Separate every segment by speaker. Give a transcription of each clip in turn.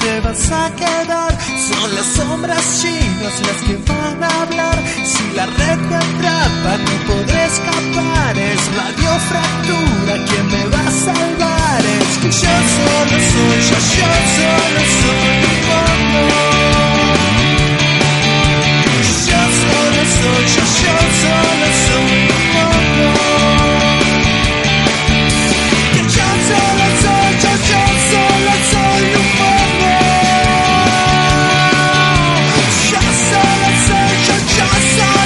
Speaker 1: a quedar. Son las sombras chinas las que van a hablar. Si la red me atrapa, no podré escapar. Es la biofractura quien me va a salvar. Es que yo solo soy, yo, yo solo soy un mono. Yo solo soy, yo, yo solo soy un mono. Que yo solo soy, yo, yo solo soy un mono. Yo solo soy, yo, yo solo soy un mono.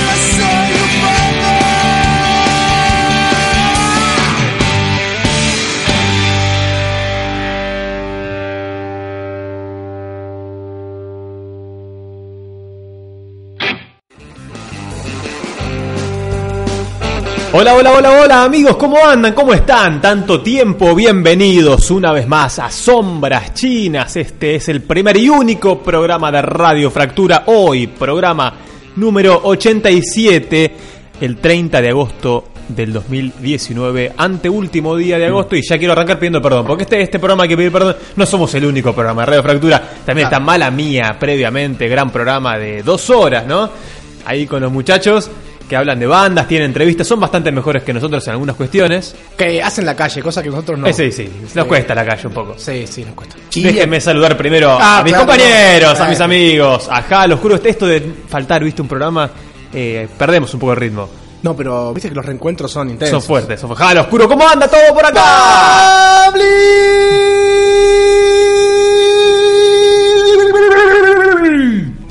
Speaker 2: Hola, hola, hola, hola amigos, ¿cómo andan? ¿Cómo están? Tanto tiempo, bienvenidos una vez más a Sombras Chinas. Este es el primer y único programa de Radio Fractura. Hoy, programa número 87, el 30 de agosto del 2019, anteúltimo día de agosto. Y ya quiero arrancar pidiendo perdón, porque este, este programa hay que pedir perdón, no somos el único programa de Radio Fractura. También está Mala Mía previamente, gran programa de dos horas, ¿no? ahí con los muchachos que hablan de bandas, tienen entrevistas, son bastante mejores que nosotros en algunas cuestiones.
Speaker 3: Que hacen la calle, cosa que nosotros no.
Speaker 2: Eh, sí, sí, nos cuesta la calle un poco.
Speaker 3: Sí, sí, nos cuesta.
Speaker 2: Déjenme saludar primero
Speaker 3: Ah,
Speaker 2: a mis
Speaker 3: claro.
Speaker 2: compañeros, a
Speaker 3: Claro.
Speaker 2: mis amigos, a Jal, oscuro. Este- Esto de faltar, viste, un programa, eh, perdemos un poco el ritmo.
Speaker 3: No, pero viste que los reencuentros son
Speaker 2: Son
Speaker 3: intensos. Ah.
Speaker 2: fuertes, son fuertes. Jal, oscuro, ¿cómo anda todo por acá?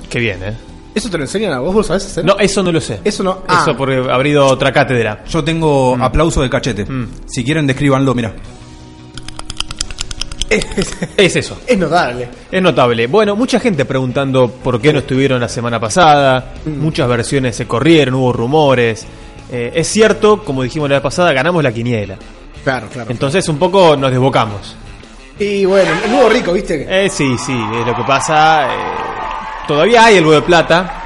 Speaker 2: Qué bien, ¿eh?
Speaker 3: ¿Eso te lo enseñan a vos? ¿Vos lo sabés hacer?
Speaker 2: No, eso no lo sé.
Speaker 3: Eso no. Ah.
Speaker 2: Eso porque ha habido otra cátedra. Mm.
Speaker 4: Yo tengo aplauso de cachete. Si quieren, descríbanlo, mira.
Speaker 2: Es eso.
Speaker 3: Es notable.
Speaker 2: Es notable. Bueno, mucha gente preguntando por qué no estuvieron la semana pasada.
Speaker 3: Mm.
Speaker 2: Muchas versiones se corrieron, hubo rumores. Eh, es cierto, como dijimos la vez pasada, ganamos la quiniela.
Speaker 3: Claro, claro.
Speaker 2: Entonces un poco nos desbocamos.
Speaker 3: y bueno, el huevo rico, viste.
Speaker 2: Eh, sí, sí, es lo que pasa. eh, todavía hay el huevo de plata.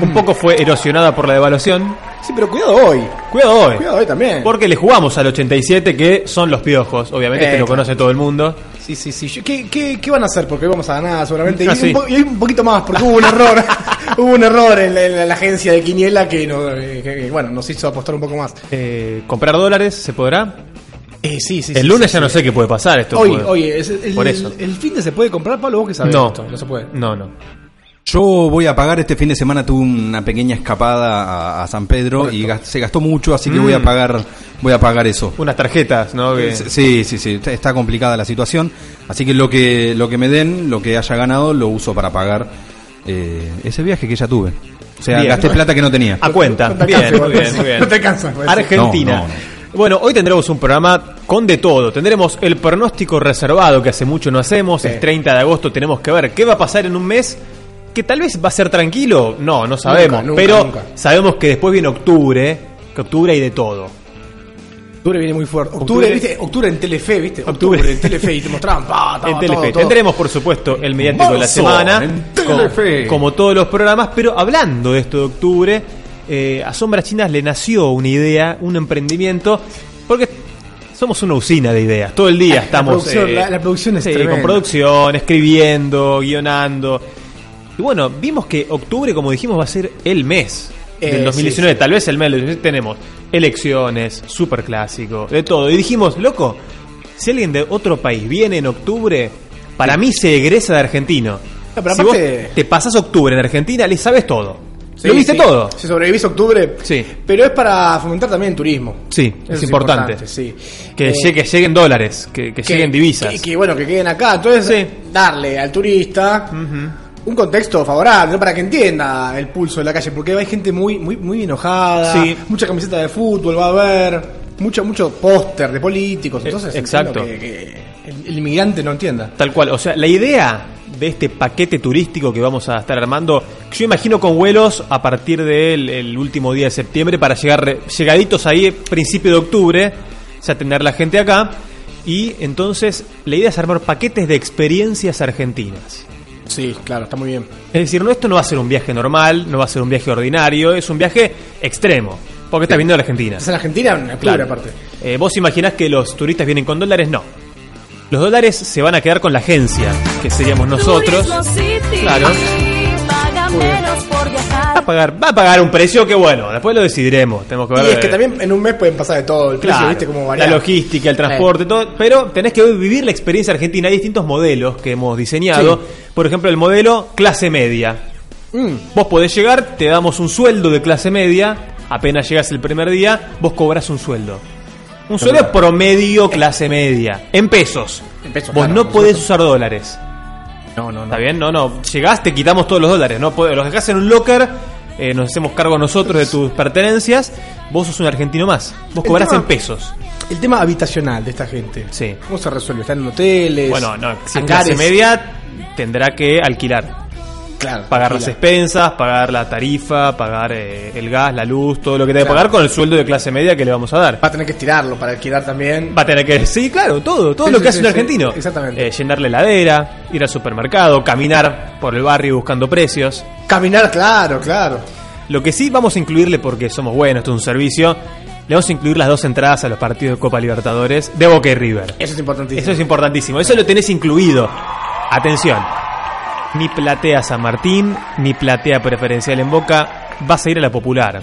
Speaker 2: Un poco fue erosionada por la devaluación.
Speaker 3: Mm. Sí, pero cuidado hoy.
Speaker 2: Cuidado hoy.
Speaker 3: Cuidado hoy también.
Speaker 2: Porque le jugamos al 87, que son los piojos. Obviamente
Speaker 3: Eh,
Speaker 2: este lo
Speaker 3: claro.
Speaker 2: conoce todo el mundo.
Speaker 3: Sí, sí, sí. Yo- ¿Qué, qué, qué van a hacer? Porque hoy vamos a ganar seguramente. Y,
Speaker 2: Ah, sí.
Speaker 3: un po- y un poquito más, porque hubo un error. hubo un error en la, en la agencia de Quiniela que, nos, eh, que, bueno, nos hizo apostar un poco más.
Speaker 2: Eh, ¿Comprar dólares se podrá?
Speaker 3: Eh, sí, sí.
Speaker 2: el
Speaker 3: sí,
Speaker 2: lunes
Speaker 3: sí,
Speaker 2: ya no
Speaker 3: sí.
Speaker 2: sé qué puede pasar. Esto
Speaker 3: Hoy,
Speaker 2: puede-
Speaker 3: hoy, es el,
Speaker 2: Por
Speaker 3: el-
Speaker 2: eso.
Speaker 3: el fin de se puede comprar, Pablo, vos que sabés esto, no se puede.
Speaker 2: No, no.
Speaker 4: Yo voy a pagar este fin de semana. Tuve una pequeña escapada a, a San Pedro y gas- se gastó mucho, así que voy a pagar, voy a pagar eso.
Speaker 2: Mm. Unas tarjetas, ¿no? Que-
Speaker 4: Sí, sí, sí. está- Está complicada la situación, así que lo que lo que me den, lo que haya ganado, lo uso para pagar eh, ese viaje que ya tuve. O sea,
Speaker 2: Bien.
Speaker 4: gasté plata que no tenía.
Speaker 2: A cuenta.
Speaker 3: No te
Speaker 2: Bien,
Speaker 3: alcanza,
Speaker 2: muy bien, muy bien.
Speaker 3: No te alcanza, parece.
Speaker 2: Argentina.
Speaker 4: No, no,
Speaker 2: Bueno, hoy tendremos un programa con de todo. Tendremos el pronóstico reservado que hace mucho no hacemos.
Speaker 3: Sí.
Speaker 2: Es 30 de agosto, tenemos que ver qué va a pasar en un mes. Que tal vez va a ser tranquilo. No, no sabemos.
Speaker 3: nunca,
Speaker 2: pero
Speaker 3: nunca.
Speaker 2: sabemos que después viene octubre. ¿eh? Que octubre hay de todo.
Speaker 3: Octubre viene muy fuerte. Octubre,
Speaker 2: Octubre-
Speaker 3: viste, octubre en Telefe, viste.
Speaker 2: Octubre.
Speaker 3: en Telefe y te mostraban. pa, estaba
Speaker 2: en Telefe.
Speaker 3: todo, todo.
Speaker 2: Tendremos, por supuesto, el mediático de la
Speaker 3: Monzón
Speaker 2: semana.
Speaker 3: en
Speaker 2: Como,
Speaker 3: Telefe.
Speaker 2: como todos los programas, pero hablando de esto de octubre, eh, a Sombras Chinas le nació una idea, un emprendimiento, porque somos una usina de ideas. Todo el día
Speaker 3: La
Speaker 2: estamos. eh,
Speaker 3: producción, la- la producción es
Speaker 2: sí,
Speaker 3: tremenda.
Speaker 2: con producción, escribiendo, guionando. Y bueno, vimos que octubre, como dijimos, va a ser el mes.
Speaker 3: Eh,
Speaker 2: del
Speaker 3: sí,
Speaker 2: 2019, tal vez el mes del 2019, tenemos elecciones, superclásico, de todo. Y dijimos, loco, si alguien de otro país viene en octubre, para mí se egresa de argentino.
Speaker 3: No, pero
Speaker 2: si
Speaker 3: aparte-
Speaker 2: vos te pasás octubre en Argentina, le sabes todo.
Speaker 3: Sí,
Speaker 2: Lo viste
Speaker 3: sí.
Speaker 2: todo.
Speaker 3: Si sobrevivís a octubre.
Speaker 2: Sí.
Speaker 3: Pero es para fomentar también el turismo.
Speaker 2: Sí,
Speaker 3: Eso
Speaker 2: es importante.
Speaker 3: sí.
Speaker 2: Que,
Speaker 3: Eh,
Speaker 2: llegue- que lleguen dólares, que, que
Speaker 3: que-
Speaker 2: lleguen divisas.
Speaker 3: Que, que, bueno, que queden acá. Entonces,
Speaker 2: Sí.
Speaker 3: darle al turista un contexto favorable, ¿no? para que entienda el pulso de la calle. Porque hay gente muy, muy, muy enojada.
Speaker 2: Sí.
Speaker 3: Mucha camiseta de fútbol va a haber. Mucho, mucho póster de políticos. Entonces,
Speaker 2: Eh, exacto.
Speaker 3: entiendo que- que el- el inmigrante no entienda.
Speaker 2: Tal cual, o sea, la idea de este paquete turístico que vamos a estar armando, yo imagino con vuelos a partir del el último día de septiembre para llegar re- llegaditos ahí, principio de octubre, ya tener la gente acá. Y entonces la idea es armar paquetes de experiencias argentinas.
Speaker 3: Sí, claro, está muy bien.
Speaker 2: Es decir, no, esto no va a ser un viaje normal, no va a ser un viaje ordinario, es un viaje extremo, porque está viniendo de Argentina.
Speaker 3: Es en Argentina, en Apure, aparte.
Speaker 2: Eh, ¿Vos imaginás que los turistas vienen con dólares? No. Los dólares se van a quedar con la agencia, que seríamos nosotros.
Speaker 5: Turismo City.
Speaker 2: Claro.
Speaker 5: Paga menos por viajar.
Speaker 2: Va a pagar, va a pagar un precio que bueno, después lo decidiremos. Tenemos que ver.
Speaker 3: Y es que
Speaker 2: eh,
Speaker 3: también en un mes pueden pasar de todo el precio,
Speaker 2: claro,
Speaker 3: ¿viste? Como varía.
Speaker 2: la logística, el transporte, todo. Pero tenés que vivir la experiencia argentina. Hay distintos modelos que hemos diseñado. Por ejemplo, el modelo clase media.
Speaker 3: Mm.
Speaker 2: Vos podés llegar, te damos un sueldo de clase media. Apenas llegas el primer día, vos cobras un sueldo. Un sueldo promedio clase media. En pesos.
Speaker 3: En pesos,
Speaker 2: vos
Speaker 3: claro,
Speaker 2: no
Speaker 3: por
Speaker 2: podés usar dólares.
Speaker 3: No, no,
Speaker 2: ¿Está bien? No, no. Llegás, te quitamos todos los dólares. No Pod- los dejás en un locker. eh, nos hacemos cargo nosotros de tus pertenencias. Vos sos un argentino más. Vos
Speaker 3: El
Speaker 2: cobrás
Speaker 3: tema-
Speaker 2: en pesos.
Speaker 3: El tema habitacional de esta gente.
Speaker 2: Sí.
Speaker 3: ¿Cómo se resuelve? ¿Están en hoteles?
Speaker 2: Bueno, no. Si es
Speaker 3: hangares?
Speaker 2: clase media, tendrá que alquilar.
Speaker 3: Claro,
Speaker 2: Pagar las
Speaker 3: alquilar.
Speaker 2: expensas, pagar la tarifa, pagar eh, el gas, la luz, todo lo que debe
Speaker 3: Claro.
Speaker 2: pagar con el sueldo de clase media que le vamos a dar.
Speaker 3: Va a tener que estirarlo para alquilar también.
Speaker 2: Va a tener que. Sí, claro, todo, todo
Speaker 3: Sí,
Speaker 2: lo
Speaker 3: sí,
Speaker 2: que hace
Speaker 3: sí,
Speaker 2: un
Speaker 3: sí,
Speaker 2: argentino.
Speaker 3: exactamente.
Speaker 2: Eh, llenar la heladera, ir al supermercado, caminar por el barrio buscando precios.
Speaker 3: Caminar, claro, claro.
Speaker 2: Lo que sí vamos a incluirle, porque somos buenos, esto es un servicio, le vamos a incluir las dos entradas a los partidos de Copa Libertadores de Boca y River.
Speaker 3: Eso es importantísimo.
Speaker 2: Eso es importantísimo, eso lo tenés incluido. Atención, ni platea San Martín, ni platea preferencial en Boca, vas a ir a la popular.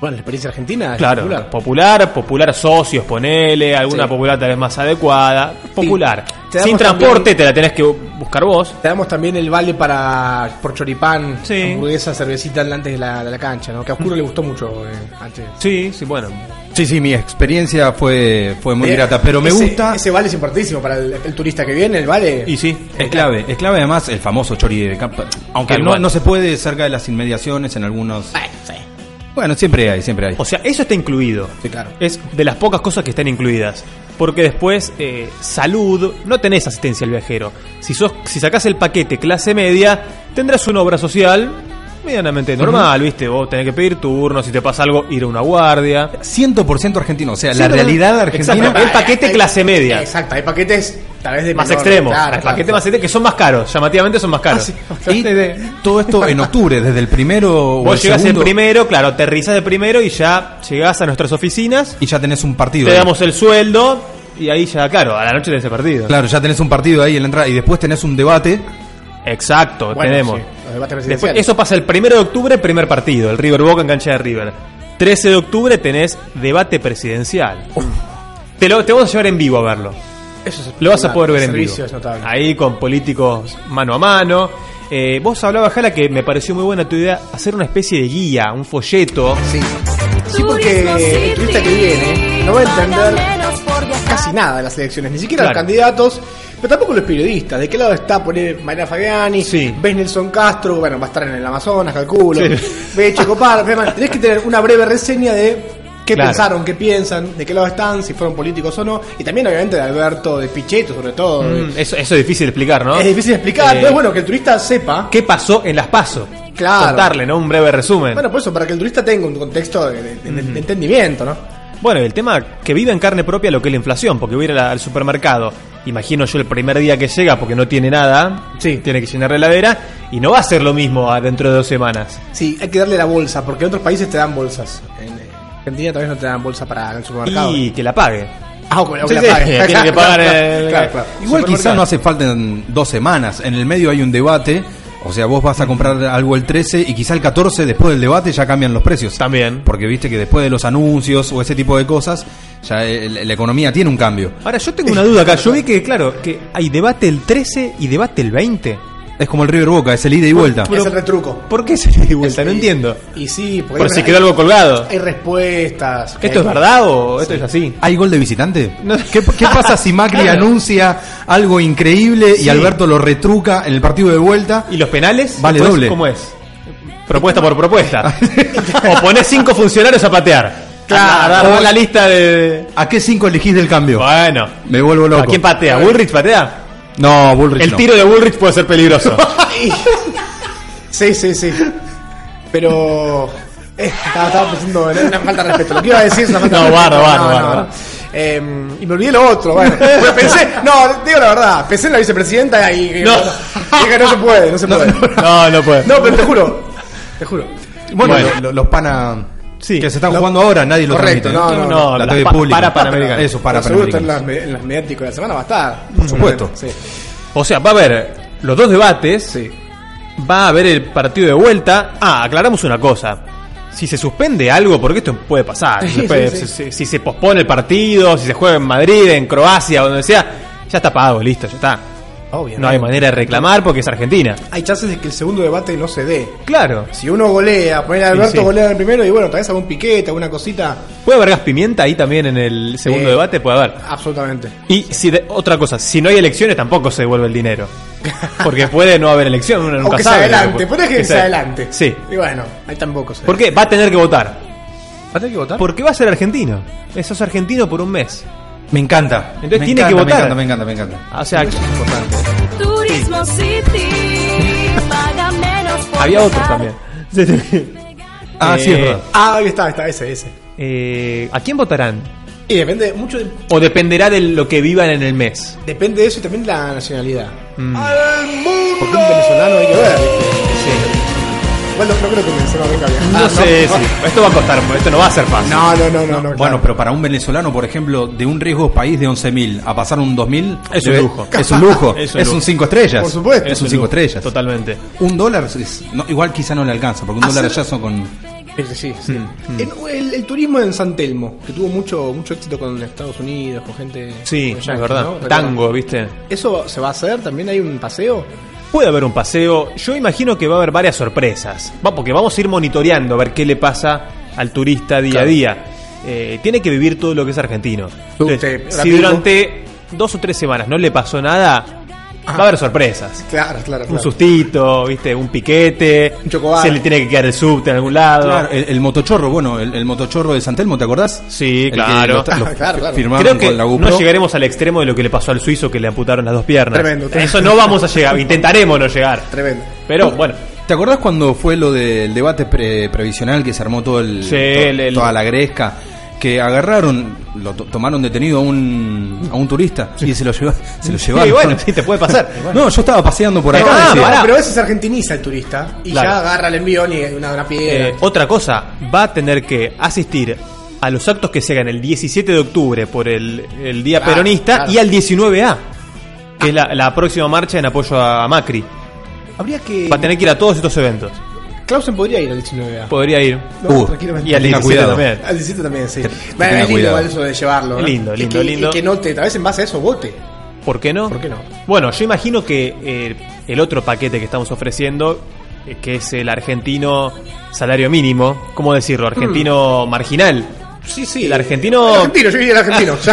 Speaker 3: Bueno, la experiencia argentina es
Speaker 2: Claro,
Speaker 3: popular.
Speaker 2: popular, popular, socios, ponele, alguna
Speaker 3: Sí.
Speaker 2: popular tal vez más adecuada. Popular.
Speaker 3: Te damos
Speaker 2: Sin transporte
Speaker 3: también-
Speaker 2: te la tenés que bu- buscar vos.
Speaker 3: Te damos también el vale para por choripán,
Speaker 2: Sí. Mm.
Speaker 3: hamburguesa, cervecita antes de la, de la cancha, ¿no? Que a Oscuro le gustó mucho eh, antes.
Speaker 2: Sí, sí, bueno.
Speaker 4: Sí, sí, mi experiencia fue, fue muy
Speaker 3: Eh,
Speaker 4: grata, pero me
Speaker 3: ese-
Speaker 4: gusta.
Speaker 3: Ese vale es importantísimo para el, el turista que viene, el vale.
Speaker 2: Y sí,
Speaker 4: Es clave, es clave además el famoso chori de campo. Aunque
Speaker 2: Tal
Speaker 4: no,
Speaker 2: cual.
Speaker 4: no se puede cerca de las inmediaciones en algunos. Bueno, siempre hay, siempre hay.
Speaker 2: O sea, eso está incluido.
Speaker 3: Sí, claro.
Speaker 2: Es de las pocas cosas que están incluidas. Porque después, eh, salud, no tenés asistencia al viajero. Si, sos, si sacás el paquete clase media, tendrás una obra social medianamente normal, ¿viste? Vos tenés que pedir turno, si te pasa algo, ir a una guardia.
Speaker 4: 100% argentino, o sea,
Speaker 2: Sí,
Speaker 4: la
Speaker 2: no, no.
Speaker 4: realidad argentina.
Speaker 2: Exacto. El paquete
Speaker 3: Hay-
Speaker 2: clase media.
Speaker 3: Exacto, hay paquetes tal vez de
Speaker 2: Más
Speaker 3: menor-
Speaker 2: extremos.
Speaker 3: claro,
Speaker 2: el
Speaker 3: claro,
Speaker 2: paquete
Speaker 3: claro.
Speaker 2: más extremos que son más caros. Llamativamente son más caros.
Speaker 3: Ah, sí.
Speaker 4: Y todo esto en octubre, desde el primero o
Speaker 2: Vos
Speaker 4: el
Speaker 2: llegás
Speaker 4: segundo,
Speaker 2: el primero, claro, aterrizás de primero y ya llegás a nuestras oficinas,
Speaker 4: y ya tenés un partido.
Speaker 2: te
Speaker 4: ahí.
Speaker 2: damos el sueldo y ahí ya, claro, a la noche tenés el partido.
Speaker 4: Claro, ya tenés un partido ahí en la entrada y después tenés un debate.
Speaker 2: Exacto,
Speaker 3: Bueno,
Speaker 2: tenemos.
Speaker 3: sí, los debates
Speaker 2: Después,
Speaker 3: presidenciales.
Speaker 2: eso pasa el primero de octubre, primer partido, el River Boca en cancha de River. 13 de octubre tenés debate presidencial. Te, lo, te vamos a llevar en vivo a verlo.
Speaker 3: Eso es
Speaker 2: Lo vas a
Speaker 3: espectacular.
Speaker 2: poder ver
Speaker 3: El
Speaker 2: en vivo.
Speaker 3: servicio es notable.
Speaker 2: Ahí con políticos mano a mano. Eh, vos hablabas, Jala, que me pareció muy buena tu idea, hacer una especie de guía, un folleto.
Speaker 3: Sí. Sí, porque el turista que viene no va a entender casi nada de las elecciones, ni siquiera
Speaker 2: Claro.
Speaker 3: los candidatos, pero tampoco los periodistas. ¿De qué lado está poner Mariana Fabiani?
Speaker 2: Sí.
Speaker 3: ¿Ves Nelson Castro? Bueno, va a estar en el Amazonas, calculo.
Speaker 2: Sí.
Speaker 3: ¿Ves Checo Párez? Además, Tenés que tener una breve reseña de qué
Speaker 2: Claro.
Speaker 3: pensaron, qué piensan, de qué lado están, si fueron políticos o no. Y también, obviamente, de Alberto, de Pichetto, sobre todo.
Speaker 2: Mm, eso, eso es difícil de explicar, ¿no?
Speaker 3: Es difícil de explicar,
Speaker 2: Eh,
Speaker 3: pero es bueno que el turista sepa.
Speaker 2: ¿Qué pasó en las PASO?
Speaker 3: Claro.
Speaker 2: Contarle, ¿no? Un breve resumen.
Speaker 3: Bueno, por eso, para que el turista tenga un contexto de, de- de- de entendimiento, ¿no?
Speaker 2: Bueno, el tema que vive en carne propia lo que es la inflación, porque voy a ir a la- al supermercado, imagino yo el primer día que llega porque no tiene nada,
Speaker 3: Sí.
Speaker 2: tiene que llenar la heladera, y no va a ser lo mismo ah, dentro de dos semanas.
Speaker 3: Sí, hay que darle la bolsa, porque en otros países te dan bolsas. En eh, Argentina tal vez no te dan bolsa para el supermercado.
Speaker 2: Y que la pague.
Speaker 3: Ah, ok, ok,
Speaker 2: Sí,
Speaker 3: la
Speaker 2: sí,
Speaker 3: paga.
Speaker 2: tiene
Speaker 3: Claro,
Speaker 2: que pagar
Speaker 3: claro,
Speaker 2: el-
Speaker 3: claro, claro.
Speaker 4: Igual quizás
Speaker 2: Supermercado.
Speaker 4: no hace falta en dos semanas. En el medio hay un debate. O sea, vos vas a comprar algo el 13 y quizá el 14 después del debate ya cambian los precios.
Speaker 2: También.
Speaker 4: Porque viste que después de los anuncios o ese tipo de cosas, ya eh, la la economía tiene un cambio.
Speaker 2: Ahora, yo tengo una duda acá, yo vi que, claro, que hay debate el 13 y debate el 20.
Speaker 4: Es como el River Boca, es el ida y vuelta.
Speaker 3: Es el retruco.
Speaker 2: ¿Por qué se le di vuelta? No
Speaker 3: Sí,
Speaker 2: entiendo.
Speaker 3: Y sí, porque
Speaker 2: Por
Speaker 3: hay-
Speaker 2: si quedó algo colgado.
Speaker 3: Hay respuestas. que
Speaker 2: ¿Esto
Speaker 3: hay-
Speaker 2: es verdad o esto es así?
Speaker 4: ¿Hay gol de visitante?
Speaker 2: No.
Speaker 4: ¿Qué, qué pasa si Macri
Speaker 2: Claro.
Speaker 4: anuncia algo increíble y
Speaker 2: Sí.
Speaker 4: Alberto lo retruca en el partido de vuelta?
Speaker 2: ¿Y los penales?
Speaker 4: Vale
Speaker 2: Después,
Speaker 4: doble.
Speaker 2: ¿Cómo es? Propuesta por propuesta. o ponés cinco funcionarios a patear.
Speaker 4: Claro.
Speaker 2: A dar la lista de...
Speaker 4: ¿A qué cinco elegís del cambio?
Speaker 2: Bueno.
Speaker 4: Me vuelvo loco.
Speaker 2: ¿A quién patea? ¿Bullrich patea?
Speaker 4: No, Bullrich
Speaker 2: El
Speaker 4: no.
Speaker 2: tiro de Bullrich puede ser peligroso.
Speaker 3: Sí, sí, sí. Pero. eh, estaba, estaba pensando en una falta de respeto. Lo que iba a decir es una falta
Speaker 2: No,
Speaker 3: de respeto.
Speaker 2: bardo, bardo, bardo, bardo.
Speaker 3: Eh, y me olvidé lo otro. Bueno, Pero pensé. No, digo la verdad. Pensé en la vicepresidenta y.
Speaker 2: No.
Speaker 3: y que no se puede, no se puede.
Speaker 2: ¿eh? No, no puede.
Speaker 3: No, pero te juro. Te juro.
Speaker 4: Bueno,
Speaker 2: Bueno.
Speaker 4: lo- lo- los pana.
Speaker 2: Sí.
Speaker 4: Que se están
Speaker 3: Lo-
Speaker 4: jugando ahora, nadie lo
Speaker 3: Correcto,
Speaker 4: transmite.
Speaker 3: no, no,
Speaker 2: no,
Speaker 4: la
Speaker 2: las
Speaker 4: TV
Speaker 2: pa-
Speaker 4: pública.
Speaker 2: para Panamericana.
Speaker 4: Eso, para
Speaker 3: Pero seguro está en
Speaker 4: Panamericana.
Speaker 3: las, me- en las mediáticas de la semana va a estar.
Speaker 4: Por supuesto.
Speaker 3: Sí.
Speaker 2: O sea, va a haber los dos debates,
Speaker 3: Sí.
Speaker 2: va a haber el partido de vuelta. Ah, aclaramos una cosa. Si se suspende algo, porque esto puede pasar.
Speaker 3: Sí,
Speaker 2: se puede-
Speaker 3: sí, sí.
Speaker 2: si- Si se pospone el partido, si se juega en Madrid, en Croacia, o donde sea, ya está pagado, listo, ya está.
Speaker 3: Obviamente.
Speaker 2: No hay manera de reclamar porque es Argentina.
Speaker 3: Hay chances de que el segundo debate no se dé.
Speaker 2: Claro.
Speaker 3: Si uno golea, poner a Alberto
Speaker 2: sí.
Speaker 3: golea en el primero y bueno, tal vez algún piquete, alguna cosita.
Speaker 2: ¿Puede haber gas pimienta ahí también en el segundo
Speaker 3: Sí.
Speaker 2: debate? Puede haber.
Speaker 3: Absolutamente.
Speaker 2: Y si de- otra cosa, si no hay elecciones tampoco se devuelve el dinero. Porque puede no haber elección, uno
Speaker 3: o
Speaker 2: nunca
Speaker 3: que se
Speaker 2: sabe.
Speaker 3: adelante, ponés que, se
Speaker 2: sea-
Speaker 3: adelante.
Speaker 2: Sí.
Speaker 3: Y bueno, ahí tampoco se
Speaker 2: ¿Por qué? Va a tener que votar.
Speaker 4: ¿Va a tener que votar?
Speaker 2: Porque va a ser argentino. Eso es argentino por un mes.
Speaker 4: Me encanta.
Speaker 2: Entonces
Speaker 4: Me
Speaker 2: tiene que
Speaker 4: encanta,
Speaker 2: votar. Ah,
Speaker 4: Me encanta, me encanta, me encanta.
Speaker 2: O sea,
Speaker 5: Turismo City. Paga menos por
Speaker 2: había otros
Speaker 5: viajar.
Speaker 2: también.
Speaker 4: Ah, sí, es
Speaker 2: Eh,
Speaker 4: verdad.
Speaker 3: Ah, ahí está, ahí está, ese, ese.
Speaker 2: Eh, ¿A quién votarán?
Speaker 3: Y depende mucho, de-
Speaker 2: O dependerá de lo que vivan en el mes.
Speaker 3: depende de eso y también la nacionalidad. ¡Al mundo! Mm. Porque un venezolano hay que ver. Bueno, no creo que un venezolano venga bien.
Speaker 2: No sé si- Esto va a costar, esto no va a ser fácil.
Speaker 3: Ah, No, no, no, no. no,
Speaker 4: Bueno,
Speaker 3: claro.
Speaker 4: pero para un venezolano, por ejemplo, de un riesgo país de 11.000 a pasar un 2.000,
Speaker 2: Es un
Speaker 4: debe-
Speaker 2: lujo.
Speaker 4: Es un lujo.
Speaker 2: Es
Speaker 4: es
Speaker 2: un lujo.
Speaker 4: un 5 estrellas.
Speaker 3: Por supuesto.
Speaker 4: Es
Speaker 2: un
Speaker 4: un 5 estrellas.
Speaker 2: Totalmente.
Speaker 4: Un dólar, es- no, igual quizá no le alcanza, porque un
Speaker 3: Hacer-
Speaker 4: dólar ya son con. Mm,
Speaker 3: Eh, Ah, Sí, sí. En- el, el turismo en San Telmo, que tuvo mucho, mucho éxito con Estados Unidos, con gente.
Speaker 2: Sí,
Speaker 3: con
Speaker 2: es
Speaker 3: yanquis,
Speaker 2: verdad.
Speaker 3: ¿no? ¿Recuerdan?
Speaker 2: Tango, ¿viste?
Speaker 3: ¿Eso se va a hacer? ¿También hay un paseo?
Speaker 2: Puede haber un paseo. Yo imagino que va a haber varias sorpresas. Va, porque vamos a ir monitoreando a ver qué le pasa al turista día a
Speaker 3: Claro.
Speaker 2: día. Eh, tiene que vivir todo lo que es argentino. Entonces,
Speaker 3: Usted,
Speaker 2: si
Speaker 3: amigo.
Speaker 2: durante dos o tres semanas no le pasó nada, va a haber sorpresas.
Speaker 3: Claro, claro,
Speaker 2: Un sustito, viste, un piquete.
Speaker 3: Un chocobar.
Speaker 2: Se le tiene que quedar el subte en algún lado.
Speaker 4: Claro, el, el motochorro, bueno, el, el motochorro de Santelmo, ¿te acordás?
Speaker 2: Sí,
Speaker 4: El que
Speaker 2: claro.
Speaker 4: lo- lo
Speaker 3: Claro, claro.
Speaker 4: firmaron
Speaker 2: Creo que
Speaker 4: con la
Speaker 2: no
Speaker 4: GoPro.
Speaker 2: llegaremos al extremo de lo que le pasó al suizo que le amputaron las dos piernas.
Speaker 3: Tremendo,
Speaker 2: A Eso
Speaker 3: tremendo.
Speaker 2: no vamos a llegar, intentaremos no llegar.
Speaker 3: Tremendo.
Speaker 2: Pero bueno,
Speaker 4: ¿Te acordás cuando fue lo del debate pre- previsional que se armó todo el,
Speaker 2: Sí, el- el-
Speaker 4: toda la gresca? Que agarraron, lo to- tomaron detenido a un, a un turista y se lo, lleva- se lo llevaron.
Speaker 2: Sí, bueno, sí, te puede pasar.
Speaker 4: No, yo estaba paseando por acá.
Speaker 2: Ah,
Speaker 4: decía.
Speaker 2: pará.
Speaker 3: Pero a veces argentiniza el turista y
Speaker 2: Claro.
Speaker 3: ya agarra el envión y una, una piedra.
Speaker 2: Eh, otra cosa, va a tener que asistir a los actos que se hagan el 17 de octubre por el, el Día
Speaker 3: Claro,
Speaker 2: Peronista
Speaker 3: Ah, claro.
Speaker 2: y al 19A, que es la, la próxima marcha en apoyo a Macri.
Speaker 3: Habría que.
Speaker 2: Va a tener que ir a todos estos eventos.
Speaker 3: Clausen podría ir al 19A.
Speaker 2: Podría ir.
Speaker 3: No,
Speaker 4: Uh,
Speaker 3: tranquilamente.
Speaker 2: Y al
Speaker 4: tenga
Speaker 2: 17
Speaker 4: cuidado.
Speaker 2: también.
Speaker 3: Al 17 también, sí.
Speaker 4: Que-
Speaker 3: Bueno,
Speaker 4: que tenga
Speaker 3: es lindo
Speaker 4: cuidado.
Speaker 3: igual eso de llevarlo. ¿no?
Speaker 2: Lindo,
Speaker 3: Y
Speaker 2: lindo,
Speaker 3: que,
Speaker 2: lindo.
Speaker 3: Y que note, tal vez en base a eso vote.
Speaker 2: ¿Por qué no?
Speaker 3: ¿Por qué no?
Speaker 2: Bueno, yo imagino que eh, el otro paquete que estamos ofreciendo, eh, que es el argentino salario mínimo, ¿cómo decirlo? Argentino marginal.
Speaker 3: Mm. Sí, sí.
Speaker 2: El argentino-
Speaker 3: El argentino, yo diría el argentino. ya.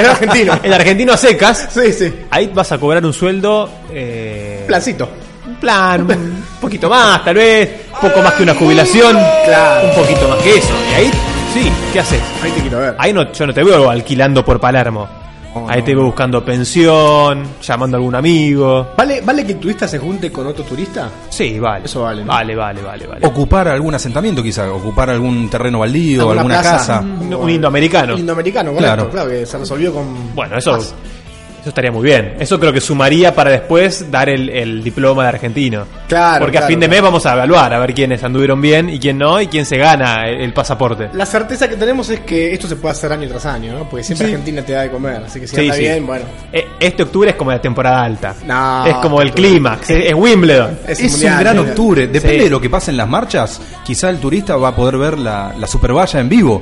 Speaker 3: el argentino.
Speaker 2: El argentino a secas.
Speaker 3: Sí, sí.
Speaker 2: Ahí vas a cobrar un sueldo... Eh,
Speaker 3: Placito.
Speaker 2: un plan, un poquito más, tal vez, poco más que una jubilación,
Speaker 3: Claro.
Speaker 2: un poquito más que eso. Y ahí, sí, ¿qué haces?
Speaker 3: Ahí te quiero ver.
Speaker 2: Ahí no, yo no te veo alquilando por Palermo.
Speaker 4: Oh,
Speaker 2: ahí
Speaker 4: no.
Speaker 2: te veo buscando pensión, llamando a algún amigo.
Speaker 3: ¿Vale, ¿Vale que el turista se junte con otro turista?
Speaker 2: Sí, vale.
Speaker 3: Eso vale, ¿no?
Speaker 2: Vale, vale, vale, vale.
Speaker 4: Ocupar algún asentamiento, quizá, ocupar algún terreno baldío, alguna, casa.
Speaker 2: Un- un indoamericano.
Speaker 3: Un indoamericano, correcto. Claro.
Speaker 4: Claro.
Speaker 3: que se resolvió con.
Speaker 2: Bueno, eso, eso estaría muy bien. Eso creo que sumaría para después dar el, el diploma de argentino.
Speaker 3: Claro,
Speaker 2: Porque a
Speaker 3: claro,
Speaker 2: fin de mes
Speaker 3: claro.
Speaker 2: vamos a evaluar a ver quiénes anduvieron bien y quién no y quién se gana el, el pasaporte.
Speaker 3: La certeza que tenemos es que esto se puede hacer año tras año, ¿no? Porque siempre
Speaker 2: Sí.
Speaker 3: Argentina te da de comer. Así que si
Speaker 2: Sí,
Speaker 3: anda
Speaker 2: sí.
Speaker 3: bien, bueno.
Speaker 2: Eh, Este octubre es como la temporada alta.
Speaker 3: No,
Speaker 2: es como el
Speaker 3: octubre.
Speaker 2: clímax, es, es Wimbledon.
Speaker 3: Es
Speaker 4: Es,
Speaker 3: un mundial,
Speaker 4: un gran
Speaker 3: mira.
Speaker 4: octubre. Depende
Speaker 2: Sí.
Speaker 4: de lo que pase en las marchas, quizá el turista va a poder ver la, la supervalla en vivo.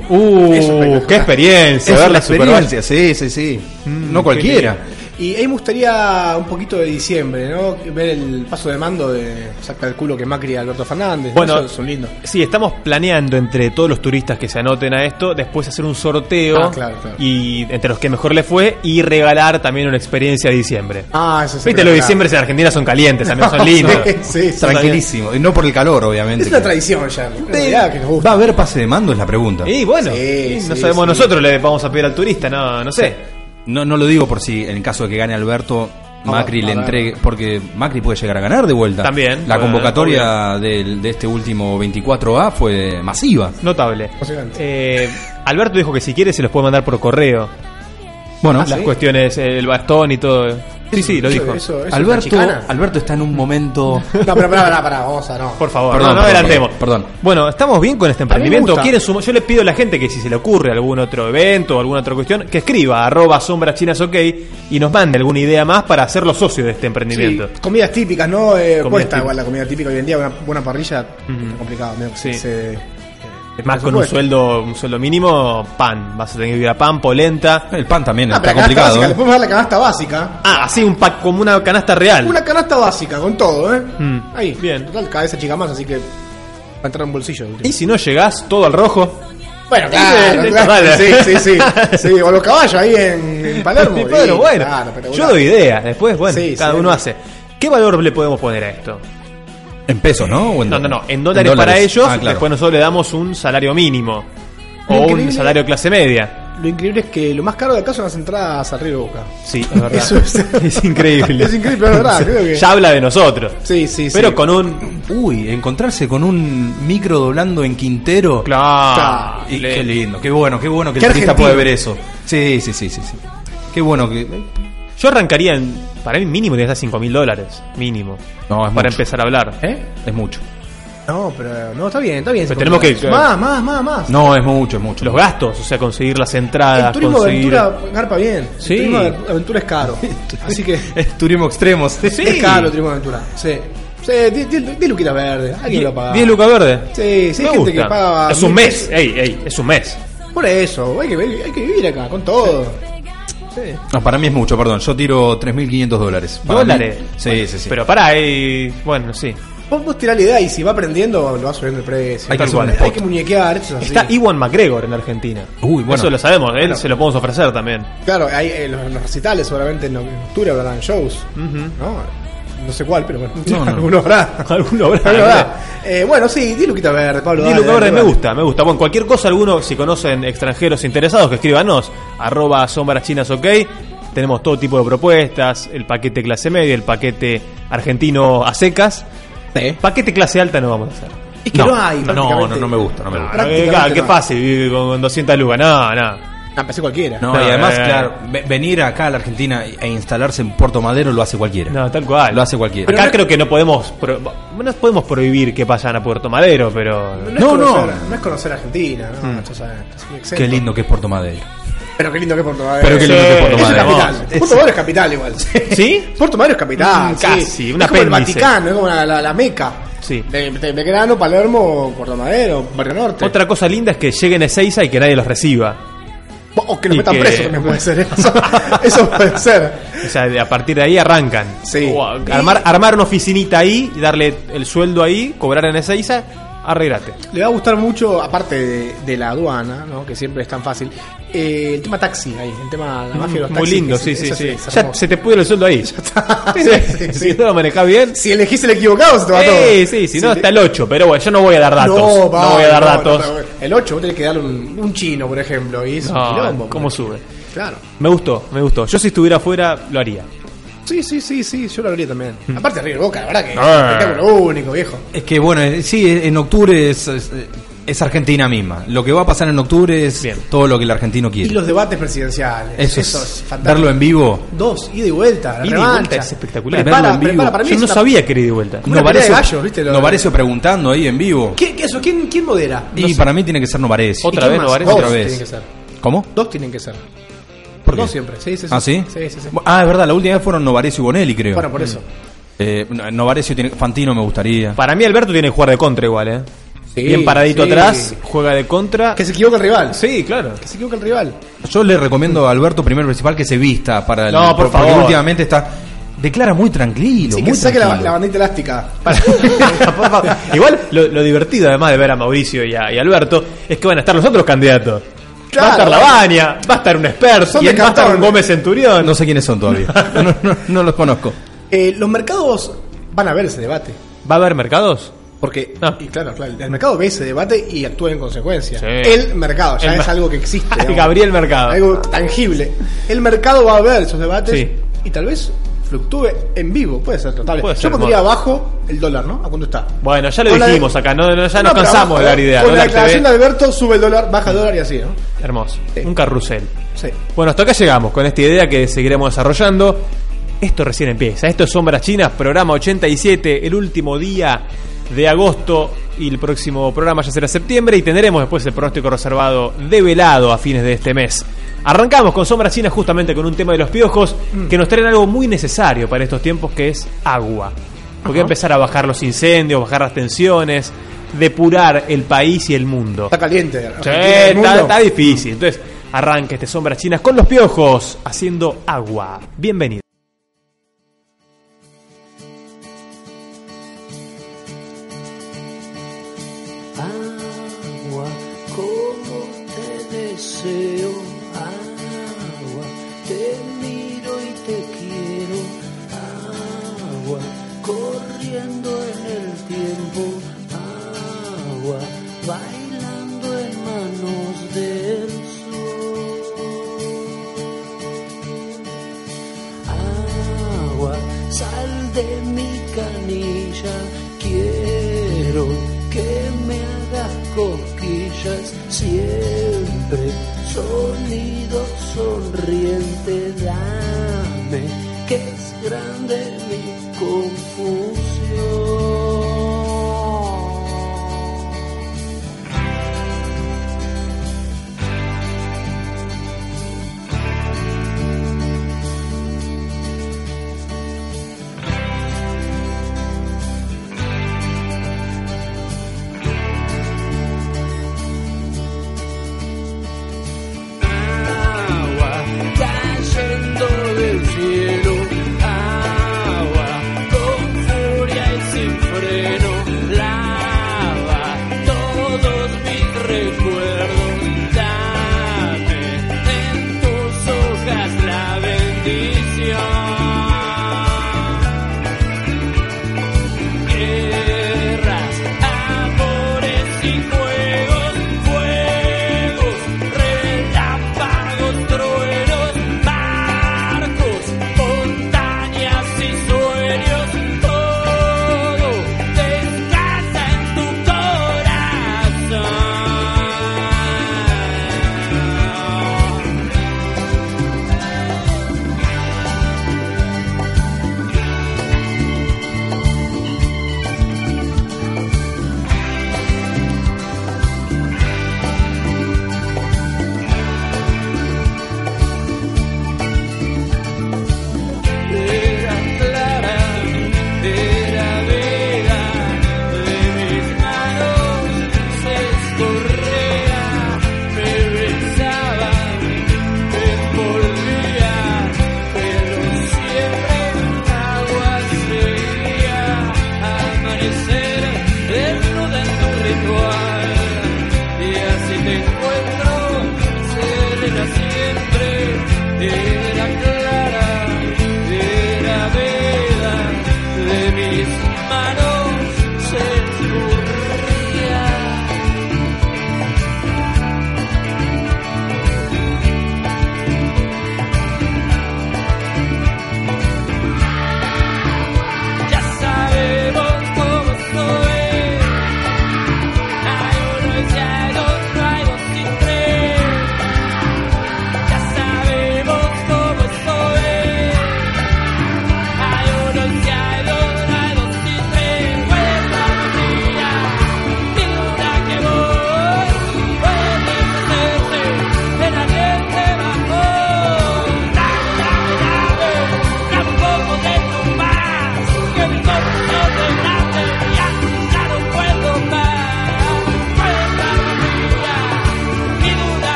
Speaker 3: Es espectacular.
Speaker 2: Uh, qué experiencia,
Speaker 4: Esa
Speaker 2: ver
Speaker 4: es
Speaker 2: la Mm,
Speaker 4: experiencia, sí, sí, sí. no cualquiera.
Speaker 3: Y ahí me gustaría un poquito de diciembre, ¿no? Ver el paso de mando de. Saca el culo que Macri y Alberto Fernández. ¿no?
Speaker 2: Bueno,
Speaker 3: Eso es un lindo.
Speaker 2: Sí, estamos planeando entre todos los turistas que se anoten a esto, después hacer un sorteo
Speaker 3: Ah, claro, claro.
Speaker 2: y entre los que mejor le fue y regalar también una experiencia de diciembre.
Speaker 3: Ah, eso
Speaker 2: Viste, los diciembres en Argentina son calientes, también son lindos.
Speaker 3: Sí, sí,
Speaker 4: Tranquilísimo. Y no por el calor, obviamente.
Speaker 3: Es una
Speaker 4: que-
Speaker 3: tradición ya. en realidad, que nos gusta.
Speaker 4: ¿Va a haber pase de mando? Es la pregunta.
Speaker 2: Y bueno,
Speaker 3: Sí,
Speaker 2: y no
Speaker 3: sí,
Speaker 2: sabemos
Speaker 3: sí.
Speaker 2: nosotros, le vamos a pedir al turista, no, no sé.
Speaker 4: No, no lo digo por si en caso de que gane Alberto, Macri
Speaker 3: a
Speaker 4: le
Speaker 3: ver.
Speaker 4: entregue. Porque Macri puede llegar a ganar de vuelta.
Speaker 2: También, eh,
Speaker 4: La
Speaker 2: bueno,
Speaker 4: convocatoria del- de este último 24A fue masiva.
Speaker 2: Notable.
Speaker 3: Emocionante.
Speaker 2: Eh, Alberto dijo que si quiere se los puede mandar por correo.
Speaker 4: Bueno,
Speaker 2: las cuestiones, el bastón y todo. Sí, sí, lo
Speaker 3: Ah, Eso-
Speaker 2: dijo.
Speaker 3: eso- eso es una
Speaker 4: Alberto,
Speaker 3: chicana.
Speaker 4: Alberto está en un momento.
Speaker 3: No, pero pará, pará, pará, Osa, no.
Speaker 2: Por favor,
Speaker 4: Perdón,
Speaker 2: no, no
Speaker 4: perdón,
Speaker 2: adelantemos.
Speaker 4: perdón.
Speaker 2: Bueno, estamos bien con este
Speaker 3: me
Speaker 2: emprendimiento.
Speaker 3: gusta.
Speaker 2: ¿Quieren sumar? Yo le pido a la gente que si se le ocurre algún otro evento o alguna otra cuestión, que escriba arroba sombras chinas ok y nos mande alguna idea más para hacerlo socios de este emprendimiento.
Speaker 3: Sí, comidas típicas, ¿no? Eh,
Speaker 2: Comidas
Speaker 3: cuesta
Speaker 2: típicas.
Speaker 3: igual la comida típica hoy en día, una buena parrilla,
Speaker 2: Ujú.
Speaker 3: complicado. medio que
Speaker 2: Sí.
Speaker 3: se-
Speaker 2: Más
Speaker 3: por
Speaker 2: con un
Speaker 3: supuesto.
Speaker 2: sueldo, un sueldo mínimo, pan. Vas a tener que ir a pan, polenta.
Speaker 4: El pan también
Speaker 3: Ah,
Speaker 4: está
Speaker 3: pero la canasta
Speaker 4: complicado.
Speaker 3: básica,
Speaker 4: ¿eh?
Speaker 3: le podemos dar la canasta básica.
Speaker 2: Ah, así un pack como una canasta real.
Speaker 3: Una canasta básica, con todo, ¿eh?
Speaker 2: Mm.
Speaker 3: Ahí.
Speaker 2: Bien.
Speaker 3: Total, cabeza chica más, así que va a entrar en bolsillo. de última.
Speaker 2: Y si no llegás, todo al rojo.
Speaker 3: Bueno,
Speaker 2: Sí,
Speaker 3: claro,
Speaker 2: sí,
Speaker 3: claro,
Speaker 2: vale.
Speaker 3: Sí, sí, sí. Sí, o los caballos ahí en, en Palermo.
Speaker 2: Sí, pero
Speaker 3: sí,
Speaker 2: bueno,
Speaker 3: claro, pero
Speaker 2: yo
Speaker 3: bueno.
Speaker 2: doy ideas. Después, bueno,
Speaker 3: Sí,
Speaker 2: cada
Speaker 3: sí,
Speaker 2: uno
Speaker 3: sí.
Speaker 2: hace. ¿Qué valor le podemos poner a esto?
Speaker 4: En pesos, ¿no? ¿O
Speaker 2: No, no, no. En dólares, para ellos,
Speaker 4: Ah, claro.
Speaker 2: después nosotros le damos un salario mínimo.
Speaker 3: Lo
Speaker 2: O un
Speaker 3: increíble-
Speaker 2: salario clase media.
Speaker 3: Lo increíble es que lo más caro de acá son las entradas al Río Boca.
Speaker 2: Sí, es verdad.
Speaker 3: Eso es-
Speaker 2: Es increíble.
Speaker 3: Es increíble, pero es verdad, creo que-
Speaker 2: Ya habla de nosotros.
Speaker 3: Sí, sí, sí.
Speaker 2: Pero con un.
Speaker 4: Uy, encontrarse con un micro doblando en Quintero.
Speaker 2: Claro.
Speaker 4: Y qué lindo, qué bueno, qué bueno que el
Speaker 3: Qué
Speaker 4: artista
Speaker 3: argentino.
Speaker 4: puede ver eso. Sí, sí, sí, sí, sí. Qué bueno que.
Speaker 2: Yo arrancaría en. Para mí, mínimo tienes que estar 5 mil dólares. Mínimo.
Speaker 4: No, es mucho.
Speaker 2: para empezar a hablar.
Speaker 3: ¿Eh?
Speaker 4: Es mucho.
Speaker 3: No, pero no, está bien, está bien.
Speaker 2: Pero tenemos que-
Speaker 3: Más, más, más, más.
Speaker 4: No, es mucho, es mucho.
Speaker 2: Los gastos, o sea, conseguir las
Speaker 3: El
Speaker 2: entradas,
Speaker 3: turismo
Speaker 2: conseguir.
Speaker 3: de aventura garpa bien.
Speaker 2: Sí.
Speaker 3: El turismo de aventura es caro. Así que
Speaker 4: Es turismo extremo. Sí.
Speaker 3: es caro el turismo de aventura. Sí. Sí, 10 luquitas verdes. Alguien lo paga.
Speaker 2: 10 lucas verde.
Speaker 3: Sí, sí,
Speaker 2: Me
Speaker 3: hay gente
Speaker 2: gusta.
Speaker 3: que paga
Speaker 2: Es un
Speaker 3: mil
Speaker 2: mes. Ey, ey, es un mes.
Speaker 3: Por eso, hay que, vi- hay que vivir acá, con todo. Sí.
Speaker 4: No, para mí es mucho, perdón. Yo tiro 3.500 dólares. Para
Speaker 2: Dólares.
Speaker 4: mí- Sí, sí, sí.
Speaker 2: Pero pará, ey, bueno, sí.
Speaker 3: Vos, vos tirá la idea y si va aprendiendo, lo va subiendo el precio.
Speaker 4: Hay que hacer
Speaker 3: Tal
Speaker 4: un
Speaker 3: cual.
Speaker 4: spot.
Speaker 3: Hay que muñequear, esto es así.
Speaker 2: Está Iwan McGregor en Argentina.
Speaker 4: Uy, bueno.
Speaker 2: Eso lo sabemos, él
Speaker 3: Bueno.
Speaker 2: se lo podemos ofrecer también.
Speaker 3: Claro, hay eh, los, los recitales seguramente en octubre habrán shows. ¿no? no sé cuál, pero bueno,
Speaker 4: No, no.
Speaker 3: alguno habrá.
Speaker 2: Alguno habrá,
Speaker 3: Alguno habrá.
Speaker 2: ¿verdad?
Speaker 3: Eh, bueno, sí, di Luquita Verde, Pablo.
Speaker 2: Diez
Speaker 3: dale,
Speaker 2: lucas
Speaker 3: dale,
Speaker 2: verdes, me
Speaker 3: dale.
Speaker 2: gusta, me gusta. Bueno, cualquier cosa, alguno, si conocen extranjeros interesados, que escríbanos, arroba sombras chinas ok. Tenemos todo tipo de propuestas, el paquete clase media, el paquete argentino a secas.
Speaker 3: Sí.
Speaker 2: Paquete clase alta no vamos a hacer.
Speaker 3: Es que no, hay.
Speaker 4: No, no, no, no me gusta, no me gusta.
Speaker 2: Ah, eh,
Speaker 3: Prácticamente
Speaker 2: claro, qué
Speaker 3: no.
Speaker 2: fácil vivir con, con 200 lucas, no, no.
Speaker 3: Ah, pensé cualquiera.
Speaker 4: No,
Speaker 2: No,
Speaker 4: y además,
Speaker 2: eh.
Speaker 4: claro, ve- venir acá a la Argentina e instalarse en Puerto Madero lo hace cualquiera.
Speaker 2: No, tal cual.
Speaker 4: Lo hace cualquiera.
Speaker 2: Acá creo que no podemos, pro- no podemos prohibir que vayan a Puerto Madero, pero...
Speaker 3: es
Speaker 4: No,
Speaker 3: conocer-
Speaker 4: no. Mm.
Speaker 3: No es conocer Argentina, no, esto es- esto es un exento.
Speaker 4: Qué lindo que es Puerto Madero.
Speaker 3: Pero qué lindo que es Puerto Madero.
Speaker 4: Pero qué lindo que es Puerto
Speaker 3: Es
Speaker 2: Sí,
Speaker 3: una
Speaker 4: Madero.
Speaker 3: capital.
Speaker 2: Es-
Speaker 3: Puerto Madero es capital igual.
Speaker 2: ¿Sí?
Speaker 3: Puerto Madero es capital.
Speaker 2: Mm,
Speaker 3: sí.
Speaker 2: casi, un
Speaker 3: es como el
Speaker 2: apéndice.
Speaker 3: Vaticano, es como la, la- la meca.
Speaker 2: Sí.
Speaker 3: De, de Belgrano, Palermo, Puerto Madero, Barrio Norte.
Speaker 2: Otra cosa linda es que lleguen a Ezeiza y que nadie los reciba.
Speaker 3: O Oh, que nos
Speaker 2: Y
Speaker 3: metan
Speaker 2: que-
Speaker 3: presos también puede ser. Eso, eso puede ser.
Speaker 2: O sea, de- a partir de ahí arrancan.
Speaker 3: Sí.
Speaker 2: O a- armar, armar una oficinita ahí, darle el sueldo ahí, cobrar en Ezeiza, arreglate.
Speaker 3: Le va a gustar mucho, aparte de, de la aduana, ¿no? que siempre es tan fácil, eh, el tema taxi ahí, el tema la mafia de los
Speaker 2: Mm, Muy
Speaker 3: taxis.
Speaker 2: lindo,
Speaker 3: que
Speaker 2: sí,
Speaker 3: es-
Speaker 2: sí,
Speaker 3: eso
Speaker 2: sí.
Speaker 3: es- es
Speaker 2: Ya
Speaker 3: hermoso.
Speaker 2: se te pudre el sueldo ahí.
Speaker 3: está.
Speaker 2: Sí,
Speaker 3: Sí, sí,
Speaker 2: Si
Speaker 3: sí.
Speaker 2: no lo manejás bien.
Speaker 3: Si elegís el equivocado, se te va todo.
Speaker 2: Sí, sí, si no
Speaker 3: Si
Speaker 2: está
Speaker 3: te-
Speaker 2: el 8, pero bueno, yo no voy a dar datos. No,
Speaker 3: va,
Speaker 2: voy a dar
Speaker 3: no,
Speaker 2: datos.
Speaker 3: no, no, el 8, vos tenés que darle un, un chino, por ejemplo, y es un
Speaker 2: No,
Speaker 3: quilombo,
Speaker 2: ¿cómo
Speaker 3: porque-
Speaker 2: sube?
Speaker 3: Claro.
Speaker 2: Me gustó, me gustó. Yo si estuviera afuera, lo haría.
Speaker 3: Sí, sí, sí, sí, yo lo habría también. Aparte, River Boca, la verdad que es un
Speaker 2: Mm. Ah.
Speaker 3: espectáculo único, viejo.
Speaker 4: Es que bueno, eh, sí, eh, en octubre es, es- eh, es Argentina misma. Lo que va a pasar en octubre es
Speaker 2: Bien.
Speaker 4: todo lo que el argentino
Speaker 3: Y
Speaker 4: quiere.
Speaker 3: los debates presidenciales.
Speaker 4: eso, es,
Speaker 3: fantástico.
Speaker 4: verlo en vivo.
Speaker 3: Dos, ida y vuelta, la
Speaker 2: Ida y
Speaker 3: revancha.
Speaker 2: vuelta es espectacular.
Speaker 3: Prepara,
Speaker 2: Verlo en vivo.
Speaker 3: prepara, para mí
Speaker 2: yo
Speaker 3: es
Speaker 2: no
Speaker 3: una-
Speaker 2: sabía que era ida y vuelta.
Speaker 3: Una pelea de gallos, ¿viste? Lo-
Speaker 4: Novarecio preguntando ahí en vivo.
Speaker 3: ¿Qué, qué, eso? ¿Quién, ¿Quién modera?
Speaker 4: Y para mí tiene que ser Novarecio.
Speaker 2: Otra
Speaker 3: ¿Y
Speaker 2: vez
Speaker 3: quién más?
Speaker 2: Novarecio,
Speaker 3: Dos
Speaker 4: otra vez.
Speaker 3: Tienen que ser.
Speaker 4: ¿Cómo?
Speaker 3: Dos tienen que ser.
Speaker 4: ¿Por qué?
Speaker 3: Dos siempre. Sí, sí, sí.
Speaker 4: ¿Ah, sí?
Speaker 3: Sí, sí, sí.
Speaker 4: Ah, es verdad, la última vez fueron Novarecio y Bonelli, creo.
Speaker 3: Bueno, por eso.
Speaker 4: Eh, no- Novarecio tiene. Fantino me gustaría.
Speaker 2: Para mí Alberto tiene que jugar de contra igual, ¿eh?
Speaker 3: Sí,
Speaker 2: Bien paradito
Speaker 3: sí.
Speaker 2: atrás, juega de contra.
Speaker 3: Que se equivoca el rival.
Speaker 2: Sí, claro.
Speaker 3: Que se equivoca el rival.
Speaker 4: Yo le recomiendo a Alberto, primero principal, que se vista para el.
Speaker 2: No, por
Speaker 4: porque
Speaker 2: favor.
Speaker 4: últimamente está. Declara muy tranquilo.
Speaker 3: Sí,
Speaker 4: muy
Speaker 3: que se saque la,
Speaker 4: tranquilo.
Speaker 3: la bandita elástica.
Speaker 2: Por favor. Igual lo, lo divertido además de ver a Mauricio y a, y a Alberto es que van a estar los otros candidatos. va a
Speaker 3: Claro.
Speaker 2: estar Lavagna, va a estar un experto,
Speaker 3: Son
Speaker 2: y
Speaker 3: de
Speaker 2: va a estar
Speaker 3: cartón.
Speaker 2: un Gómez Centurión.
Speaker 4: No sé quiénes son todavía. No, no- no los conozco.
Speaker 3: Eh, los mercados van a ver ese debate.
Speaker 2: ¿Va a haber mercados?
Speaker 3: Porque,
Speaker 2: Ah.
Speaker 3: y claro, claro, el mercado ve ese debate y actúa en consecuencia.
Speaker 2: Sí.
Speaker 3: El mercado, ya
Speaker 2: El
Speaker 3: es
Speaker 2: mer-
Speaker 3: algo que existe. digamos.
Speaker 2: Gabriel Mercado.
Speaker 3: Algo tangible. El mercado va a ver esos debates
Speaker 2: Sí.
Speaker 3: y tal vez fluctúe en vivo. Puede ser total.
Speaker 2: Puede
Speaker 3: Yo
Speaker 2: ser,
Speaker 3: pondría
Speaker 2: bueno.
Speaker 3: abajo el dólar, ¿no? ¿A cuánto está?
Speaker 2: Bueno, ya lo
Speaker 3: Con la de-
Speaker 2: dijimos acá, no, no- ya nos
Speaker 3: pero
Speaker 2: cansamos de
Speaker 3: abajo,
Speaker 2: dar idea.
Speaker 3: Con la
Speaker 2: Dólar
Speaker 3: declaración de
Speaker 2: TV,
Speaker 3: Alberto sube el dólar, baja el dólar y así, ¿no?
Speaker 2: Hermoso,
Speaker 3: Sí.
Speaker 2: un carrusel.
Speaker 3: Sí.
Speaker 2: Bueno, hasta acá llegamos con esta idea que seguiremos desarrollando. Esto recién empieza. Esto es Sombras Chinas, programa 87, el último día de agosto y el próximo programa ya será septiembre y tendremos después el pronóstico reservado develado a fines de este mes. Arrancamos con Sombras Chinas justamente con un tema de los piojos
Speaker 3: Mm.
Speaker 2: que nos traen algo muy necesario para estos tiempos que es agua. Porque empezar a bajar los incendios, bajar las tensiones, depurar el país y el mundo.
Speaker 3: Está caliente.
Speaker 2: Sí,
Speaker 3: Argentina, el
Speaker 2: está,
Speaker 3: mundo.
Speaker 2: está difícil. Entonces, arranca este Sombras Chinas con los piojos, haciendo agua. Bienvenido.
Speaker 5: agua, como te deseo, agua, te miro y te quiero, agua, corriendo en el tiempo, agua, bailando en manos del sol agua, sal de mi canilla, quiero que me hagas cosquillas siempre, sonido sonriente, dame, que es grande mi confusión. agua, calle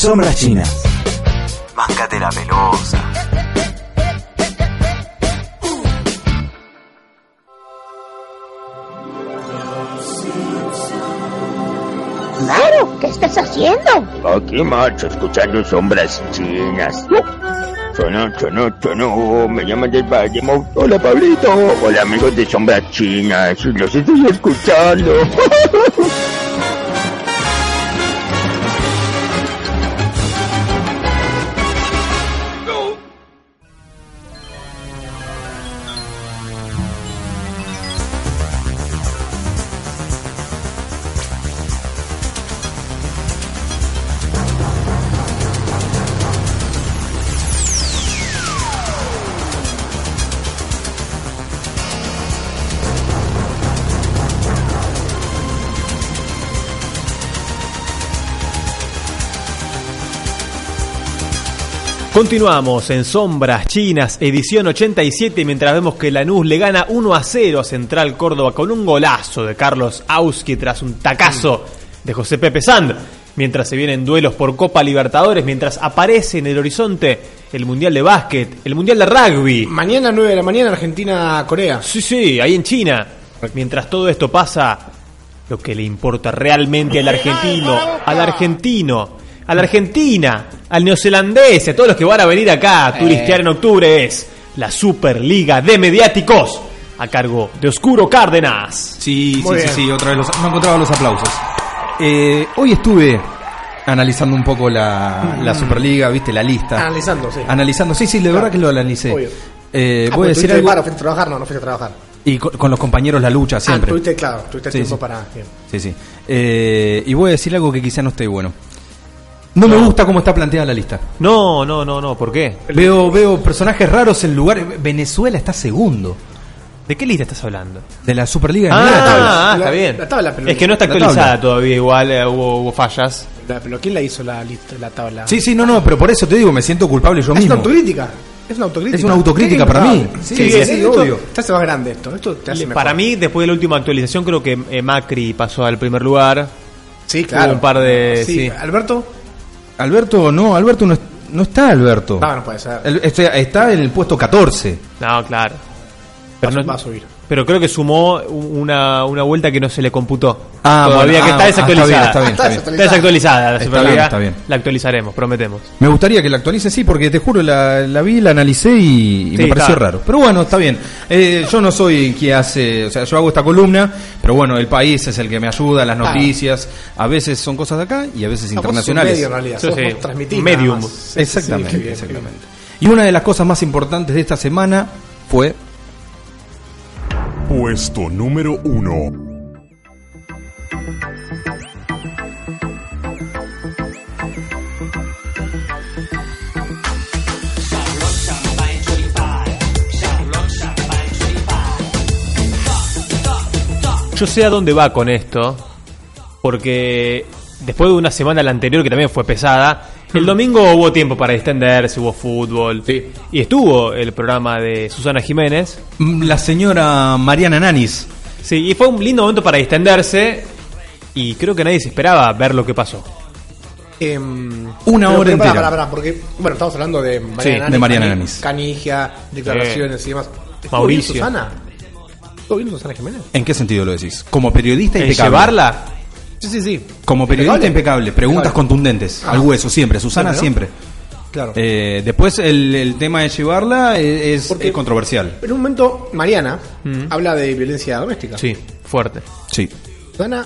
Speaker 6: Sombras chinas. Máscate la pelosa.
Speaker 7: Maru, ¿qué estás haciendo?
Speaker 8: Aquí, macho, escuchando sombras chinas. Sonó, sonó, sonó, me llaman del Valle Mau- Hola, Pablito. Hola, amigos de sombras chinas. Los estoy escuchando.
Speaker 2: Continuamos en Sombras Chinas, edición 87, mientras vemos que Lanús le gana 1 a 0 a Central Córdoba con un golazo de Carlos Auski tras un tacazo de José Pepe Sand. Mientras se vienen duelos por Copa Libertadores, mientras aparece en el horizonte el Mundial de Básquet, el Mundial de Rugby.
Speaker 3: Mañana 9 de la mañana, Argentina-Corea.
Speaker 2: Sí, sí, ahí en China. Mientras todo esto pasa, lo que le importa realmente al argentino, al argentino, a la argentina, al neozelandés, a todos los que van a venir acá a turistear
Speaker 3: Eh.
Speaker 2: en octubre es la Superliga de Mediáticos a cargo de Oscuro Cárdenas.
Speaker 4: Sí, sí,
Speaker 3: Muy bien.
Speaker 4: sí, sí, otra vez los, no encontraba los aplausos. Eh, hoy estuve analizando un poco la, la Superliga, viste, la lista.
Speaker 3: Analizando,
Speaker 2: Eh,
Speaker 3: sí.
Speaker 4: Analizando, sí, sí, de verdad que lo analicé.
Speaker 3: Ah. Obvio.
Speaker 4: Eh, voy
Speaker 3: Ah,
Speaker 4: a
Speaker 3: porque
Speaker 4: decir
Speaker 3: tuviste
Speaker 4: algo.
Speaker 3: paro, fuiste a trabajar, no, no fuiste a trabajar.
Speaker 4: Y con, con los compañeros la lucha siempre.
Speaker 3: Ah, tuviste, claro, tuviste
Speaker 4: Sí, Ah,
Speaker 3: tiempo
Speaker 4: sí.
Speaker 3: para... bien.
Speaker 4: Sí, sí. Eh, y voy a decir algo que quizá no esté bueno. No me gusta cómo está planteada la lista.
Speaker 2: No, no, no, no, ¿por qué?
Speaker 4: Veo, veo personajes raros en lugares. Venezuela está segundo
Speaker 2: ¿De qué lista estás hablando?
Speaker 4: de la Superliga. de Naciones.
Speaker 2: Ah, ah,
Speaker 3: La-
Speaker 2: está bien.
Speaker 3: la tabla, pero-
Speaker 2: es que no está
Speaker 4: la
Speaker 2: actualizada
Speaker 4: tabla.
Speaker 2: todavía, igual eh, hubo, hubo fallas.
Speaker 3: La- Pero ¿quién la hizo la lista, la tabla?
Speaker 4: Sí, sí, no, no, pero por eso te digo, me siento culpable yo
Speaker 3: es
Speaker 4: mismo.
Speaker 3: una autocrítica. Es una autocrítica.
Speaker 4: Es una autocrítica
Speaker 3: Sí,
Speaker 4: para mí.
Speaker 3: impecable. Sí,
Speaker 4: Sí,
Speaker 3: sí,
Speaker 4: sí,
Speaker 3: sí,
Speaker 4: sí,
Speaker 3: esto
Speaker 4: obvio.
Speaker 3: Te hace más grande esto. Esto te hace mejor.
Speaker 2: Para mí, después de la última actualización, creo que eh, Macri pasó al primer lugar.
Speaker 3: Sí, claro.
Speaker 2: Hubo un par de- sí.
Speaker 3: Alberto.
Speaker 4: Alberto, no, Alberto no, es- no está Alberto.
Speaker 3: No, no puede ser.
Speaker 4: El- este- está en el puesto 14.
Speaker 2: No, claro. Pero,
Speaker 3: Va-
Speaker 2: no-
Speaker 3: va a subir.
Speaker 2: pero creo que sumó u- una, una vuelta que no se le computó.
Speaker 4: Ah,
Speaker 2: Todavía
Speaker 4: bueno,
Speaker 2: que
Speaker 4: ah,
Speaker 2: está
Speaker 4: ah,
Speaker 2: desactualizada.
Speaker 4: está bien, está bien,
Speaker 3: está
Speaker 2: Está desactualizada la
Speaker 4: Está
Speaker 2: Superliga.
Speaker 4: bien, está bien.
Speaker 2: La actualizaremos, prometemos.
Speaker 4: Me gustaría que la actualice, sí, porque te juro, la, la vi, la analicé y, y
Speaker 2: Sí,
Speaker 4: me pareció
Speaker 2: está.
Speaker 4: raro. Pero bueno, está bien. Eh, yo no soy quien hace, o sea, yo hago esta columna, pero bueno, el país es el que me ayuda, las noticias. A veces son cosas de acá y a veces
Speaker 3: No, vos sos
Speaker 4: internacionales.
Speaker 3: medio, en realidad.
Speaker 2: Yo
Speaker 3: Sos-
Speaker 2: sé,
Speaker 3: vos transmitís
Speaker 2: un medium.
Speaker 3: nada más. Sí, sí, sí,
Speaker 4: exactamente,
Speaker 3: qué bien,
Speaker 4: exactamente. Y una de las cosas más importantes de esta semana fue
Speaker 9: Puesto número 1.
Speaker 2: Yo sé a dónde va con esto, porque después de una semana la anterior que también fue pesada,
Speaker 3: Hmm.
Speaker 2: el domingo hubo tiempo para distenderse, hubo fútbol. Y estuvo el programa de Susana Jiménez.
Speaker 4: mm, la señora Mariana Nanis.
Speaker 2: Sí, y fue un lindo momento para distenderse. Y creo que nadie se esperaba ver lo que pasó.
Speaker 3: Em,
Speaker 4: Una
Speaker 3: pero-
Speaker 4: hora
Speaker 3: pero pará,
Speaker 4: entera.
Speaker 3: pará, pará, porque, bueno, estamos hablando de Mariana
Speaker 4: Sí, de
Speaker 3: Nanis,
Speaker 4: Mariana
Speaker 3: Cani-
Speaker 4: Nanis.
Speaker 3: Canigia, declaraciones y demás. ¿Estuvo
Speaker 2: Mauricio.
Speaker 3: bien Susana? ¿Estuvo bien Susana Jiménez?
Speaker 4: ¿En qué sentido lo decís? Como periodista
Speaker 2: ¿El
Speaker 4: impecable.
Speaker 2: llevarla?
Speaker 3: Sí, sí, sí.
Speaker 4: Como periodista
Speaker 3: ¿Impecable?
Speaker 4: impecable, preguntas
Speaker 3: Impecable.
Speaker 4: contundentes, al hueso siempre, Susana
Speaker 3: Siempre,
Speaker 4: siempre.
Speaker 3: Claro.
Speaker 4: Eh, después el, el tema de llevarla e-, es, es-
Speaker 3: Porque-
Speaker 4: es controversial.
Speaker 3: En un momento, Mariana
Speaker 4: Mm.
Speaker 3: habla de violencia doméstica.
Speaker 2: Sí, fuerte.
Speaker 4: Sí.
Speaker 3: Susana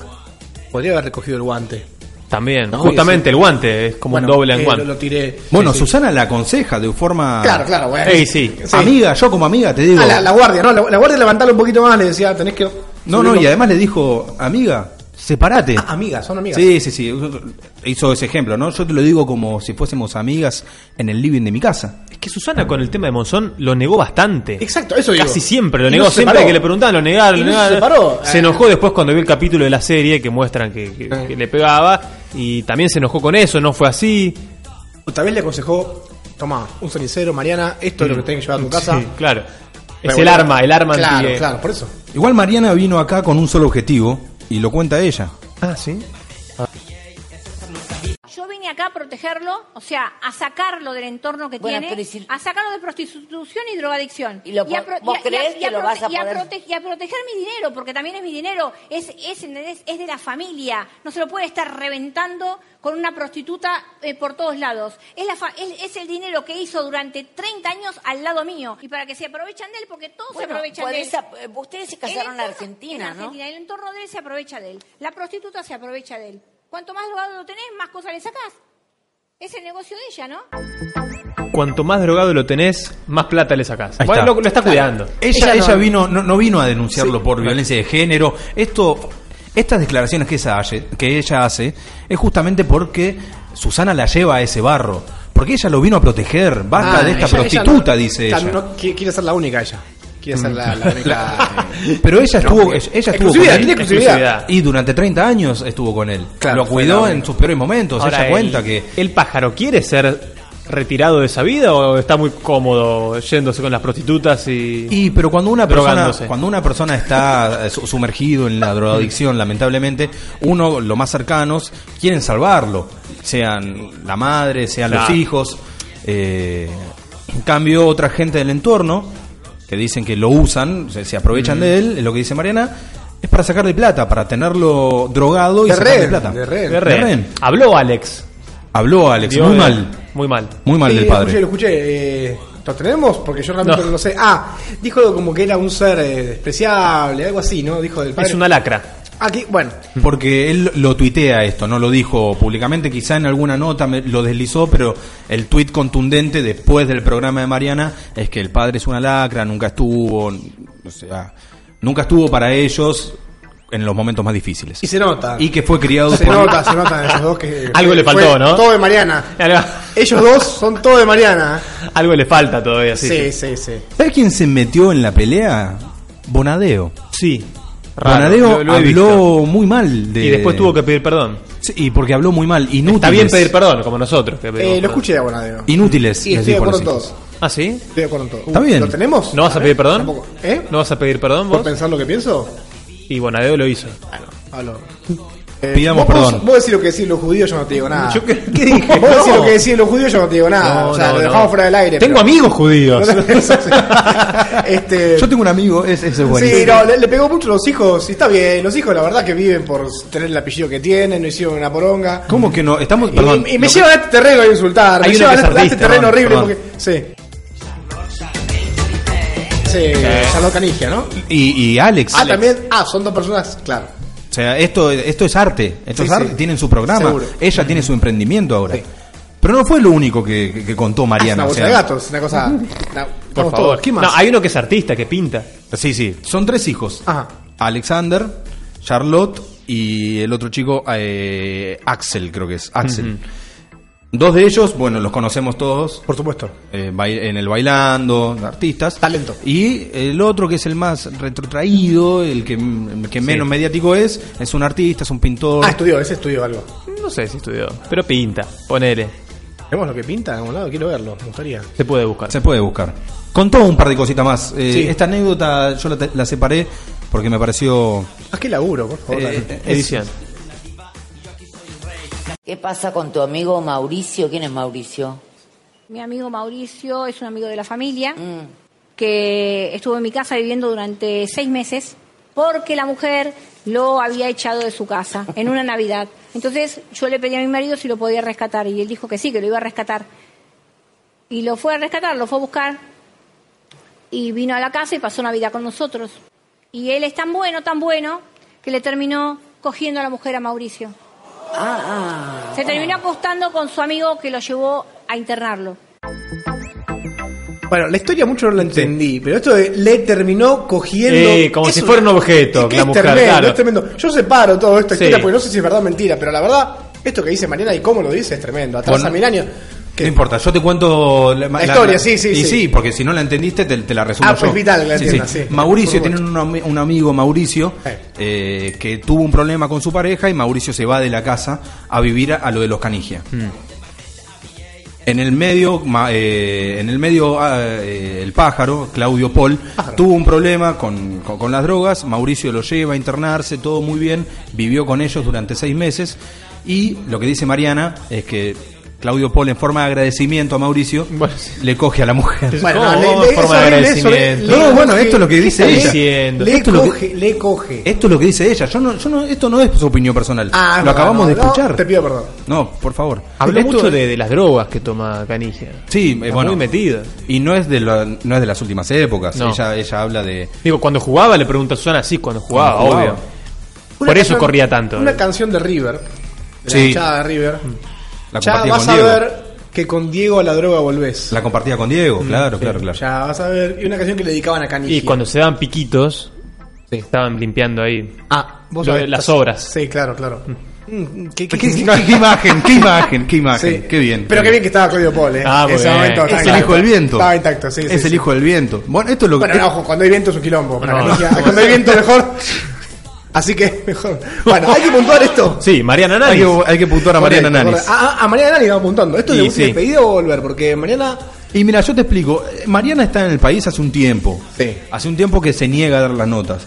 Speaker 3: podría haber recogido el guante.
Speaker 2: También,
Speaker 3: No,
Speaker 2: justamente
Speaker 3: sí.
Speaker 2: el guante, es como
Speaker 3: Bueno,
Speaker 2: un doble en
Speaker 3: eh,
Speaker 2: guante.
Speaker 3: Lo, lo tiré.
Speaker 4: Bueno,
Speaker 3: Sí, sí.
Speaker 4: Susana la aconseja de forma
Speaker 3: Claro, claro, bueno.
Speaker 2: Ey, sí.
Speaker 4: amiga, yo como amiga te digo.
Speaker 3: Ah, la, la guardia, no, la, la guardia levantala un poquito más, le decía, tenés que.
Speaker 4: no, no, y además le dijo, amiga, sepárate.
Speaker 3: Ah, amigas, son amigas.
Speaker 4: Sí, sí, sí. Hizo ese ejemplo, ¿no? Yo te lo digo como si fuésemos amigas en el living de mi casa.
Speaker 2: Es que Susana con el tema de Monzón lo negó bastante.
Speaker 3: Exacto, eso digo.
Speaker 2: Casi siempre lo
Speaker 3: Y
Speaker 2: negó,
Speaker 3: no se
Speaker 2: siempre
Speaker 3: paró.
Speaker 2: que le preguntaban lo negaron,
Speaker 3: Y
Speaker 2: lo
Speaker 3: no
Speaker 2: negaron.
Speaker 3: se paró.
Speaker 2: Se
Speaker 3: Eh.
Speaker 2: enojó después cuando vio el capítulo de la serie que muestran que, que-
Speaker 3: Ah.
Speaker 2: que le pegaba y también se enojó con eso, no fue así.
Speaker 3: O Tal vez le aconsejó, toma, un cenicero, Mariana, esto es lo que tenés que llevar a tu casa.
Speaker 2: Sí, claro.
Speaker 3: Pero
Speaker 2: Es el
Speaker 3: bueno,
Speaker 2: arma, el arma
Speaker 3: Claro,
Speaker 2: anti-
Speaker 3: claro, por eso.
Speaker 4: Igual Mariana vino acá
Speaker 3: Ah,
Speaker 4: con un solo objetivo y lo cuenta ella.
Speaker 2: Ah, sí.
Speaker 10: Yo vine acá a protegerlo, o sea, a sacarlo del entorno que
Speaker 11: Bueno,
Speaker 10: tiene,
Speaker 11: pero y si-
Speaker 10: a sacarlo de prostitución y drogadicción.
Speaker 11: Y lo po-
Speaker 10: pro-
Speaker 11: ¿vos creés
Speaker 10: y
Speaker 11: que lo
Speaker 10: prote-
Speaker 11: vas a
Speaker 10: y
Speaker 11: poder-
Speaker 10: prote- y a proteger mi dinero, porque también es mi dinero, es, es, ¿entendés? es de la familia, no se lo puede estar reventando con una prostituta eh, por todos lados. Es, la fa- es, es el dinero que hizo durante 30 años al lado mío, y para que se aprovechan de él, porque todos se
Speaker 11: Bueno,
Speaker 10: aprovechan
Speaker 11: por
Speaker 10: de él.
Speaker 11: esa- eh, ustedes se casaron
Speaker 10: El entorno-
Speaker 11: en Argentina,
Speaker 10: en
Speaker 11: ¿no?
Speaker 10: Argentina, El entorno de él se aprovecha de él, la prostituta se aprovecha de él. Cuanto más drogado lo tenés, más cosas le sacás. Es el negocio de ella, ¿no?
Speaker 2: Cuanto más drogado lo tenés, más plata le sacás.
Speaker 4: Ahí
Speaker 2: Bueno,
Speaker 4: está.
Speaker 2: lo, lo está cuidando.
Speaker 4: Ella,
Speaker 2: no-
Speaker 4: ella vino, no, no vino a denunciarlo por violencia de género. Esto, estas declaraciones que, esa hace- que ella hace es justamente porque Susana la lleva a ese barro. Porque ella lo vino a proteger. Basta
Speaker 3: Ah,
Speaker 4: de esta
Speaker 3: ella- ella
Speaker 4: prostituta,
Speaker 3: no-
Speaker 4: dice
Speaker 3: ta-
Speaker 4: ella.
Speaker 3: no qui- quiere ser la única ella.
Speaker 2: Mm.
Speaker 3: Quiere ser la, la única.
Speaker 4: Pero ella
Speaker 3: No,
Speaker 4: estuvo,
Speaker 3: porque-
Speaker 4: ella estuvo
Speaker 3: Exclusividad,
Speaker 4: con él.
Speaker 3: tiene exclusividad.
Speaker 4: Y durante 30 años estuvo con él. lo cuidó
Speaker 2: fue la
Speaker 4: en sus peores momentos.
Speaker 2: Ahora,
Speaker 4: ella
Speaker 2: el-
Speaker 4: cuenta que
Speaker 2: ¿El pájaro quiere ser retirado de esa vida o está muy cómodo yéndose con las prostitutas y.
Speaker 4: Y pero cuando una persona,
Speaker 2: drogándose?
Speaker 4: cuando una persona está eh, su- sumergido en la drogadicción, lamentablemente, uno, los más cercanos, quieren salvarlo. Sean la madre, sean
Speaker 2: Claro.
Speaker 4: los hijos. Eh, en cambio, otra gente del entorno, que dicen que lo usan, se, se aprovechan
Speaker 3: Mm.
Speaker 4: de él, es lo que dice Mariana, es para sacarle plata, para tenerlo drogado y
Speaker 3: De
Speaker 4: sacarle
Speaker 3: rehén,
Speaker 4: plata.
Speaker 3: de rehén.
Speaker 2: De rehén. Habló Alex.
Speaker 4: Habló Alex,
Speaker 2: Dio
Speaker 4: muy
Speaker 2: de-
Speaker 4: mal.
Speaker 2: Muy mal.
Speaker 4: Muy mal
Speaker 3: Sí,
Speaker 4: del
Speaker 3: lo
Speaker 4: padre.
Speaker 3: Escuché, lo escuché. eh, ¿Lo tenemos? Porque yo realmente
Speaker 2: No.
Speaker 3: no. lo sé. Ah, dijo algo como que era un ser eh, despreciable, algo así, ¿no? Dijo del padre.
Speaker 4: Es una lacra.
Speaker 3: Aquí, bueno.
Speaker 4: Porque él lo tuitea esto, no lo dijo públicamente, quizá en alguna nota me- lo deslizó, pero el tuit contundente después del programa de Mariana es que el padre es una lacra, nunca estuvo, o sea, nunca estuvo para ellos en los momentos más difíciles.
Speaker 3: Y se nota.
Speaker 4: Y que fue criado
Speaker 3: se nota, se nota esos dos que.
Speaker 4: Algo le
Speaker 3: fue-
Speaker 4: faltó,
Speaker 3: fue
Speaker 4: ¿no?
Speaker 3: Todo de Mariana. Ellos dos son todo de Mariana.
Speaker 2: Algo le falta todavía, sí.
Speaker 3: Sí, sí, sí.
Speaker 4: ¿Sabes quién se metió en la pelea? Bonadeo.
Speaker 2: Sí. Raro,
Speaker 4: Bonadeo
Speaker 2: lo- lo he
Speaker 4: habló muy mal de...
Speaker 2: Y después tuvo que pedir perdón.
Speaker 4: Sí, y porque habló muy mal, inútiles.
Speaker 2: Está bien pedir perdón, como nosotros. que pedimos
Speaker 3: Eh, lo
Speaker 2: perdón.
Speaker 3: escuché de Abonadeo.
Speaker 4: Inútiles,
Speaker 3: Y
Speaker 4: les
Speaker 3: estoy de
Speaker 4: dijo
Speaker 3: acuerdo
Speaker 4: a
Speaker 3: en
Speaker 4: los
Speaker 3: todo.
Speaker 2: ¿Ah, sí?
Speaker 3: Estoy de acuerdo en todo.
Speaker 2: Está bien.
Speaker 3: ¿Lo tenemos?
Speaker 2: ¿No vas a pedir perdón?
Speaker 3: Tampoco. ¿Eh?
Speaker 2: ¿No vas a pedir perdón
Speaker 3: ¿Por
Speaker 2: vos?
Speaker 3: pensar lo que pienso?
Speaker 2: Y Bonadeo lo hizo.
Speaker 3: Hablo. Eh,
Speaker 2: Pidamos
Speaker 3: vos-
Speaker 2: perdón.
Speaker 3: Vos, vos decís lo que decís los judíos, yo no te digo nada.
Speaker 2: Yo
Speaker 3: qué, dije? Vos decís lo que decís los judíos, yo no te digo nada.
Speaker 2: No,
Speaker 3: o sea,
Speaker 2: no,
Speaker 3: lo
Speaker 2: no.
Speaker 3: dejamos fuera del aire.
Speaker 2: Tengo amigos judíos.
Speaker 3: este...
Speaker 4: Yo tengo un amigo, es, ese es buenísimo.
Speaker 3: Sí, no, le, le pegó mucho a los hijos. Y está bien, los hijos la verdad que viven por tener el apellido que tienen, no hicieron una poronga.
Speaker 4: ¿Cómo que no? Estamos,
Speaker 3: Y-
Speaker 4: perdón.
Speaker 3: y, me llevan a este terreno a insultar.
Speaker 4: Hay
Speaker 3: me
Speaker 4: uno
Speaker 3: llevan
Speaker 4: que es
Speaker 3: a este- a este
Speaker 4: artista,
Speaker 3: terreno
Speaker 4: perdón, perdón.
Speaker 3: horrible porque. Sí. Sí, Charlotte Canigia, ¿no?
Speaker 4: Y, Eh, y Alex.
Speaker 3: Ah, también. Ah, son dos personas, claro.
Speaker 4: O sea, esto, esto es arte. Esto
Speaker 3: Sí,
Speaker 4: es arte.
Speaker 3: sí.
Speaker 4: Tienen su programa.
Speaker 3: Seguro.
Speaker 4: Ella tiene su emprendimiento ahora. Pero no fue lo único que, que- que contó
Speaker 3: Ah, Es
Speaker 4: Mariana.
Speaker 3: una
Speaker 4: o
Speaker 3: bolsa
Speaker 4: sea,
Speaker 3: de gatos, una cosa. na-
Speaker 4: Por
Speaker 3: estamos
Speaker 4: favor.
Speaker 3: todos. ¿Qué más?
Speaker 4: No, hay uno que es artista, que pinta. Sí, sí. Son tres hijos. Alexander, Charlotte y el otro chico, eh, Axel, creo que es. Axel. Dos de ellos, bueno, los conocemos todos. eh,
Speaker 3: Por supuesto.
Speaker 4: en el bailando, artistas. Talento. Y el otro que es el más retrotraído, el que, el que menos mediático es, es un artista, es un pintor.
Speaker 3: Ah, estudió, ese estudió algo.
Speaker 2: No sé si estudió, pero pinta. Ponele.
Speaker 3: ¿Vemos lo que pinta en algún lado? Quiero verlo, me gustaría.
Speaker 2: Se puede buscar.
Speaker 4: Se puede buscar. Contó un par de cositas más. Eh,
Speaker 3: Sí.
Speaker 4: Esta anécdota yo la, te- la separé porque me pareció...
Speaker 3: Ah, qué laburo, por favor.
Speaker 4: eh,
Speaker 3: dale.
Speaker 4: es-
Speaker 11: ¿Qué pasa con tu amigo Mauricio? ¿Quién es Mauricio?
Speaker 10: Mi amigo Mauricio es un amigo de la familia que estuvo en mi casa viviendo durante seis meses porque la mujer lo había echado de su casa en una Navidad. Entonces yo le pedí a mi marido si lo podía rescatar y él dijo que sí, que lo iba a rescatar. Y lo fue a rescatar, lo fue a buscar y vino a la casa y pasó Navidad con nosotros. Y él es tan bueno, tan bueno, que le terminó cogiendo a la mujer a Mauricio. Se terminó acostando con su amigo que lo llevó a internarlo.
Speaker 3: Bueno, la historia mucho no la entendí, pero esto de le terminó cogiendo.
Speaker 2: Eh, como
Speaker 3: es
Speaker 2: si fuera un objeto,
Speaker 3: es que
Speaker 2: la
Speaker 3: es
Speaker 2: mujer,
Speaker 3: tremendo,
Speaker 2: claro.
Speaker 3: es tremendo. Yo separo toda esta
Speaker 2: Sí.
Speaker 3: historia porque no sé si es verdad o mentira, pero la verdad, esto que dice Mariana y cómo lo dice es tremendo. Atrás
Speaker 4: Bueno,
Speaker 3: a mil años.
Speaker 4: No importa, yo te cuento la,
Speaker 3: La historia, sí, sí,
Speaker 4: Y sí,
Speaker 3: sí.
Speaker 4: porque si no la entendiste, te, te la resumo
Speaker 3: Ah, pues
Speaker 4: yo.
Speaker 3: vital que la entiendas, sí.
Speaker 4: Mauricio,
Speaker 3: Por
Speaker 4: tienen un, ami- un amigo, Mauricio, eh, que tuvo un problema con su pareja y Mauricio se va de la casa a vivir a, a lo de los canigia. En el medio, ma- eh, en el medio ah, eh, el pájaro, Claudio Paul, tuvo un problema con, con- con las drogas, Mauricio lo lleva a internarse, todo muy bien, vivió con ellos durante seis meses Y lo que dice Mariana es que Claudio Pol, en forma de agradecimiento a Mauricio, le coge a la mujer.
Speaker 3: Bueno,
Speaker 4: ¿Cómo?
Speaker 3: le- le-
Speaker 4: En forma de
Speaker 3: eso, le-
Speaker 4: agradecimiento.
Speaker 3: le- le-
Speaker 4: No, bueno, esto es lo que
Speaker 3: ¿qué
Speaker 4: dice
Speaker 3: está
Speaker 4: ella.
Speaker 3: diciendo? Le
Speaker 4: Esto es lo que-
Speaker 3: coge, le coge.
Speaker 4: Esto es lo que dice ella. Yo no, yo no, esto no es su opinión personal.
Speaker 3: Ah,
Speaker 4: lo
Speaker 3: no,
Speaker 4: acabamos
Speaker 3: no,
Speaker 4: de
Speaker 3: no,
Speaker 4: escuchar.
Speaker 3: te pido perdón.
Speaker 4: No, por favor.
Speaker 2: Habló
Speaker 4: Esto-
Speaker 2: mucho de, de las drogas que toma Canigia.
Speaker 4: Sí, eh,
Speaker 2: Está
Speaker 4: bueno.
Speaker 2: muy metida.
Speaker 4: Y no es de la- no es de las últimas épocas.
Speaker 2: No.
Speaker 4: Ella, ella habla de.
Speaker 2: Digo, cuando jugaba, le pregunta a Susana, sí, cuando jugaba,
Speaker 4: Cuando jugaba.
Speaker 2: obvio.
Speaker 3: Una
Speaker 2: Por eso
Speaker 3: canción-
Speaker 2: corría tanto.
Speaker 3: Una canción de River. De la
Speaker 4: eh. Sí.
Speaker 3: hinchada de River.
Speaker 4: La
Speaker 3: ya
Speaker 4: compartía
Speaker 3: vas
Speaker 4: con
Speaker 3: a
Speaker 4: Diego.
Speaker 3: ver que con Diego a la droga volvés. Mm,
Speaker 4: La compartía con Diego, claro, claro, claro.
Speaker 3: Ya vas a ver. Y una canción que le dedicaban a Canigia.
Speaker 2: Y cuando se daban piquitos, estaban limpiando ahí.
Speaker 3: Ah, vos
Speaker 2: Lo-
Speaker 3: sabés,
Speaker 2: las
Speaker 3: estás-
Speaker 2: obras.
Speaker 3: Sí, claro, claro. Mm, ¿Qué, qué-
Speaker 4: ¿Qué,
Speaker 3: qué-
Speaker 4: qué- qué imagen, qué imagen, Ah, qué imagen.
Speaker 3: Sí.
Speaker 4: Qué bien.
Speaker 3: Pero qué bien que estaba Claudio Paul, ¿eh?
Speaker 4: Ah,
Speaker 3: En
Speaker 4: muy
Speaker 3: ese
Speaker 4: bien.
Speaker 3: momento
Speaker 4: Es
Speaker 3: estaba
Speaker 4: el
Speaker 3: intacto.
Speaker 4: hijo del viento.
Speaker 3: Estaba intacto, sí.
Speaker 4: es
Speaker 3: sí,
Speaker 4: el
Speaker 3: sí.
Speaker 4: hijo del viento. Bueno, esto es lo que.
Speaker 3: Bueno, no, ojo, cuando hay viento es un quilombo. para
Speaker 4: No.
Speaker 3: Canigia. Cuando hay viento, mejor. Así que, mejor. Bueno, hay que puntuar esto.
Speaker 2: Sí, Mariana Nanis.
Speaker 4: Hay que, hay que puntuar a Mariana
Speaker 3: Correcto,
Speaker 4: Nanis.
Speaker 3: correcto. A, a- a Mariana Nanis vamos apuntando. ¿Esto
Speaker 4: Y
Speaker 3: le
Speaker 4: sí.
Speaker 3: despedida o volver? Porque Mariana.
Speaker 4: Y mira, yo te explico. Eh, Mariana está en el país hace un tiempo. Hace un tiempo que se niega a dar las notas.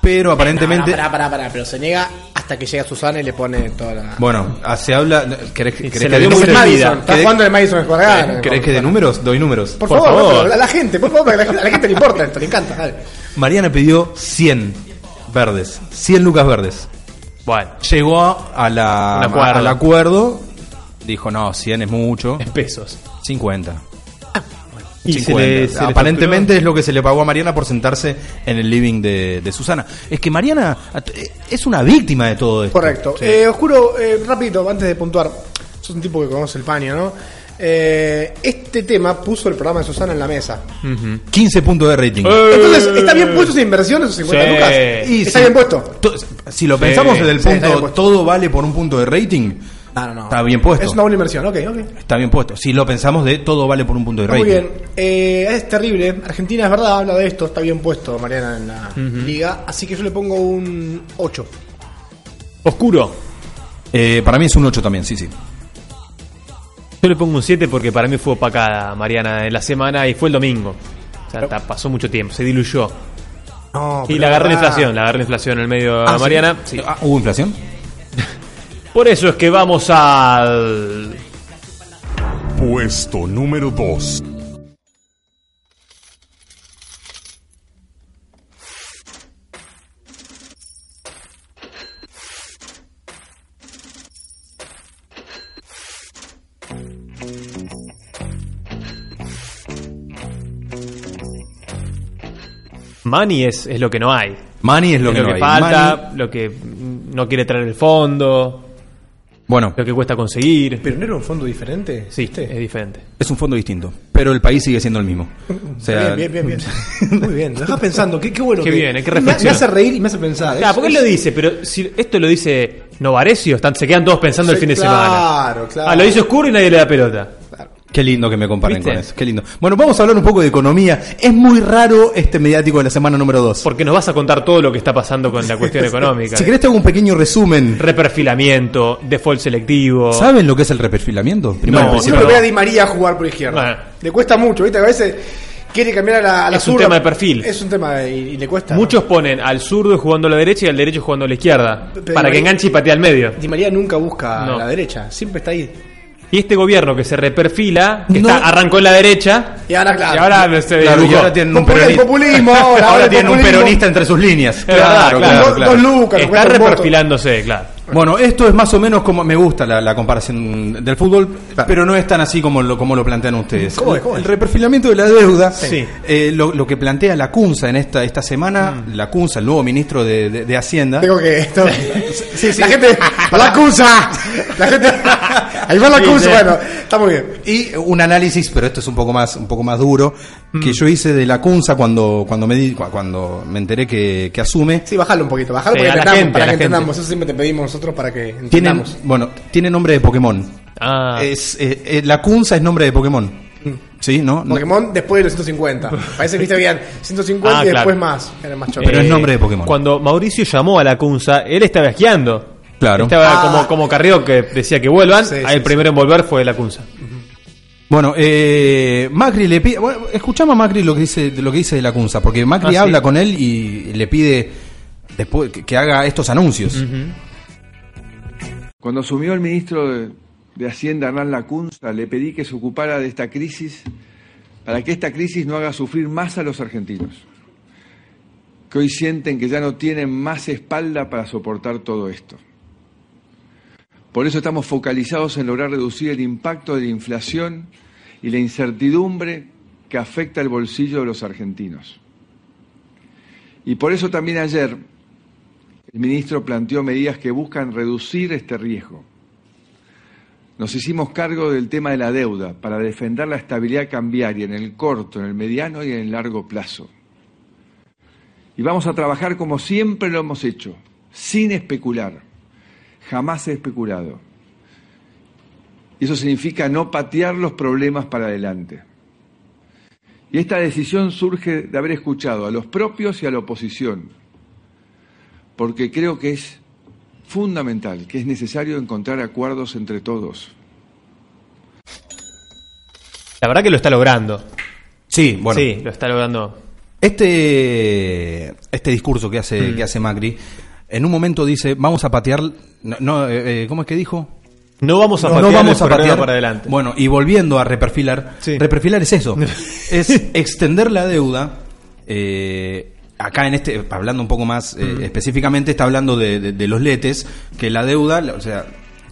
Speaker 4: Pero aparentemente.
Speaker 3: Pará, pará, pará, pero se niega hasta que llega Susana y le pone toda la.
Speaker 4: Bueno, ah, se habla. ¿Querés, querés
Speaker 2: se
Speaker 4: que
Speaker 2: la
Speaker 4: dé
Speaker 2: dio muy
Speaker 4: números?
Speaker 2: perdida.
Speaker 4: ¿Querés-
Speaker 3: Está jugando en el Madison Square Garden.
Speaker 4: ¿Querés que de números? Doy números.
Speaker 3: Por, favor, a la gente, por favor, porque a la gente, a la gente le importa esto, le encanta. dale.
Speaker 4: Mariana pidió 100 verdes, 100 lucas verdes.
Speaker 2: Bueno.
Speaker 4: Llegó a- a la,
Speaker 2: Un acuerdo.
Speaker 4: al acuerdo, dijo, no, 100 es mucho. En
Speaker 2: pesos.
Speaker 4: 50.
Speaker 3: Ah,
Speaker 2: Y se
Speaker 4: 50.
Speaker 2: le- se le
Speaker 4: Aparentemente es lo que se le pagó a Mariana por sentarse en el living de, de Susana. Es que Mariana at- eh, es una víctima de todo esto.
Speaker 3: Correcto.
Speaker 4: Sí.
Speaker 3: Eh, Oscuro, eh, rapidito, antes de puntuar, sos un tipo que conoce el paño, ¿no? Eh, este tema puso el programa de Susana en la mesa.
Speaker 4: 15 puntos de rating.
Speaker 3: Entonces, ¿está bien puesto esa inversión esos 50
Speaker 4: Sí.
Speaker 3: lucas?
Speaker 4: Y
Speaker 3: ¿Está
Speaker 4: sí.
Speaker 3: bien puesto?
Speaker 4: To- Si lo
Speaker 3: Sí.
Speaker 4: pensamos desde el
Speaker 3: Sí, está bien
Speaker 4: punto,
Speaker 3: puesto.
Speaker 4: todo vale por un punto de rating, está bien puesto.
Speaker 3: Es una buena inversión, ok, ok.
Speaker 4: Está bien puesto. Si lo pensamos de todo vale por un punto de rating.
Speaker 3: Muy bien. Eh, es terrible. Argentina es verdad, habla de esto. Está bien puesto Mariana en la
Speaker 4: Ujú.
Speaker 3: liga. Así que yo le pongo un 8.
Speaker 2: Oscuro.
Speaker 4: Eh, para mí es un 8 también, sí, sí.
Speaker 2: Yo le pongo un 7 porque para mí fue opacada Mariana en la semana y fue el domingo. O sea, ta- pasó mucho tiempo, se diluyó. y la agarró la inflación, la agarró la inflación en el medio
Speaker 4: Ah,
Speaker 2: a
Speaker 4: ¿sí?
Speaker 2: Mariana. sí.
Speaker 4: Ah, ¿Hubo inflación?
Speaker 2: Por eso es que vamos al.
Speaker 9: Puesto número 2.
Speaker 2: Money es, es lo que no hay.
Speaker 4: Money es lo que no hay.
Speaker 2: falta, lo que mm, no quiere traer el fondo.
Speaker 4: Bueno.
Speaker 2: Lo que cuesta conseguir.
Speaker 3: ¿Pero no era un fondo diferente?
Speaker 2: Sí, es diferente.
Speaker 4: Es un fondo distinto, pero el país sigue siendo el mismo. O sea,
Speaker 3: bien, bien, bien, bien. Muy bien. Lo dejás pensando. Qué, qué bueno.
Speaker 2: Qué
Speaker 3: que-
Speaker 2: bien, eh, qué
Speaker 3: me- me,
Speaker 2: reflexión.
Speaker 3: hace reír y me hace pensar.
Speaker 2: Claro, porque él lo dice, pero si esto lo dice Novarecio, están, se quedan todos pensando el
Speaker 3: Sí,
Speaker 2: fin de
Speaker 3: claro,
Speaker 2: semana.
Speaker 3: claro.
Speaker 2: Ah, lo dice oscuro y nadie le da pelota.
Speaker 4: Qué lindo que me comparen
Speaker 2: ¿Viste?
Speaker 4: con eso. Qué lindo. Bueno, vamos a hablar un poco de economía. Es muy raro este mediático de la semana número 2.
Speaker 2: Porque nos vas a contar todo lo que está pasando con la cuestión económica.
Speaker 4: Si querés te hago un pequeño resumen.
Speaker 2: Reperfilamiento, default selectivo.
Speaker 4: ¿Saben lo que es el reperfilamiento? Primero,
Speaker 2: No,
Speaker 4: y principal.
Speaker 3: Siempre ve a Di María jugar por izquierda. Le cuesta mucho, ¿viste? Que a veces quiere cambiar a la, a la
Speaker 2: Es un
Speaker 3: zurda.
Speaker 2: tema de perfil.
Speaker 3: Es un tema de- y, y le cuesta. ¿no?
Speaker 2: Muchos ponen al zurdo jugando a la derecha y al derecho jugando a la izquierda. para
Speaker 3: Pero
Speaker 2: que
Speaker 3: Di María-
Speaker 2: enganche y patee al medio.
Speaker 3: Di María nunca busca
Speaker 2: No.
Speaker 3: a la derecha, siempre está ahí.
Speaker 2: Y este gobierno que se reperfila, que está- arrancó en la derecha.
Speaker 3: Y ahora, claro.
Speaker 2: Y ahora se
Speaker 4: Claro, y
Speaker 2: dibujó.
Speaker 4: ahora tienen un
Speaker 3: Populi-
Speaker 4: peronista.
Speaker 3: populismo, ahora,
Speaker 4: Ahora
Speaker 3: ahora el
Speaker 4: tienen un
Speaker 3: populismo.
Speaker 4: peronista entre sus líneas.
Speaker 2: Es verdad, claro,
Speaker 3: Dos-
Speaker 2: claro.
Speaker 3: dos lucas,
Speaker 2: Está
Speaker 3: cuesta un voto.
Speaker 2: reperfilándose, claro.
Speaker 4: Bueno, esto es más o menos como me gusta la, la comparación del fútbol, pero no es tan así como lo, como lo plantean ustedes.
Speaker 3: ¿Cómo es? ¿Cómo es?
Speaker 4: El reperfilamiento de la deuda,
Speaker 3: Sí.
Speaker 4: eh, lo, lo que plantea la CUNSA en esta, esta semana, la CUNSA, el nuevo ministro de, de- de Hacienda.
Speaker 3: Tengo que. esto- La gente. ¡La acusa! La gente. Ahí va la
Speaker 4: Sí,
Speaker 3: acusa.
Speaker 4: sí.
Speaker 3: Bueno, está muy bien.
Speaker 4: Y un análisis, pero esto es un poco más, un poco más duro, que yo hice de la CUNSA cuando, cuando me di- cu- cuando me enteré que, que asume.
Speaker 3: Sí, bajalo un poquito, bajalo
Speaker 4: Sí,
Speaker 3: porque
Speaker 4: a la
Speaker 3: entendamos,
Speaker 4: gente,
Speaker 3: para
Speaker 4: a la
Speaker 3: que
Speaker 4: gente.
Speaker 3: entendamos. Eso siempre te pedimos nosotros para que
Speaker 4: Tiene,
Speaker 3: entendamos.
Speaker 4: bueno, tiene nombre de Pokémon. Es, eh, eh, la CUNSA es nombre de Pokémon.
Speaker 3: Mm.
Speaker 4: ¿Sí? ¿No? No-
Speaker 3: Pokémon después de los 150. Parece que viste bien. 150
Speaker 2: Ah, claro.
Speaker 3: y
Speaker 2: Eh,
Speaker 3: después más. Era más choque.
Speaker 4: Pero es nombre de Pokémon.
Speaker 2: Cuando Mauricio llamó a la Kunza, él estaba esquiando.
Speaker 4: Claro.
Speaker 2: Estaba
Speaker 4: Ah.
Speaker 2: como, como Carrió que decía que vuelvan. el primero en volver fue la Kunza.
Speaker 4: Bueno, eh, Macri le pide. Bueno, escuchamos a Macri lo que dice, lo que dice de la CUNSA, porque Macri
Speaker 2: Ah, sí.
Speaker 4: habla con él y le pide después que, que haga estos anuncios.
Speaker 12: Cuando asumió el ministro de, de Hacienda, Hernán Lacunza, le pedí que se ocupara de esta crisis para que esta crisis no haga sufrir más a los argentinos, que hoy sienten que ya no tienen más espalda para soportar todo esto. Por eso estamos focalizados en lograr reducir el impacto de la inflación y la incertidumbre que afecta el bolsillo de los argentinos. Y por eso también ayer el ministro planteó medidas que buscan reducir este riesgo. Nos hicimos cargo del tema de la deuda para defender la estabilidad cambiaria en el corto, en el mediano y en el largo plazo. Y vamos a trabajar como siempre lo hemos hecho, sin especular. Jamás he especulado. Y eso significa no patear los problemas para adelante. Y esta decisión surge de haber escuchado a los propios y a la oposición, porque creo que es fundamental, que es necesario encontrar acuerdos entre todos.
Speaker 2: La verdad que lo está logrando.
Speaker 4: Sí, bueno.
Speaker 2: Sí, lo está logrando.
Speaker 4: Este, este discurso que hace,
Speaker 2: Mm.
Speaker 4: que hace Macri, en un momento dice, vamos a patear... No, no, eh, eh, ¿Cómo es que dijo?
Speaker 2: No vamos a
Speaker 4: No, no
Speaker 2: patear
Speaker 4: vamos
Speaker 2: el
Speaker 4: a
Speaker 2: problema
Speaker 4: patear.
Speaker 2: para adelante.
Speaker 4: Bueno, y volviendo a reperfilar, reperfilar es eso, es extender la deuda. eh, acá en este, hablando un poco más eh,
Speaker 2: Mm.
Speaker 4: específicamente, está hablando de, de- de los letes, que la deuda, la- o sea,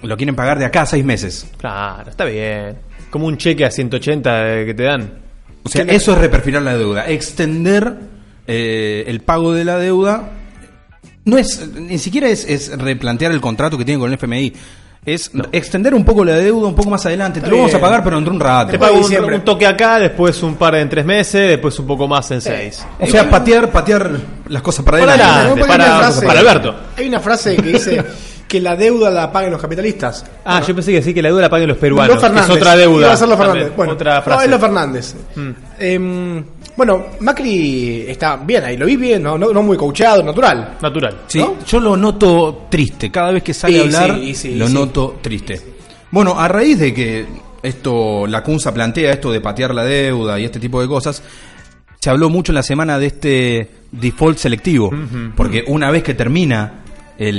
Speaker 4: lo quieren pagar de acá a seis meses.
Speaker 2: Claro, está bien. Como un cheque a 180 de- que te dan.
Speaker 4: O sea, eso es reperfilar la deuda, extender eh, el pago de la deuda. No es, ni siquiera es, es replantear el contrato que tiene con el FMI. Es extender un poco la deuda un poco más adelante. Te lo vamos a pagar, pero entre un rato.
Speaker 2: Te pago un, un toque acá, después un par en tres meses, después un poco más en seis.
Speaker 4: O sea, patear, patear las cosas para
Speaker 2: Para
Speaker 4: adelante.
Speaker 2: adelante,
Speaker 4: No, porque hay
Speaker 2: para-
Speaker 4: una frase-
Speaker 2: para Alberto.
Speaker 3: Hay una frase que dice que la deuda la paguen los capitalistas.
Speaker 2: Ah, yo pensé que sí, que la deuda la paguen los peruanos.
Speaker 3: Los
Speaker 2: que
Speaker 3: Fernández.
Speaker 2: es otra deuda.
Speaker 3: Iba a ser los Fernández.
Speaker 2: También,
Speaker 3: Bueno,
Speaker 2: otra
Speaker 3: No,
Speaker 2: frase.
Speaker 3: es los Fernández.
Speaker 2: Mm.
Speaker 3: Em, bueno, Macri está bien ahí, lo vi bien, no, no, no muy coachado, natural.
Speaker 2: Natural.
Speaker 4: Sí, yo lo noto triste. Cada vez que sale
Speaker 3: Y
Speaker 4: a hablar,
Speaker 3: sí, y sí,
Speaker 4: lo
Speaker 3: y sí.
Speaker 4: noto triste. Bueno, a raíz de que esto, la CUNSA plantea esto de patear la deuda y este tipo de cosas, se habló mucho en la semana de este default selectivo.
Speaker 2: Ujú.
Speaker 4: Porque una vez que termina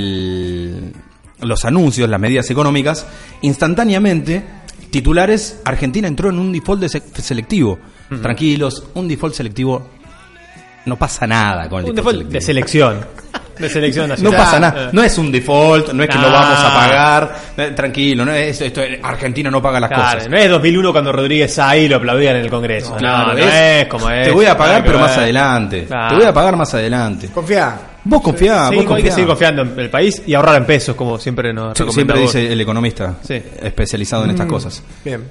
Speaker 4: el- los anuncios, las medidas económicas, instantáneamente titulares, Argentina entró en un default de se- selectivo.
Speaker 2: Ujú.
Speaker 4: Tranquilos, un default selectivo no pasa nada con el
Speaker 2: Un
Speaker 4: default
Speaker 2: default de selección. De selección
Speaker 4: no
Speaker 2: nacional. Ah.
Speaker 4: pasa nada.
Speaker 2: Eh.
Speaker 4: Ah, No es un default, no es que
Speaker 2: Nah.
Speaker 4: lo vamos a pagar. Eh, Tranquilo, no es esto. esto- Argentina no paga las
Speaker 2: Claro,
Speaker 4: cosas.
Speaker 2: no es 2001 cuando Rodríguez ahí lo aplaudían en el Congreso. No, no, es, como es.
Speaker 4: Te voy a
Speaker 2: Nada
Speaker 4: pagar,
Speaker 2: que
Speaker 4: pero
Speaker 2: ver.
Speaker 4: más adelante.
Speaker 2: Claro.
Speaker 4: Te voy a pagar más adelante.
Speaker 3: Confía.
Speaker 4: Vos confiá,
Speaker 2: Sí,
Speaker 4: vos
Speaker 2: hay que
Speaker 4: confiá.
Speaker 2: seguir confiando en el país y ahorrar en pesos, como siempre nos
Speaker 4: Sí,
Speaker 2: recomienda
Speaker 4: Siempre
Speaker 2: vos.
Speaker 4: dice el economista especializado en estas
Speaker 3: Mm.
Speaker 4: cosas.
Speaker 3: Bien.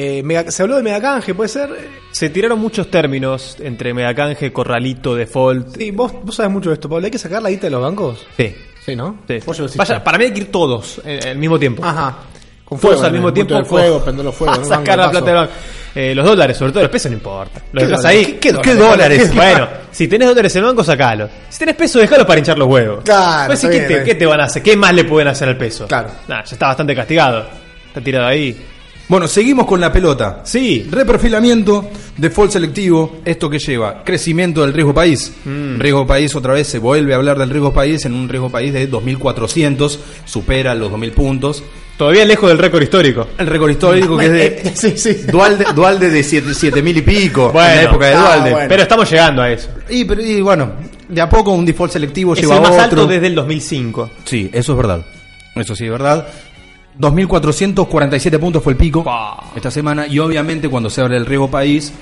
Speaker 3: Eh, mega- se habló de megacanje, puede ser.
Speaker 2: Se tiraron muchos términos entre megacanje, corralito, default.
Speaker 3: Sí, vos, vos sabes mucho de esto, Pablo. ¿Hay que sacar la guita de los bancos?
Speaker 2: Sí.
Speaker 3: Sí, ¿no?
Speaker 2: Sí.
Speaker 3: Vos ya lo hiciste.
Speaker 2: Vaya, para mí hay que ir todos eh, al mismo tiempo.
Speaker 3: Ajá. Con
Speaker 2: Todos
Speaker 3: fuego,
Speaker 2: al mismo
Speaker 3: en el punto
Speaker 2: tiempo.
Speaker 3: del fuego, prender los fuegos,
Speaker 2: a
Speaker 3: ¿no?
Speaker 2: sacar
Speaker 3: Banco,
Speaker 2: la plata del
Speaker 3: paso.
Speaker 2: banco. Eh, los dólares, sobre todo los pesos, no importa. Los
Speaker 3: ¿Qué
Speaker 2: dejas
Speaker 3: dólares?
Speaker 2: ahí.
Speaker 3: ¿Qué- qué dólares? ¿Qué- qué-
Speaker 2: Bueno, si tenés dólares en el banco, sacalo. Si tenés pesos, dejalo para hinchar los huevos.
Speaker 3: Claro,
Speaker 2: Pues,
Speaker 3: está
Speaker 2: ¿qué,
Speaker 3: bien,
Speaker 2: te,
Speaker 3: eh.
Speaker 2: qué te van a hacer? ¿Qué más le pueden hacer al peso?
Speaker 3: Claro.
Speaker 2: Nah, ya está bastante castigado. Está tirado ahí.
Speaker 4: Bueno, seguimos con la pelota.
Speaker 2: Sí.
Speaker 4: Reperfilamiento, default selectivo, esto que lleva crecimiento del riesgo país.
Speaker 2: Mm.
Speaker 4: Riesgo país otra vez se vuelve a hablar del riesgo país en un riesgo país de 2.400, supera los 2.000 puntos.
Speaker 2: Todavía lejos del récord histórico.
Speaker 4: El récord histórico que es de Dualde, Dualde de 7.000 y pico
Speaker 2: Bueno,
Speaker 4: en la época de
Speaker 2: ah,
Speaker 4: Dualde.
Speaker 2: bueno. Pero estamos llegando a eso.
Speaker 4: Y, pero- y bueno, de a poco un default selectivo
Speaker 2: Es
Speaker 4: lleva
Speaker 2: el
Speaker 4: a
Speaker 2: más
Speaker 4: otro.
Speaker 2: alto desde el 2005.
Speaker 4: Sí, eso es verdad. Eso sí es verdad. 2.447 puntos fue el pico esta semana. Y obviamente cuando se habla del riesgo país,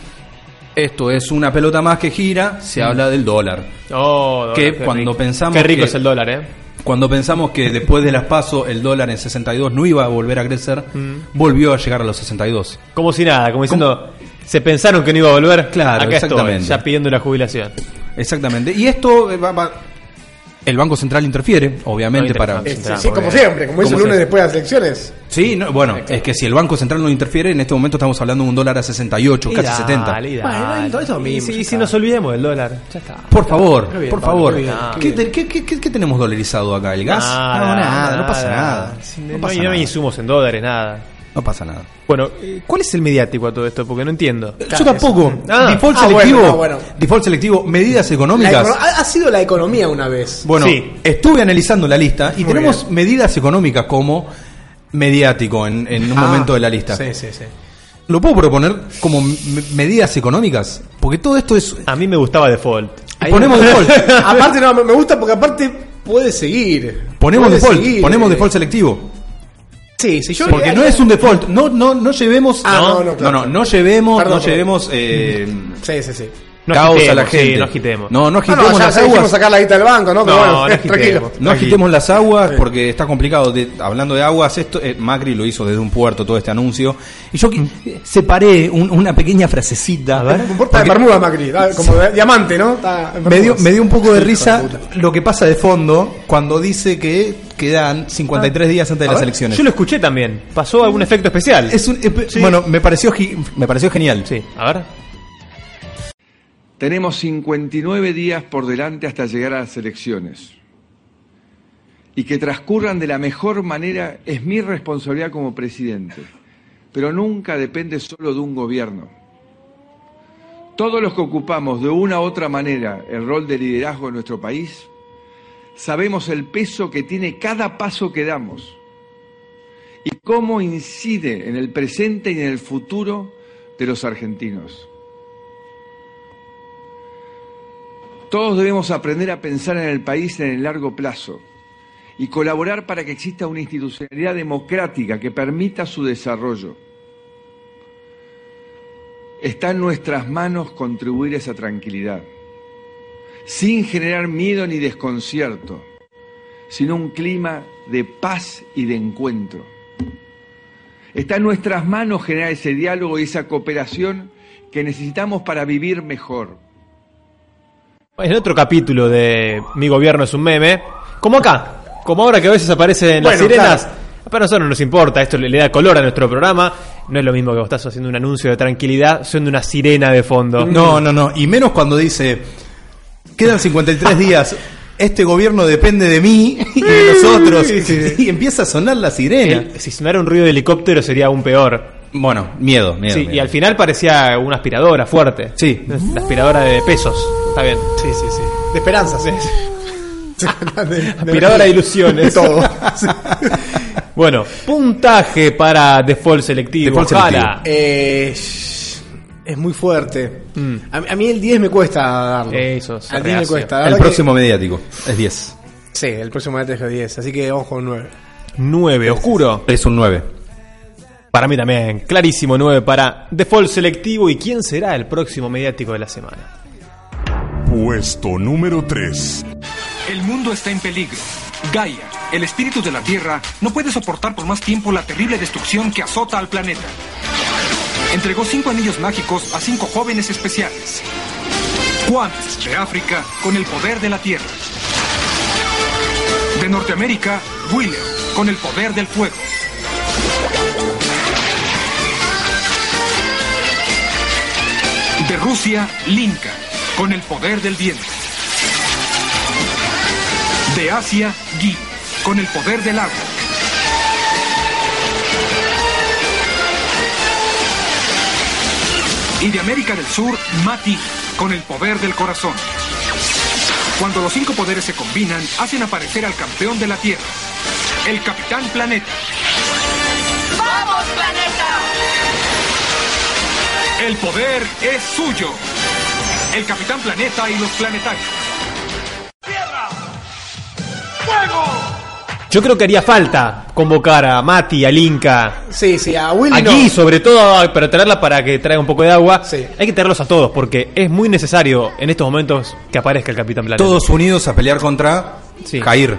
Speaker 4: esto es una pelota más que gira, se habla del dólar.
Speaker 2: Oh,
Speaker 4: Que
Speaker 2: dólar, qué
Speaker 4: cuando
Speaker 2: rico.
Speaker 4: pensamos
Speaker 2: Qué rico
Speaker 4: que-
Speaker 2: es el dólar, ¿eh?
Speaker 4: Cuando pensamos que después de las pasos el dólar en 62 no iba a volver a crecer,
Speaker 2: Mm.
Speaker 4: volvió a llegar a los 62.
Speaker 2: Como si nada, como diciendo, se pensaron que no iba a volver.
Speaker 4: Claro,
Speaker 2: Acá estoy,
Speaker 4: exactamente.
Speaker 2: ya pidiendo la jubilación.
Speaker 4: Exactamente. Y esto eh, va- va- El Banco Central interfiere, obviamente,
Speaker 2: No,
Speaker 4: para...
Speaker 2: interfiere,
Speaker 3: Este, Sí, como siempre, como hizo el
Speaker 4: siempre.
Speaker 3: lunes después de las elecciones.
Speaker 4: Sí, no, bueno, es que si el Banco Central no interfiere, en este momento estamos hablando de un dólar a 68,
Speaker 2: Y
Speaker 4: casi
Speaker 2: dale,
Speaker 4: 70.
Speaker 2: y
Speaker 3: Bueno,
Speaker 2: dale.
Speaker 3: todo eso
Speaker 2: Y
Speaker 3: mismo,
Speaker 2: si,
Speaker 3: ya
Speaker 2: y si nos olvidemos del dólar, ya está.
Speaker 4: Por favor,
Speaker 2: Qué bien,
Speaker 4: por
Speaker 2: Pablo,
Speaker 4: favor.
Speaker 2: qué bien,
Speaker 4: ¿Qué, qué- qué- qué- qué tenemos dolarizado acá? ¿El gas? no, nada, no pasa nada.
Speaker 2: Sí,
Speaker 4: No
Speaker 2: No,
Speaker 4: pasa
Speaker 2: hay no hay
Speaker 4: nada.
Speaker 2: insumos en dólares, nada.
Speaker 4: No pasa nada.
Speaker 2: Bueno, eh, ¿cuál es el mediático a todo esto? Porque no entiendo.
Speaker 4: Yo tampoco.
Speaker 2: Ah,
Speaker 4: default
Speaker 2: ah,
Speaker 4: selectivo.
Speaker 2: bueno, ah, bueno.
Speaker 4: Default selectivo, medidas económicas.
Speaker 3: La econo- Ah, ha, ha sido la economía una vez.
Speaker 4: Bueno, estuve analizando la lista y
Speaker 3: Muy
Speaker 4: tenemos medidas económicas como mediático en, en un
Speaker 3: Ah,
Speaker 4: momento de la lista.
Speaker 3: Sí, sí, sí.
Speaker 4: ¿Lo puedo proponer como m- medidas económicas? Porque todo esto es...
Speaker 2: A mí me gustaba default.
Speaker 3: Ahí-
Speaker 4: ponemos default.
Speaker 3: aparte, no, me me gusta porque aparte puede seguir.
Speaker 4: Ponemos
Speaker 3: Puede
Speaker 4: default.
Speaker 3: seguir,
Speaker 4: Ponemos
Speaker 3: eh.
Speaker 4: default selectivo.
Speaker 3: Sí, sí, yo.
Speaker 4: Porque no es un default. No, no, no llevemos...
Speaker 3: Ah, no,
Speaker 4: no,
Speaker 3: no, claro.
Speaker 4: no, no llevemos...
Speaker 3: Perdón,
Speaker 4: no
Speaker 3: perdón.
Speaker 4: llevemos... eh,
Speaker 3: Sí, sí, sí.
Speaker 2: No
Speaker 4: caos a
Speaker 2: agitemos,
Speaker 4: la
Speaker 2: sí,
Speaker 4: gente.
Speaker 2: no agitemos.
Speaker 4: No, no
Speaker 3: Ah, No,
Speaker 4: agitemos
Speaker 3: no, ya,
Speaker 4: las
Speaker 3: ya dijimos
Speaker 4: aguas.
Speaker 3: sacar la guita del banco, ¿no? Pero
Speaker 2: No,
Speaker 3: bueno,
Speaker 2: no agitemos.
Speaker 3: tranquilo.
Speaker 4: No agitemos las aguas porque está complicado. De- hablando de aguas, esto eh, Macri lo hizo desde un puerto todo este anuncio. Y yo
Speaker 2: Mm.
Speaker 4: qui- eh, separé un- una pequeña frasecita.
Speaker 3: Está de Bermuda, Macri. está Como de- diamante, ¿no? Está en
Speaker 4: Me dio,
Speaker 3: Bermudas.
Speaker 4: me dio un poco de
Speaker 3: Hijo
Speaker 4: risa
Speaker 3: puta.
Speaker 4: lo que pasa de fondo cuando dice que quedan 53 días antes de
Speaker 2: A
Speaker 4: las
Speaker 2: ver,
Speaker 4: elecciones.
Speaker 2: Yo lo escuché también. Ah. ¿Pasó algún efecto especial?
Speaker 4: Es un- eh,
Speaker 2: Sí.
Speaker 4: Bueno, me pareció, gi- me pareció genial.
Speaker 2: Sí, a ver.
Speaker 12: Tenemos 59 días por delante hasta llegar a las elecciones. Y que transcurran de la mejor manera es mi responsabilidad como presidente. Pero nunca depende solo de un gobierno. Todos los que ocupamos de una u otra manera el rol de liderazgo en nuestro país, sabemos el peso que tiene cada paso que damos y cómo incide en el presente y en el futuro de los argentinos. Todos debemos aprender a pensar en el país en el largo plazo y colaborar para que exista una institucionalidad democrática que permita su desarrollo. Está en nuestras manos contribuir a esa tranquilidad, sin generar miedo ni desconcierto, sino un clima de paz y de encuentro. Está en nuestras manos generar ese diálogo y esa cooperación que necesitamos para vivir mejor.
Speaker 2: En otro capítulo de Mi gobierno es un meme, como acá, como ahora que a veces aparecen las
Speaker 3: Bueno,
Speaker 2: sirenas, para nosotros no nos importa, esto le, le da color a nuestro programa. No es lo mismo que vos estás haciendo un anuncio de tranquilidad, siendo una sirena de fondo.
Speaker 4: No, no, no. Y menos cuando dice, quedan 53 días, este gobierno depende de mí y de nosotros. Y empieza a sonar la sirena.
Speaker 2: El- si sonara un ruido de helicóptero sería aún peor.
Speaker 4: Bueno, miedo, miedo.
Speaker 2: Sí,
Speaker 4: miedo.
Speaker 2: Y al final parecía una aspiradora fuerte.
Speaker 4: Sí.
Speaker 2: Una aspiradora de pesos. Está bien.
Speaker 3: Sí, sí, sí. De esperanzas, ¿eh? De-
Speaker 2: Aspiradora de ilusiones.
Speaker 3: De todo.
Speaker 2: Bueno, puntaje para default selectivo.
Speaker 4: Default
Speaker 2: Ojalá.
Speaker 4: selectivo.
Speaker 3: Eh, es muy fuerte.
Speaker 2: Mm.
Speaker 3: A, a mí el 10 me cuesta darlo.
Speaker 2: Eso,
Speaker 3: Al 10 me
Speaker 2: reacio.
Speaker 3: cuesta. La
Speaker 4: El
Speaker 3: verdad
Speaker 4: próximo mediático es 10.
Speaker 3: que- sí, el próximo día te dejo 10. Así que vamos con 9.
Speaker 2: 9, oscuro.
Speaker 4: Es un 9.
Speaker 2: Para mí también, clarísimo 9 para default selectivo. ¿Y quién será el próximo mediático de la semana?
Speaker 9: Puesto número 3.
Speaker 13: El mundo está en peligro. Gaia, el espíritu de la Tierra, no puede soportar por más tiempo la terrible destrucción que azota al planeta. Entregó cinco anillos mágicos a cinco jóvenes especiales. Juanes de África, con el poder de la Tierra. De Norteamérica, Wheeler, con el poder del fuego. De Rusia, Linka, con el poder del viento. De Asia, Gi, con el poder del agua. Y de América del Sur, Mati, con el poder del corazón. Cuando los cinco poderes se combinan, hacen aparecer al campeón de la Tierra, el Capitán Planeta.
Speaker 5: ¡Vamos, planeta!
Speaker 13: El poder es suyo. El Capitán Planeta y los planetarios.
Speaker 2: Yo creo que haría falta convocar a Mati, al Inca,
Speaker 3: Sí, sí, a Willy
Speaker 2: aquí
Speaker 3: no.
Speaker 2: sobre todo, pero traerla para que traiga un poco de agua.
Speaker 3: Sí.
Speaker 2: Hay que traerlos a todos porque es muy necesario en estos momentos que aparezca el Capitán Planeta.
Speaker 4: Todos unidos a pelear contra
Speaker 2: Sí.
Speaker 4: Jair.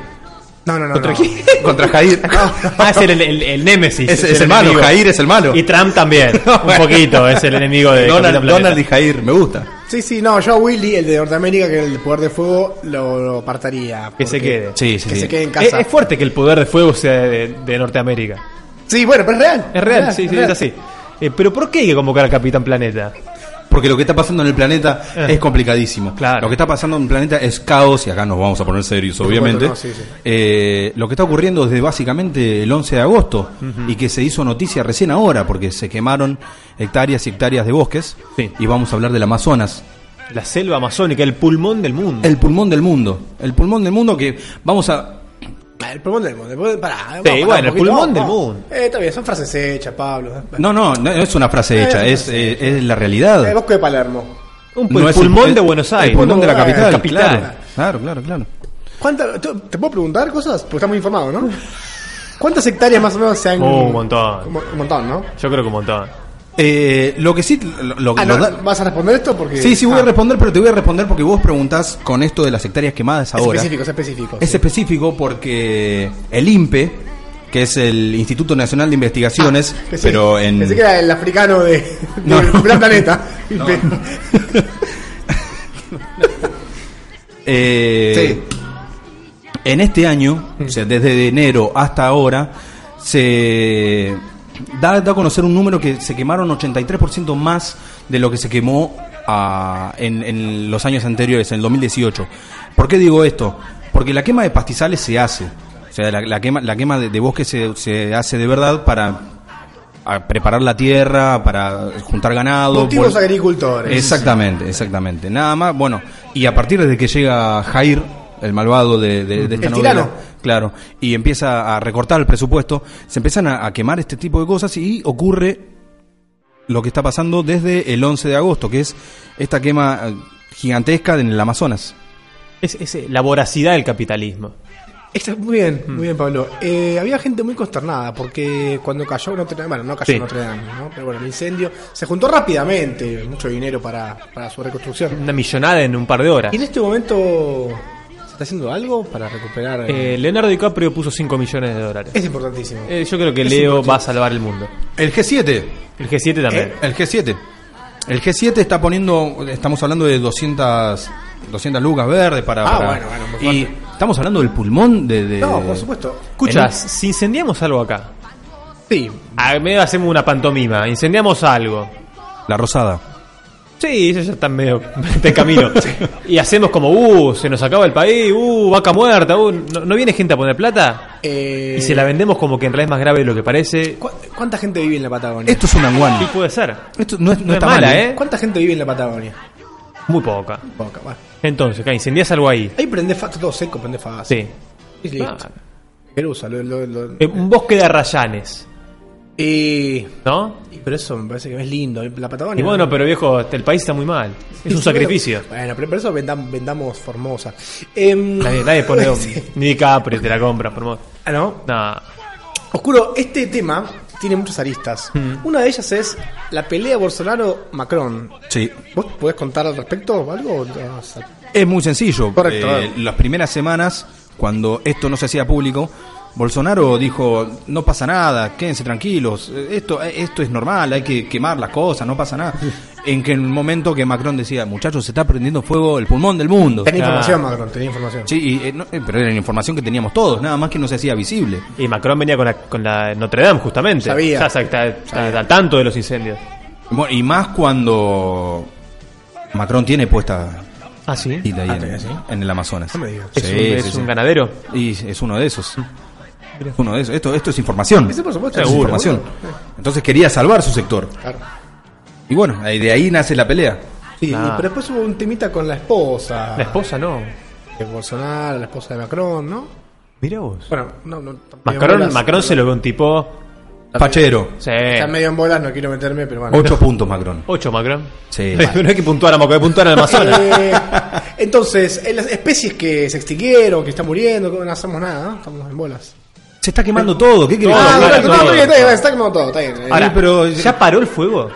Speaker 3: No, no, no.
Speaker 2: ¿Contra
Speaker 3: no.
Speaker 2: quién?
Speaker 4: Contra Jair.
Speaker 2: Ah, es el, el- el- el némesis.
Speaker 4: Es- es el malo,
Speaker 2: enemigo.
Speaker 4: Jair es el malo.
Speaker 2: Y Trump también, un
Speaker 4: bueno.
Speaker 2: poquito, es el enemigo de
Speaker 4: Donald,
Speaker 2: Capitán Planeta.
Speaker 4: Donald y Jair, me gusta.
Speaker 3: Sí, sí, no, yo a Willy, el de Norteamérica, que era el poder de fuego, lo, lo apartaría.
Speaker 2: Que se
Speaker 3: porque-
Speaker 2: quede.
Speaker 4: Sí, sí,
Speaker 3: Que
Speaker 4: sí.
Speaker 3: se quede en
Speaker 2: Es,
Speaker 3: casa.
Speaker 2: es fuerte que el poder de fuego sea de, de Norteamérica.
Speaker 3: sí, bueno, pero es real.
Speaker 2: Es real, sí, sí, es así. Eh, pero ¿por qué hay que convocar al Capitán Planeta?
Speaker 4: Porque lo que está pasando en el planeta
Speaker 2: Eh.
Speaker 4: es complicadísimo. Lo que está pasando en el planeta es caos, y acá nos vamos a poner serios,
Speaker 3: Por
Speaker 4: obviamente.
Speaker 3: supuesto, no, sí, sí.
Speaker 4: Eh, lo que está ocurriendo desde básicamente el 11 de agosto
Speaker 3: Ujú.
Speaker 4: y que se hizo noticia recién ahora, porque se quemaron hectáreas y hectáreas de bosques. Y vamos a hablar del Amazonas.
Speaker 2: La selva amazónica, el pulmón del mundo.
Speaker 4: El pulmón del mundo. El pulmón del mundo que vamos a
Speaker 3: Ah, El pulmón del mundo. el pulmón- Pará, vamos a
Speaker 4: bueno,
Speaker 3: parar un
Speaker 4: el
Speaker 3: poquito,
Speaker 4: pulmón
Speaker 3: vamos,
Speaker 4: del
Speaker 3: vamos. Eh, está bien, son frases hechas, Pablo.
Speaker 4: No, no, no es una frase hecha, es, eh, es la
Speaker 3: El
Speaker 4: realidad.
Speaker 3: bosque de Palermo.
Speaker 4: No es el- El pulmón de la capital, claro. Claro, claro, claro.
Speaker 3: ¿Cuánta- ¿Te te puedo preguntar cosas? Porque estás muy informado, ¿no? ¿Cuántas hectáreas más o menos se han.?
Speaker 4: Oh, un
Speaker 2: montón.
Speaker 3: Como- Un montón, ¿no?
Speaker 2: Yo creo que un montón.
Speaker 4: Eh, lo que sí, lo, lo-
Speaker 3: Ah,
Speaker 4: lo
Speaker 3: no,
Speaker 4: da-
Speaker 3: ¿Vas a responder esto? Porque...
Speaker 4: Sí, sí, voy
Speaker 3: Ah,
Speaker 4: a responder, pero te voy a responder porque vos preguntás con esto de las hectáreas quemadas
Speaker 3: Es
Speaker 4: ahora.
Speaker 3: específico, es específico.
Speaker 4: Es específico porque el INPE, E, que es el Instituto Nacional de Investigaciones,
Speaker 3: Ah, Pensé-
Speaker 4: pero en...
Speaker 3: Pensé que era el africano de,
Speaker 4: No.
Speaker 3: del gran planeta.
Speaker 4: Eh, En este año, o sea, desde enero hasta ahora, se da, da a conocer un número que se quemaron 83% más de lo que se quemó ah, en, en los años anteriores, en el 2018. ¿Por qué digo esto? Porque la quema de pastizales se hace. O sea, la, la quema, la quema de, de bosques se, se hace de verdad para ah, preparar la tierra, para juntar ganado.
Speaker 3: Motivos
Speaker 4: vol-
Speaker 3: agricultores.
Speaker 4: Exactamente, exactamente. Nada más, bueno, y a partir de que llega Jair, el malvado de, de- de esta
Speaker 3: El
Speaker 4: novela,
Speaker 3: tirano.
Speaker 4: claro, y empieza a recortar el presupuesto, se empiezan a, a quemar este tipo de cosas y ocurre lo que está pasando desde el 11 de agosto, que es esta quema eh, gigantesca en el Amazonas.
Speaker 2: Es, es, eh, la voracidad del capitalismo.
Speaker 3: Está- muy bien,
Speaker 4: Mm.
Speaker 3: muy bien, Pablo. Eh, había gente muy consternada porque cuando cayó Notre Dame, bueno, no cayó
Speaker 2: Sí.
Speaker 3: Notre Dame, ¿no? pero bueno, el incendio se juntó rápidamente, mucho dinero para, para su reconstrucción.
Speaker 2: Una millonada en un par de horas.
Speaker 3: ¿Y en este momento se está haciendo algo para recuperar? eh,
Speaker 2: Eh, Leonardo DiCaprio puso 5 millones de dólares.
Speaker 3: es importantísimo.
Speaker 2: Eh, yo creo que
Speaker 3: Es
Speaker 2: Leo
Speaker 3: importante.
Speaker 2: va a salvar el mundo.
Speaker 4: El G7.
Speaker 2: El G7 también.
Speaker 4: Eh, El G7. El G7 está poniendo, estamos hablando de 200, 200 lucas verdes para...
Speaker 2: Ah,
Speaker 4: para-
Speaker 2: bueno, bueno, muy
Speaker 4: y estamos hablando del pulmón de... de-
Speaker 2: No, por
Speaker 3: supuesto.
Speaker 2: Escuchas,
Speaker 4: En
Speaker 2: si incendiamos algo acá.
Speaker 3: Sí.
Speaker 2: A medio hacemos una pantomima. Incendiamos algo.
Speaker 4: La rosada.
Speaker 2: Sí, ellos ya están medio de camino. Y hacemos como, uh, se nos acaba el país, uh, vaca muerta, uh, ¿no, no viene gente a poner plata?
Speaker 3: Eh,
Speaker 2: Y se la vendemos como que en realidad es más grave de lo que parece.
Speaker 3: ¿Cuánta gente vive en la Patagonia?
Speaker 4: Esto es un anguano.
Speaker 2: Sí puede ser.
Speaker 4: Esto no es,
Speaker 2: No es mala, ¿eh?
Speaker 3: ¿Cuánta gente vive en la Patagonia?
Speaker 2: Muy poca.
Speaker 3: Poca, bueno.
Speaker 2: Entonces, acá incendias algo ahí.
Speaker 3: Ahí prende fa- está todo seco, prende fácil.
Speaker 2: Sí.
Speaker 3: Y listo.
Speaker 2: Ah.
Speaker 3: Perusa, lo, lo- lo-
Speaker 2: Eh, un bosque de arrayanes.
Speaker 3: Y...
Speaker 2: ¿No?
Speaker 3: y- Pero eso me parece que es lindo, eh, la Patagonia.
Speaker 2: Y bueno, pero viejo, el país está muy mal. Es un
Speaker 3: Sí, bueno,
Speaker 2: sacrificio.
Speaker 3: Bueno, pero por eso vendam- vendamos Formosa. Em,
Speaker 2: Nadie, nadie pone
Speaker 3: sí.
Speaker 2: ni DiCaprio, te la compras, por favor.
Speaker 3: Ah, ¿no?
Speaker 2: No.
Speaker 3: Oscuro, este tema tiene muchas aristas.
Speaker 2: Mm.
Speaker 3: Una de ellas es la pelea Bolsonaro-Macron.
Speaker 4: Sí.
Speaker 3: ¿Vos podés contar al respecto o algo? O sea,
Speaker 4: Es muy sencillo.
Speaker 3: Correcto,
Speaker 4: Eh,
Speaker 3: a ver.
Speaker 4: las primeras semanas, cuando esto no se hacía público, Bolsonaro dijo, no pasa nada, quédense tranquilos, eh, esto, eh, esto es normal, hay que quemar las cosas, no pasa nada. En que en el momento que Macron decía, muchachos, se está prendiendo fuego el pulmón del mundo.
Speaker 3: Tenía
Speaker 4: Ah.
Speaker 3: información, Macron, tenía información.
Speaker 4: Sí, y, eh, no, eh, pero era la información que teníamos todos, nada más que no se hacía visible.
Speaker 2: Y Macron venía con la, con la Notre Dame, justamente.
Speaker 4: Sabía.
Speaker 2: Ya sa- está, está- está al tanto de los incendios.
Speaker 4: Bueno, y más cuando Macron tiene puesta
Speaker 2: Ah, sí.
Speaker 4: guita ahí
Speaker 2: Ah,
Speaker 4: en,
Speaker 2: sí.
Speaker 4: en el Amazonas.
Speaker 2: No me digas. Es un- es un ganadero. Mm.
Speaker 4: Y es uno de esos. Uno de esos. Esto, esto es información.
Speaker 3: Sí, por supuesto.
Speaker 4: Esto es
Speaker 3: Seguro.
Speaker 4: información. Entonces quería salvar su sector.
Speaker 3: Claro.
Speaker 4: Y bueno, ahí- de ahí nace la pelea.
Speaker 3: Sí, pero después hubo un temita con la esposa.
Speaker 2: La esposa no.
Speaker 3: De Bolsonaro, la esposa de Macron, ¿no?
Speaker 2: Mira
Speaker 4: Pues
Speaker 2: vos.
Speaker 3: Bueno, no, no. está medio en
Speaker 2: Macron,
Speaker 3: bolas.
Speaker 2: Macron se lo ve un tipo.
Speaker 4: Pachero.
Speaker 2: Sí.
Speaker 3: Está medio en bolas, no quiero meterme, pero bueno.
Speaker 4: Ocho puntos, Macron.
Speaker 2: Ocho, Macron.
Speaker 4: Sí.
Speaker 2: Pero no hay que puntuar a Macron, hay que puntuar al Amazonas.
Speaker 3: Eh, entonces, eh, las especies que se extinguieron, que están muriendo, que no hacemos nada, ¿no? Estamos en bolas.
Speaker 4: Se está quemando todo. ¿Qué querés?
Speaker 3: Ah,
Speaker 4: hablar?
Speaker 3: está, está bien, está bien, está quemando todo, está bien.
Speaker 4: Ahora,
Speaker 3: Eh,
Speaker 4: pero-
Speaker 2: ¿Ya paró el fuego?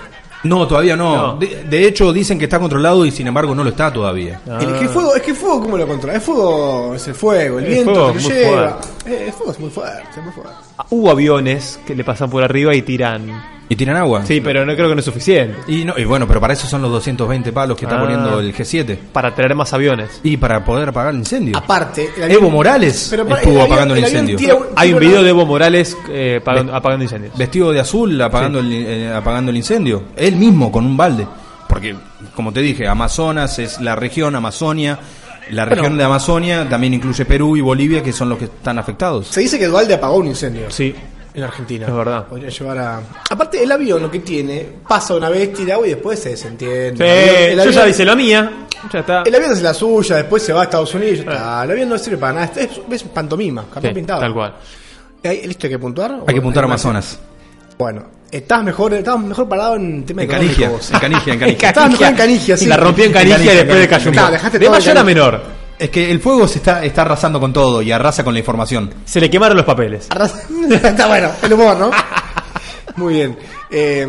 Speaker 4: No, todavía no. De, de hecho, dicen que está controlado y sin embargo no lo está todavía.
Speaker 2: Ah.
Speaker 3: el, que fuego, es que fuego, ¿cómo lo controla? El fuego es el fuego, el
Speaker 2: El
Speaker 3: viento
Speaker 2: fuego
Speaker 3: que
Speaker 2: es
Speaker 3: lo
Speaker 2: muy
Speaker 3: lleva. Eh, el fuego es muy fuerte, muy fuerte.
Speaker 2: Ah, Hubo aviones que le pasan por arriba y tiran.
Speaker 4: Y tiran agua.
Speaker 2: Sí, pero no creo que no es suficiente.
Speaker 4: Y, no, y bueno, pero para eso son los 220 palos que está
Speaker 2: Ah.
Speaker 4: poniendo el G7.
Speaker 2: Para traer más aviones.
Speaker 4: Y para poder apagar el incendio.
Speaker 3: Aparte, el
Speaker 4: Evo Morales
Speaker 3: para-
Speaker 4: estuvo
Speaker 3: avión-
Speaker 4: apagando el,
Speaker 3: avión
Speaker 4: incendio.
Speaker 3: tira un-
Speaker 2: Hay
Speaker 3: tira
Speaker 2: un
Speaker 3: una-
Speaker 2: video de Evo Morales eh, apagando, apagando incendios.
Speaker 4: Vestido de azul apagando, el, eh, apagando el incendio. Él mismo con un balde. porque, como te dije, Amazonas es la región, Amazonia. La región de Amazonia también incluye Perú y Bolivia, que son los que están afectados.
Speaker 3: Se dice que Dualde apagó un incendio.
Speaker 4: Sí.
Speaker 3: En Argentina.
Speaker 4: Es verdad.
Speaker 3: Podría llevar a. Aparte, el avión lo que tiene, pasa una vez, tira agua y después se desentiende.
Speaker 2: Sí,
Speaker 3: El avión- el
Speaker 2: Eh, yo ya
Speaker 3: avión-
Speaker 2: hice la mía. Ya está.
Speaker 3: El avión hace la suya, después se va a Estados Unidos y ya está. El avión no sirve para nada. Es, es pantomima, cartón
Speaker 4: Sí,
Speaker 3: pintado.
Speaker 4: tal cual.
Speaker 3: Ahí- ¿Listo? ¿Hay que puntuar?
Speaker 4: Hay que apuntar a
Speaker 3: más.
Speaker 4: Amazonas.
Speaker 3: Bueno, estás mejor, estás mejor parado en tema
Speaker 4: En
Speaker 3: económico
Speaker 4: Canigia,
Speaker 3: vos.
Speaker 4: en Canigia, en Canigia.
Speaker 3: Estabas mejor en Canigia, sí.
Speaker 4: Y la rompió en Canigia y después decayó un
Speaker 3: Claro,
Speaker 4: poco.
Speaker 3: dejaste
Speaker 4: De
Speaker 3: todo en
Speaker 4: mayor a
Speaker 3: Canigia.
Speaker 4: menor. Es que el fuego se está, está arrasando con todo y arrasa con la información.
Speaker 2: Se le quemaron los papeles.
Speaker 3: Está bueno, el humor, ¿no? muy bien. Eh,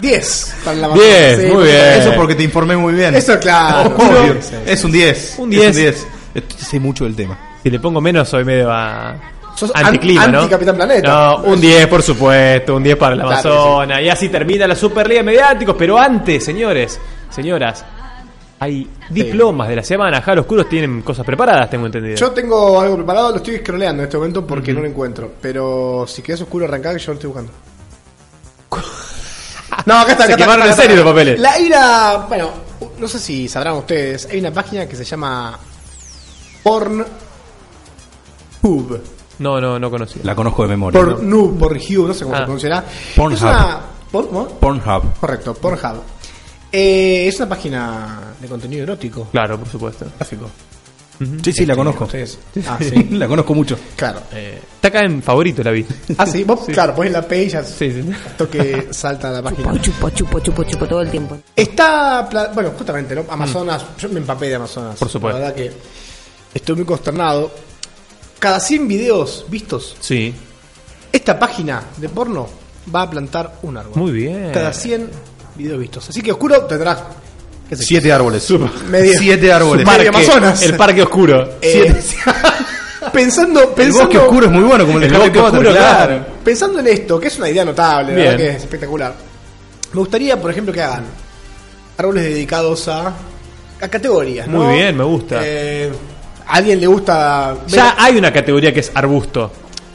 Speaker 3: 10 para la
Speaker 4: Bien,
Speaker 3: Amazonas, sí,
Speaker 4: muy bien. Eso
Speaker 3: bien.
Speaker 4: porque te informé muy bien.
Speaker 3: Eso, claro.
Speaker 4: Obvio.
Speaker 3: Sí, sí,
Speaker 4: Es un 10.
Speaker 2: Un
Speaker 4: es
Speaker 2: 10.
Speaker 4: Esto- Sé mucho del tema.
Speaker 2: Si le pongo menos, soy medio a.
Speaker 3: Sos
Speaker 2: Anticlima,
Speaker 3: an-
Speaker 2: ¿no?
Speaker 3: anti-Capitán Planeta.
Speaker 2: No, un
Speaker 3: Es-
Speaker 2: 10, por supuesto, un 10 para el
Speaker 3: Claro que
Speaker 2: Amazonas. Y así termina la Superliga de Mediáticos. Pero antes, señores, señoras, hay diplomas de la semana. Jal Oscuros tienen cosas preparadas, tengo entendido.
Speaker 3: Yo tengo algo preparado, lo estoy scrolleando en este momento porque no lo encuentro. Pero si quedas oscuro, arrancá que yo lo estoy buscando. No, acá está.
Speaker 2: Se
Speaker 3: acá está,
Speaker 2: quemaron
Speaker 3: acá
Speaker 2: en
Speaker 3: está,
Speaker 2: serio
Speaker 3: acá
Speaker 2: los
Speaker 3: está.
Speaker 2: papeles.
Speaker 3: La, hay una- Bueno, no sé si sabrán ustedes. Hay una página que se llama Pornhub.
Speaker 2: No, no, no conocía.
Speaker 4: La conozco de memoria.
Speaker 3: Por
Speaker 4: ¿no?
Speaker 3: Noob, por Hugh, no sé cómo
Speaker 4: Ah.
Speaker 3: se pronunciará.
Speaker 4: Pornhub.
Speaker 3: Es una. ¿por- cómo?
Speaker 4: Pornhub.
Speaker 3: Correcto, Pornhub. Eh, es una página de contenido erótico.
Speaker 2: Claro, por supuesto.
Speaker 3: Gráfico.
Speaker 4: Sí, sí, la
Speaker 3: Este,
Speaker 4: conozco.
Speaker 3: ustedes.
Speaker 4: Sí,
Speaker 3: Ah,
Speaker 4: sí.
Speaker 3: sí.
Speaker 4: La conozco mucho.
Speaker 3: Claro.
Speaker 2: Eh, Está acá en favorito, la vi.
Speaker 3: Ah, sí, vos, claro, pones la P y ya toque salta la página.
Speaker 11: Chupo, chupo, chupo, chupo todo el tiempo.
Speaker 3: Está, pla- bueno, justamente, ¿no? Amazonas, yo me empapé de Amazonas.
Speaker 2: Mm. Por supuesto.
Speaker 3: La verdad que estoy muy consternado. Cada 100 videos vistos,
Speaker 2: Sí.
Speaker 3: esta página de porno va a plantar un árbol.
Speaker 2: Muy bien.
Speaker 3: Cada 100 videos vistos. Así que oscuro tendrás qué sé yo,
Speaker 4: Siete árboles.
Speaker 3: Medio-
Speaker 4: Siete árboles.
Speaker 3: Su parque, Amazonas.
Speaker 2: El parque oscuro.
Speaker 3: eh, pensando,
Speaker 4: El
Speaker 3: pensando
Speaker 4: bosque oscuro es muy bueno, como el,
Speaker 2: El
Speaker 4: de Harry
Speaker 2: bosque
Speaker 4: Potter,
Speaker 2: oscuro,
Speaker 4: claro.
Speaker 2: claro.
Speaker 3: Pensando en esto, que es una idea notable, la
Speaker 2: Bien.
Speaker 3: verdad que es espectacular. Me gustaría, por ejemplo, que hagan árboles dedicados a, a categorías, ¿no?
Speaker 2: Muy bien, me gusta.
Speaker 3: Eh, ¿A alguien le gusta...? ver-
Speaker 2: Ya hay una categoría que es arbusto.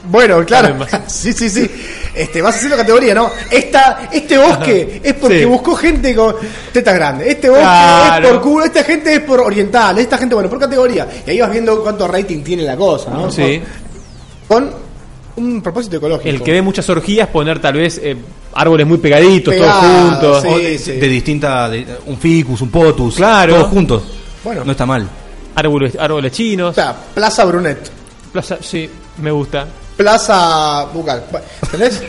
Speaker 3: Bueno, claro. sí, sí, sí. Este, vas haciendo categoría, ¿no? Esta, este bosque es porque
Speaker 2: Sí.
Speaker 3: buscó gente con tetas grandes. Este bosque
Speaker 2: Claro.
Speaker 3: es por culo. Esta gente es por oriental. Esta gente, bueno, por categoría. Y ahí vas viendo cuánto rating tiene la cosa, ¿no?
Speaker 2: Sí.
Speaker 3: Con, con un propósito ecológico.
Speaker 2: El que dé muchas orgías, poner tal vez eh, árboles muy pegaditos, todos
Speaker 3: Pegados,
Speaker 2: juntos.
Speaker 3: sí,
Speaker 2: O-
Speaker 3: sí.
Speaker 4: De distinta. de- un ficus, un potus.
Speaker 2: Claro.
Speaker 4: Todos juntos.
Speaker 3: Bueno.
Speaker 4: No está mal.
Speaker 2: Árboles, árboles chinos.
Speaker 3: Plaza Brunet.
Speaker 2: Plaza, sí, me gusta.
Speaker 3: Plaza Ah, Bucal. Bueno, ¿Entendés?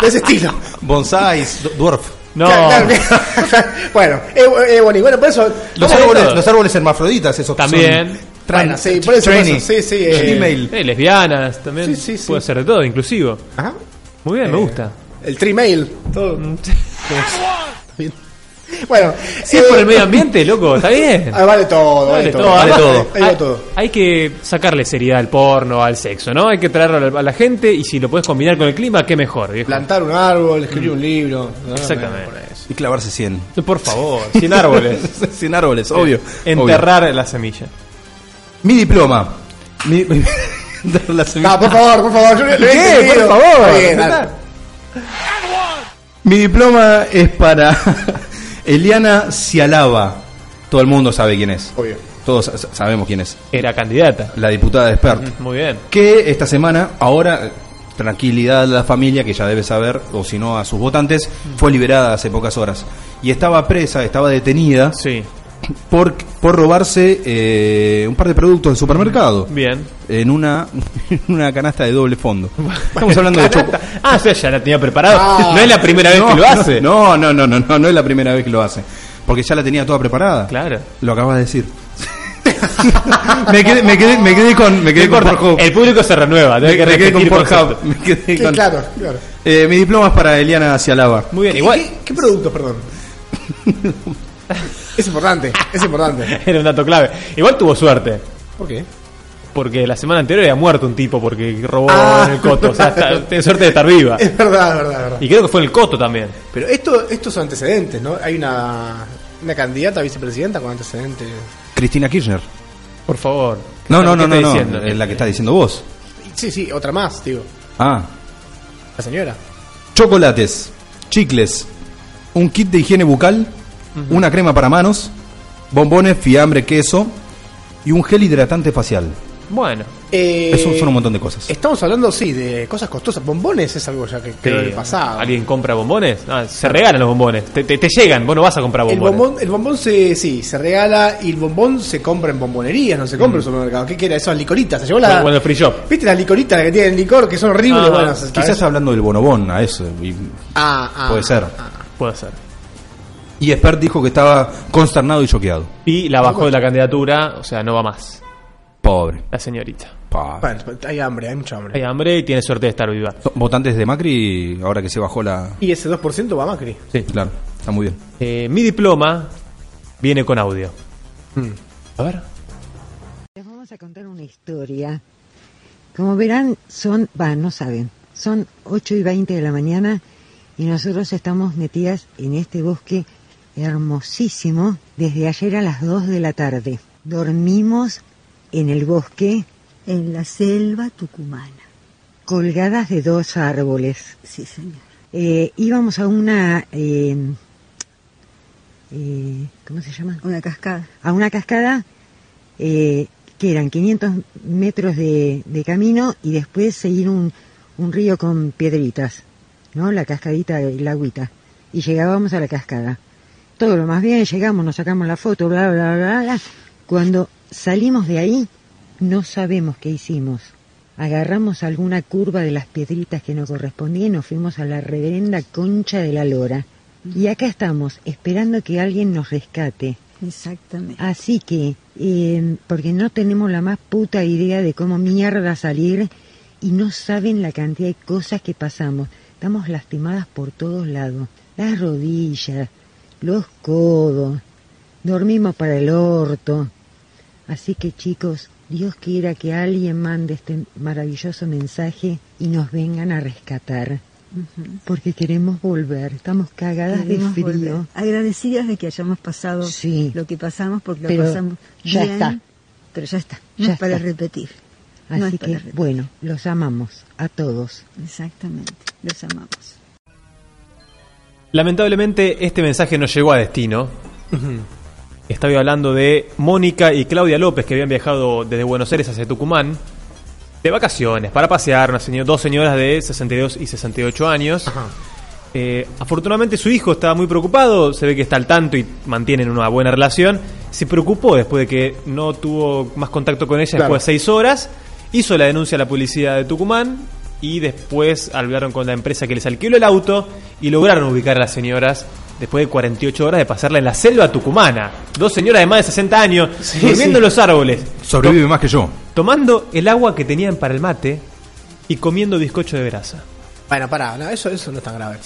Speaker 3: De ese estilo.
Speaker 4: Bonsais, du- dwarf.
Speaker 2: No.
Speaker 3: Claro, claro. bueno, es eh, bonito. Bueno, por eso.
Speaker 4: Los
Speaker 3: Bueno,
Speaker 4: árboles,
Speaker 3: esto-
Speaker 4: los árboles hermafroditas, esos que
Speaker 2: También.
Speaker 4: son-
Speaker 3: Bueno, sí, por eso. por eso. Sí, sí. eh,
Speaker 4: Gmail.
Speaker 2: Eh, lesbianas también.
Speaker 3: Sí, sí, sí.
Speaker 2: Puede ser de todo, inclusivo.
Speaker 3: Ajá. Eh.
Speaker 2: Muy bien, me gusta.
Speaker 3: El Trimail. Todo. Está bien. Bueno. eh,
Speaker 2: Si es por el medio ambiente, loco, está bien.
Speaker 3: Ah, vale todo.
Speaker 2: Vale
Speaker 3: Vale, todo.
Speaker 2: todo, vale todo.
Speaker 3: Ahí va todo.
Speaker 2: Hay que sacarle seriedad al porno, al sexo, ¿no? Hay que traerlo a la, a la gente y si lo puedes combinar con el clima, qué mejor, viejo.
Speaker 3: Plantar un árbol, escribir un libro. No,
Speaker 2: Mm. Exactamente.
Speaker 3: no, no,
Speaker 4: Y clavarse 100.
Speaker 2: Por favor, sin árboles.
Speaker 4: 100 árboles, obvio.
Speaker 2: Enterrar la semilla.
Speaker 4: obvio. Mi diploma. Mi, mi- la semilla.
Speaker 3: No, Ah, por favor, por favor. Yo lo he
Speaker 4: ¿Qué?
Speaker 3: entendido.
Speaker 4: Por favor.
Speaker 3: Está bien, dale.
Speaker 4: Mi diploma es para Eliana Cialaba. Todo el mundo sabe quién es.
Speaker 3: Obvio.
Speaker 4: Todos sa- sabemos quién es.
Speaker 2: Era candidata.
Speaker 4: La diputada de Expert.
Speaker 2: Muy bien.
Speaker 4: que esta semana, ahora, eh, tranquilidad a la familia, que ya debe saber, o si no a sus votantes, fue liberada hace pocas horas. Y estaba presa, estaba detenida
Speaker 2: Sí,
Speaker 4: por, por robarse eh, un par de productos del supermercado.
Speaker 2: bien.
Speaker 4: En una, en una canasta de doble fondo. Estamos hablando de choco.
Speaker 2: Ah, o sea, ya la tenía preparada.
Speaker 3: Ah.
Speaker 2: no es la primera vez
Speaker 4: No,
Speaker 2: que lo
Speaker 4: no,
Speaker 2: hace.
Speaker 4: No, no, no, no, no, no es la primera vez que lo hace. Porque ya la tenía toda preparada.
Speaker 2: Claro.
Speaker 4: Lo acabas de decir. me, quedé, me, quedé, me quedé con, me
Speaker 2: No
Speaker 4: quedé con
Speaker 2: importa,
Speaker 4: Pornhub.
Speaker 2: el público se renueva.
Speaker 4: Me,
Speaker 2: tenés que
Speaker 4: me quedé con
Speaker 2: repetir
Speaker 4: Pornhub.
Speaker 2: conceptos.
Speaker 4: Me quedé
Speaker 3: Sí,
Speaker 4: con-
Speaker 3: claro, claro.
Speaker 4: Eh, mi diploma es para Eliana Cialaba.
Speaker 2: Muy bien,
Speaker 3: ¿Qué-
Speaker 2: igual.
Speaker 3: ¿Qué, qué productos, perdón? es importante, es importante.
Speaker 2: Era un dato clave. Igual tuvo suerte.
Speaker 3: ¿Por qué?
Speaker 2: Porque la semana anterior había muerto un tipo porque robó
Speaker 3: Ah.
Speaker 2: en el coto. O sea, está- tiene suerte de estar viva.
Speaker 3: Es verdad, es verdad, es verdad.
Speaker 2: Y creo que fue en el coto también.
Speaker 3: Pero esto, estos son antecedentes, ¿no? Hay una, una candidata a vicepresidenta con antecedentes.
Speaker 4: Cristina Kirchner.
Speaker 2: Por favor.
Speaker 4: No,
Speaker 2: ¿Qué
Speaker 4: no,
Speaker 2: está-
Speaker 4: no,
Speaker 2: qué
Speaker 4: no,
Speaker 2: está
Speaker 4: no.
Speaker 2: diciendo?
Speaker 4: Es la que está diciendo vos.
Speaker 3: Sí, sí, otra más, digo.
Speaker 4: Ah.
Speaker 3: La señora.
Speaker 4: Chocolates, chicles, un kit de higiene bucal una crema para manos, bombones, fiambre, queso y un gel hidratante facial.
Speaker 2: Bueno.
Speaker 3: Eh,
Speaker 4: Eso son un montón de cosas.
Speaker 3: Estamos hablando, sí, de cosas costosas. Bombones es algo ya que quedó del pasado.
Speaker 2: ¿Alguien compra bombones? Ah, se regalan los bombones. Te, te- te llegan, vos no vas a comprar Ah,
Speaker 3: El
Speaker 2: bombones.
Speaker 3: bombón, el bombón se, sí, se regala y el bombón se compra en bombonerías, no se compra en supermercados. ¿Qué era? Esas licoritas. Se llevó la,
Speaker 2: Mm. Bueno, el free shop.
Speaker 3: ¿Viste las licoritas que tienen licor que son horribles?
Speaker 2: Ah,
Speaker 3: bueno,
Speaker 4: Quizás hablando del bonobón a eso. y-
Speaker 3: Ah, ah.
Speaker 4: puede ser.
Speaker 2: Puede ser.
Speaker 4: Y Expert dijo que estaba consternado y choqueado.
Speaker 2: Y la bajó de la candidatura, o sea, no va más.
Speaker 4: Pobre.
Speaker 2: La señorita.
Speaker 3: Bueno, hay hambre, hay mucha hambre.
Speaker 2: Hay hambre y tiene suerte de estar viva.
Speaker 4: Son Votantes de Macri, ahora que se bajó la.
Speaker 3: Y ese 2% va a Macri.
Speaker 4: Sí, claro, está muy bien.
Speaker 2: Eh, mi diploma viene con audio. A ver.
Speaker 14: Les vamos a contar una historia. Como verán, son, va, no saben, son 8 y 20 de la mañana y nosotros estamos metidas en este bosque hermosísimo desde ayer a las 2 de la tarde. Dormimos en el bosque. En la selva tucumana. Colgadas de dos árboles. Sí, señor. íbamos a una... eh, eh, ¿Cómo se llama? Una cascada. A una cascada eh, que eran 500 metros de, de camino y después seguir un, un río con piedritas, ¿no? La cascadita, la agüita. Y llegábamos a la cascada. Todo lo más bien, llegamos, nos sacamos la foto, bla, bla, bla, bla. Cuando salimos de ahí, no sabemos qué hicimos. Agarramos alguna curva de las piedritas que nos correspondía y nos fuimos a la reverenda concha de la lora. Y acá estamos, esperando que alguien nos rescate.
Speaker 15: Exactamente.
Speaker 14: Así que, eh, porque no tenemos la más puta idea de cómo mierda salir y no saben la cantidad de cosas que pasamos. Estamos lastimadas por todos lados. Las rodillas, los codos, dormimos para el orto. Así que chicos, Dios quiera que alguien mande este maravilloso mensaje y nos vengan a rescatar. Porque queremos volver, estamos cagadas
Speaker 15: Queremos
Speaker 14: de frío.
Speaker 15: volver. Agradecidas de que hayamos pasado
Speaker 14: Sí.
Speaker 15: lo que pasamos, porque
Speaker 14: Pero
Speaker 15: lo pasamos
Speaker 14: ya
Speaker 15: bien,
Speaker 14: está.
Speaker 15: Pero ya está, no
Speaker 14: Ya
Speaker 15: es para
Speaker 14: está.
Speaker 15: repetir.
Speaker 14: Así
Speaker 15: no es para
Speaker 14: que,
Speaker 15: repetir.
Speaker 14: bueno, los amamos a todos.
Speaker 15: Exactamente, los amamos.
Speaker 2: Lamentablemente este mensaje no llegó a destino. Estaba hablando de Mónica y Claudia López que habían viajado desde Buenos Aires hacia Tucumán de vacaciones para pasear, unas señor- dos señoras de 62 y 68 años. Eh, afortunadamente su hijo estaba muy preocupado, se ve que está al tanto y mantienen una buena relación. Se preocupó después de que no tuvo más contacto con ella
Speaker 3: Claro.
Speaker 2: después de seis horas, hizo la denuncia a la policía de Tucumán y después hablaron con la empresa que les alquiló el auto y lograron ubicar a las señoras después de 48 horas de pasarla en la selva tucumana. Dos señoras de más de 60 años, durmiendo en los árboles,
Speaker 4: Sobrevive más que yo.
Speaker 2: tomando el agua que tenían para el mate y comiendo bizcocho de grasa.
Speaker 3: Bueno, pará, no, eso, eso no es tan grave.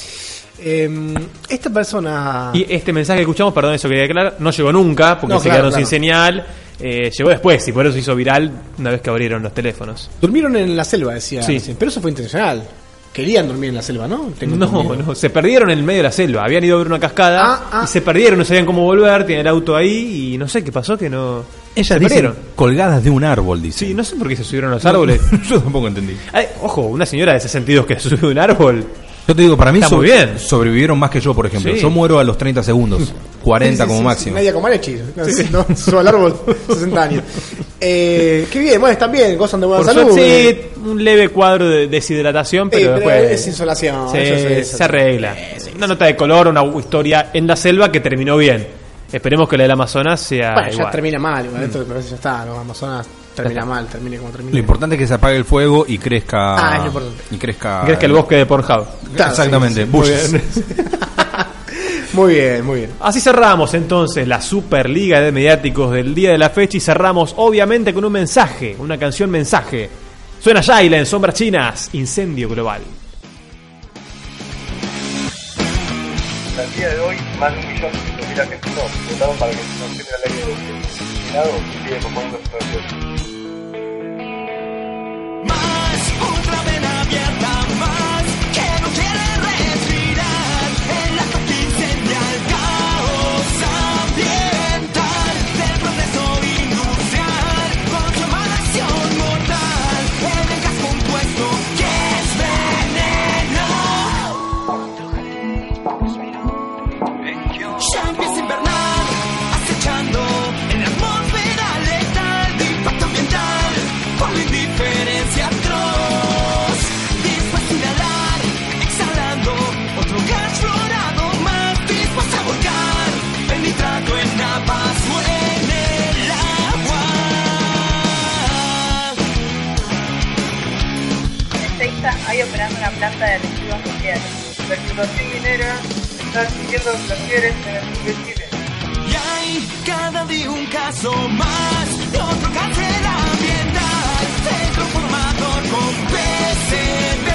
Speaker 3: Em, esta persona.
Speaker 2: Y este mensaje que escuchamos, perdón, eso quería aclarar, no llegó nunca porque
Speaker 3: Ah. No,
Speaker 2: se
Speaker 3: claro,
Speaker 2: quedaron sin
Speaker 3: claro.
Speaker 2: señal. Eh, llegó después y por eso se hizo viral una vez que abrieron los teléfonos.
Speaker 3: Durmieron en la selva, decía.
Speaker 2: Sí.
Speaker 3: recién, Pero eso fue intencional. Querían dormir en la selva, ¿no? Tengo
Speaker 2: No,
Speaker 3: entendido. Ah,
Speaker 2: no, se perdieron en el medio de la selva. Habían ido a ver una cascada y se perdieron, no sabían cómo volver, tienen el auto ahí y no sé qué pasó que no.
Speaker 4: Ellas
Speaker 2: se
Speaker 4: dicen
Speaker 2: perdieron.
Speaker 4: colgadas de un árbol, dice.
Speaker 2: Sí, no sé por qué se subieron a los árboles.
Speaker 4: yo tampoco entendí.
Speaker 2: Ay, ojo, una señora de 62 que subió a un árbol.
Speaker 4: Yo te digo, para mí
Speaker 2: Está muy
Speaker 4: sobre-
Speaker 2: bien.
Speaker 4: sobrevivieron más que yo, por ejemplo.
Speaker 2: Sí.
Speaker 4: Yo muero a los 30 segundos, 40
Speaker 3: Sí, sí,
Speaker 4: como
Speaker 3: sí,
Speaker 4: máximo.
Speaker 3: Media Comarechi. No, no, sube al árbol 60 años. Eh, qué bien, bueno, están bien, gozan de buena
Speaker 2: Por
Speaker 3: salud.
Speaker 2: suerte, sí, un leve cuadro de deshidratación, pero,
Speaker 3: Eh, pero
Speaker 2: después
Speaker 3: es insolación,
Speaker 2: se,
Speaker 3: eso es eso.
Speaker 2: se arregla. Una nota de color, una historia en la selva que terminó bien. Esperemos que la del Amazonas sea
Speaker 3: Bueno, ya
Speaker 2: igual. Mm.
Speaker 3: termina mal, igual, esto me parece que ya está, los Amazonas termina mal, termine como termina.
Speaker 4: Lo importante es que se apague el fuego y crezca.
Speaker 3: Ah, es lo importante.
Speaker 4: Y crezca.
Speaker 2: ¿Crees que el bosque de Pornhub?
Speaker 3: Claro,
Speaker 4: Exactamente,
Speaker 3: sí, sí,
Speaker 4: Bush.
Speaker 3: muy bien. Muy bien, muy bien.
Speaker 2: Así cerramos entonces la Superliga de Mediáticos del día de la fecha y cerramos obviamente con un mensaje, una canción mensaje. Suena Yaila en Sombras Chinas, Incendio Global.
Speaker 16: Hasta el día de hoy, más de un millón de mil argentinos votaron para que se cancele la ley de educación. El Senado sigue proponiendo su proyecto.
Speaker 5: Más otra vena abierta, más que no quiere respirar. En la copa incendia el caos ambiental del proceso industrial. Con su mala acción mortal, en el gas compuesto que es veneno. Ya empieza a invernar.
Speaker 16: genial. La explotación minera está siguiendo las mujeres en el sur de Chile.
Speaker 5: Y hay cada día un caso más, otro cáncer ambiental, centro formador con PCB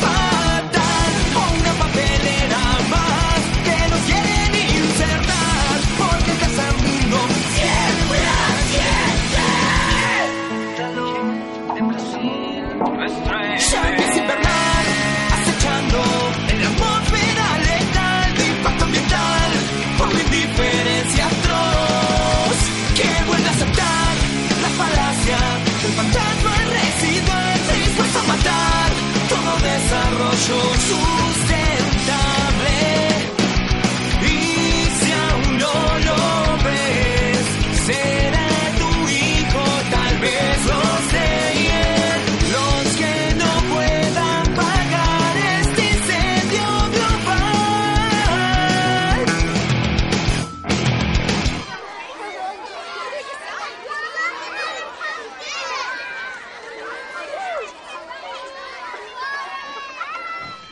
Speaker 5: fatal, o una papelera más que nos quieren insertar, porque casa mundo siempre Sharpies invernal, acechando en la atmósfera letal de impacto ambiental por la indiferencia atroz que vuelve a aceptar la falacia del fantasma residual se dispuesto a matar todo desarrollo sustentable y si aún no lo ves será tu hijo tal vez los leyen los que no puedan pagar este incendio global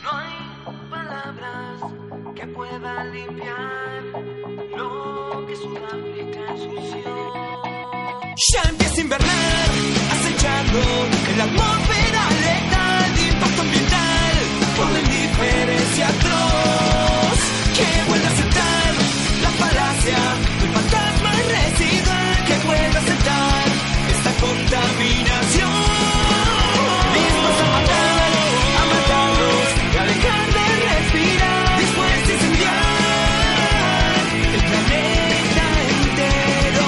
Speaker 5: No hay palabras que puedan limpiar lo que Sudáfrica ensució. Ya empieza a invernar, acechando en la atmósfera letal de impacto ambiental por la indiferencia atroz que vuelve a aceptar la falacia del fantasma residual que vuelve a aceptar esta contaminación. Dispuesta a matar, a matarnos y a dejar de respirar, dispuesta a incendiar el planeta entero.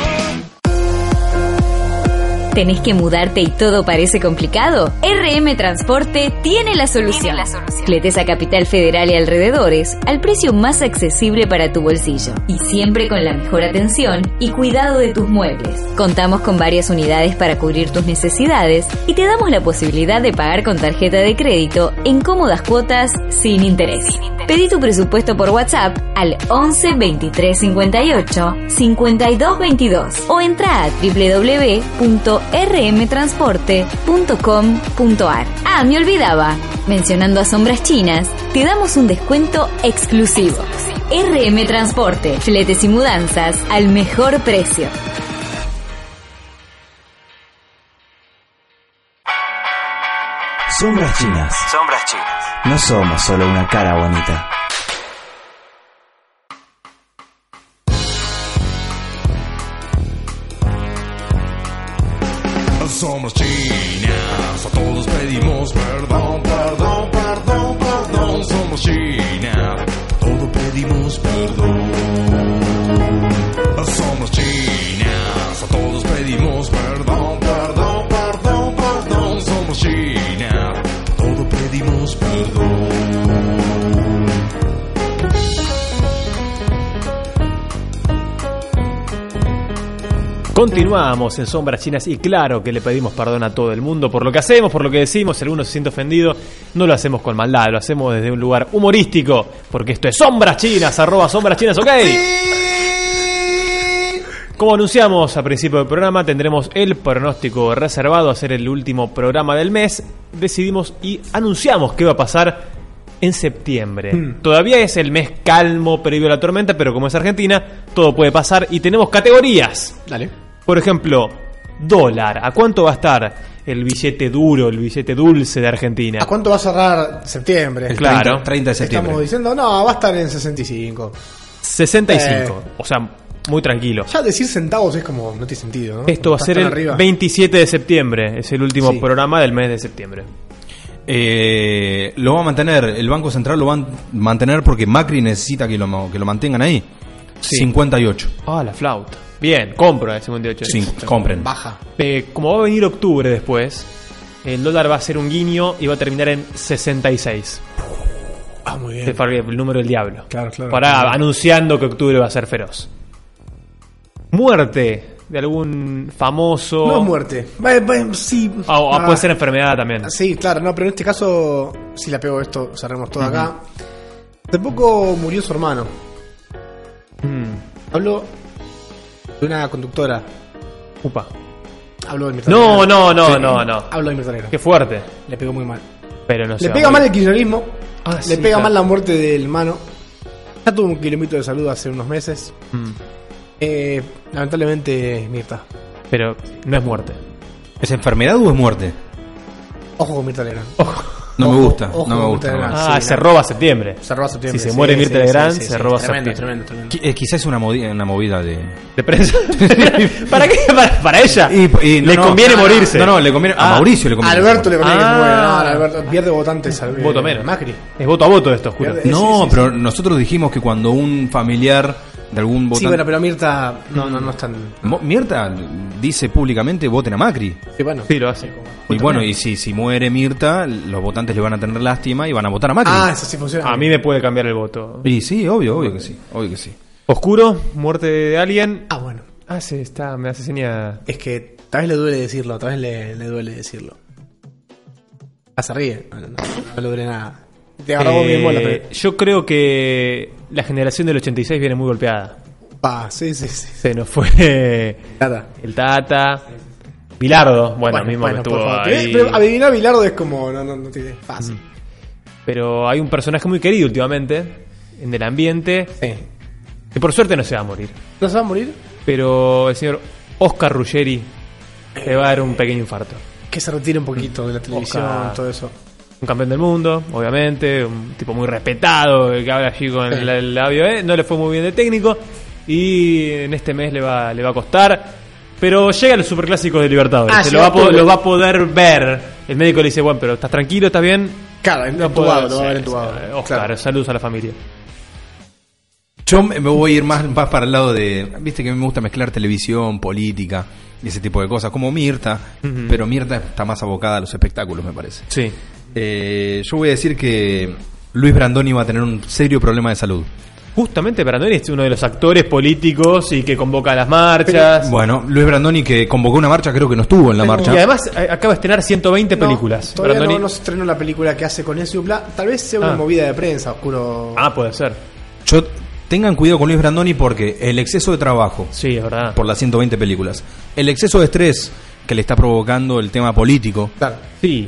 Speaker 17: ¿Tenés que mudarte y todo parece complicado? RM Transporte tiene la solución. Fletes a Capital Federal y alrededores al precio más accesible para tu bolsillo y siempre con la mejor atención y cuidado de tus muebles. Contamos con varias unidades para cubrir tus necesidades y te damos la posibilidad de pagar con tarjeta de crédito en cómodas cuotas sin interés. Pedí tu presupuesto por WhatsApp al 11 23 58 52 22 o entra a www.rmtransporte.com.ar. Ah, me olvidaba. Mencionando a Sombras Chinas, te damos un descuento exclusivo. RM Transporte, fletes y mudanzas al mejor precio.
Speaker 18: Sombras chinas.
Speaker 6: Sombras chinas.
Speaker 18: No somos solo una cara bonita.
Speaker 9: Somos chinas, a todos pedimos perdón, perdón, perdón, perdón. Somos chinas, a todos pedimos perdón. Somos chinas, a todos pedimos perdón, perdón, perdón, perdón. Somos chinas, a todos pedimos perdón.
Speaker 2: Continuamos en Sombras Chinas y claro que le pedimos perdón a todo el mundo por lo que hacemos, por lo que decimos. Si alguno se siente ofendido, no lo hacemos con maldad, lo hacemos desde un lugar humorístico, porque esto es Sombras Chinas, arroba Sombras Chinas, ¿ok? Como anunciamos a principio del programa, tendremos el pronóstico reservado a ser el último programa del mes. Decidimos y anunciamos qué va a pasar en septiembre.
Speaker 3: Mm.
Speaker 2: Todavía es el mes calmo previo a la tormenta, pero como es Argentina, todo puede pasar y tenemos categorías.
Speaker 3: Dale.
Speaker 2: Por ejemplo, dólar. ¿A cuánto va a estar el billete duro, el billete dulce de Argentina?
Speaker 3: ¿A cuánto va a cerrar septiembre?
Speaker 2: El Claro. 30 30 de septiembre.
Speaker 3: Estamos diciendo, no, va a estar en 65.
Speaker 2: 65. O sea, muy tranquilo.
Speaker 3: Eh, Ya decir centavos es como, no tiene sentido, ¿no?
Speaker 2: Esto va a
Speaker 3: Estás
Speaker 2: ser
Speaker 3: tan
Speaker 2: el
Speaker 3: arriba.
Speaker 2: 27 de septiembre. Es el último programa del mes de septiembre.
Speaker 4: Eh, lo va a mantener, el Banco Central lo va a mantener porque Macri necesita que lo, ma- que lo mantengan ahí. 58.
Speaker 2: Ah, la flauta. Bien, compro eh, el 58.
Speaker 4: Sí, compren.
Speaker 2: Baja. Eh, como va a venir octubre después, el dólar va a ser un guiño y va a terminar en 66.
Speaker 3: Ah, muy bien.
Speaker 2: Este fue el número del diablo.
Speaker 3: Claro, claro.
Speaker 2: Para
Speaker 3: Claro.
Speaker 2: anunciando que octubre va a ser feroz. Muerte de algún famoso.
Speaker 3: No es muerte. Va- va- sí.
Speaker 2: Ah, o-
Speaker 3: Ah.
Speaker 2: puede ser enfermedad también.
Speaker 3: Sí, claro, no, pero en este caso, si la pego esto, cerremos todo acá. Hace poco murió su hermano. Hablo de una conductora.
Speaker 2: Upa.
Speaker 3: Hablo de Mirta
Speaker 2: No,
Speaker 3: Legrand.
Speaker 2: no, no,
Speaker 3: Sí.
Speaker 2: no, no.
Speaker 3: Hablo de Mirta Legrand.
Speaker 2: Qué fuerte.
Speaker 3: Le pegó muy mal.
Speaker 2: Pero no
Speaker 3: Le pega mal el kirchnerismo. Le
Speaker 2: Ah, sí,
Speaker 3: pega
Speaker 2: claro.
Speaker 3: mal la muerte del hermano. Ya tuvo un quilombito de salud hace unos meses.
Speaker 2: Mm.
Speaker 3: Eh, lamentablemente, Mirta.
Speaker 2: Pero no es muerte.
Speaker 4: ¿Es enfermedad o es muerte?
Speaker 3: Ojo con Mirta Legrand.
Speaker 4: No me gusta,
Speaker 3: ojo
Speaker 4: no me
Speaker 3: con
Speaker 4: gusta.
Speaker 3: Telegram,
Speaker 4: no.
Speaker 3: sí,
Speaker 2: Ah, se roba septiembre.
Speaker 3: Se roba septiembre,
Speaker 2: Si se
Speaker 3: sí,
Speaker 2: muere
Speaker 3: sí,
Speaker 2: Mirta
Speaker 3: sí,
Speaker 2: Legrand,
Speaker 3: sí, sí,
Speaker 2: se roba
Speaker 3: tremendo,
Speaker 2: septiembre.
Speaker 4: Qui- eh, quizás es una, modi- una movida de...
Speaker 2: ¿De prensa? ¿Para qué? ¿Para, para ella? le conviene morirse.
Speaker 4: No, no, le conviene... A Mauricio le conviene.
Speaker 3: Alberto le conviene que se muera.
Speaker 2: Ah.
Speaker 3: No, Alberto pierde votantes. al-
Speaker 2: Voto
Speaker 3: eh,
Speaker 2: menos.
Speaker 3: Macri.
Speaker 2: Es voto a voto esto, oscuro.
Speaker 4: No, pero nosotros dijimos que cuando un familiar de algún
Speaker 3: Sí,
Speaker 4: votante...
Speaker 3: bueno, pero Mirta. No, no, no es tan.
Speaker 4: Mo- Mirta dice públicamente voten a Macri.
Speaker 3: Sí, bueno.
Speaker 2: Sí, lo hace.
Speaker 4: Y bueno, y si, si muere Mirta, los votantes le van a tener lástima y van a votar a Macri.
Speaker 3: Ah, eso sí funciona.
Speaker 2: A mí me puede cambiar el voto.
Speaker 4: Y sí, obvio, obvio que sí, obvio que sí.
Speaker 2: Oscuro, muerte de alguien.
Speaker 3: Ah, bueno.
Speaker 2: Ah, sí, está, me hace seña.
Speaker 3: Es que tal vez le duele decirlo, tal vez le, le duele decirlo. Ah, se ríe. No, no, no, no le duele nada. Te agarró vos bien bola, pero-
Speaker 2: Eh, yo creo que la generación del 86 viene muy golpeada.
Speaker 3: Pa, sí, sí, sí.
Speaker 2: Se nos fue el Tata. Bilardo, bueno, mismo que
Speaker 3: por
Speaker 2: estuvo
Speaker 3: favor. Eh,
Speaker 2: ahí.
Speaker 3: Pero adivinar a Bilardo es como. No, no, no tiene. Fácil.
Speaker 2: Mm. Pero hay un personaje muy querido últimamente en el ambiente. Que por suerte no se va a morir.
Speaker 3: ¿No se va a morir?
Speaker 2: Pero el señor Oscar Ruggeri le va a dar un pequeño infarto.
Speaker 3: Que se retire un poquito de la televisión, todo eso.
Speaker 2: Un campeón del mundo, obviamente, un tipo muy respetado el que habla allí con el, el labio, ¿eh? no le fue muy bien de técnico y en este mes le va, le va a costar. Pero llega a los superclásicos de Libertadores,
Speaker 3: Ah,
Speaker 2: se lo
Speaker 3: llega
Speaker 2: va, a po-
Speaker 3: octubre.
Speaker 2: lo va a poder ver. El médico le dice, bueno, pero ¿estás tranquilo? ¿Estás bien?
Speaker 3: Claro,
Speaker 2: puedo-
Speaker 3: entubado, lo va a ver
Speaker 2: sí,
Speaker 3: entubado.
Speaker 2: sí, eh, Oscar, saludos a la familia.
Speaker 4: Yo me me voy a ir más, más para el lado de. Viste que me gusta mezclar televisión, política y ese tipo de cosas, como Mirta,
Speaker 2: Ujú.
Speaker 4: pero Mirta está más abocada a los espectáculos, me parece. Eh,
Speaker 2: Sí.
Speaker 4: yo voy a decir que Luis Brandoni va a tener un serio problema de salud.
Speaker 2: Justamente Brandoni es uno de los actores políticos y que convoca a las marchas.
Speaker 4: Bueno, Luis Brandoni que convocó una marcha, creo que no estuvo en la marcha.
Speaker 2: Y además a- acaba de estrenar 120 películas.
Speaker 3: Todavía
Speaker 2: Brandoni-
Speaker 3: no, no se estrenó la película que hace con ese Dupla. Tal vez sea una
Speaker 2: Ah.
Speaker 3: movida de prensa, oscuro.
Speaker 2: Ah, puede ser.
Speaker 4: Yo, tengan cuidado con Luis Brandoni porque el exceso de trabajo.
Speaker 2: Sí, es verdad.
Speaker 4: Por las 120 películas. El exceso de estrés que le está provocando el tema político. eh,
Speaker 2: Sí.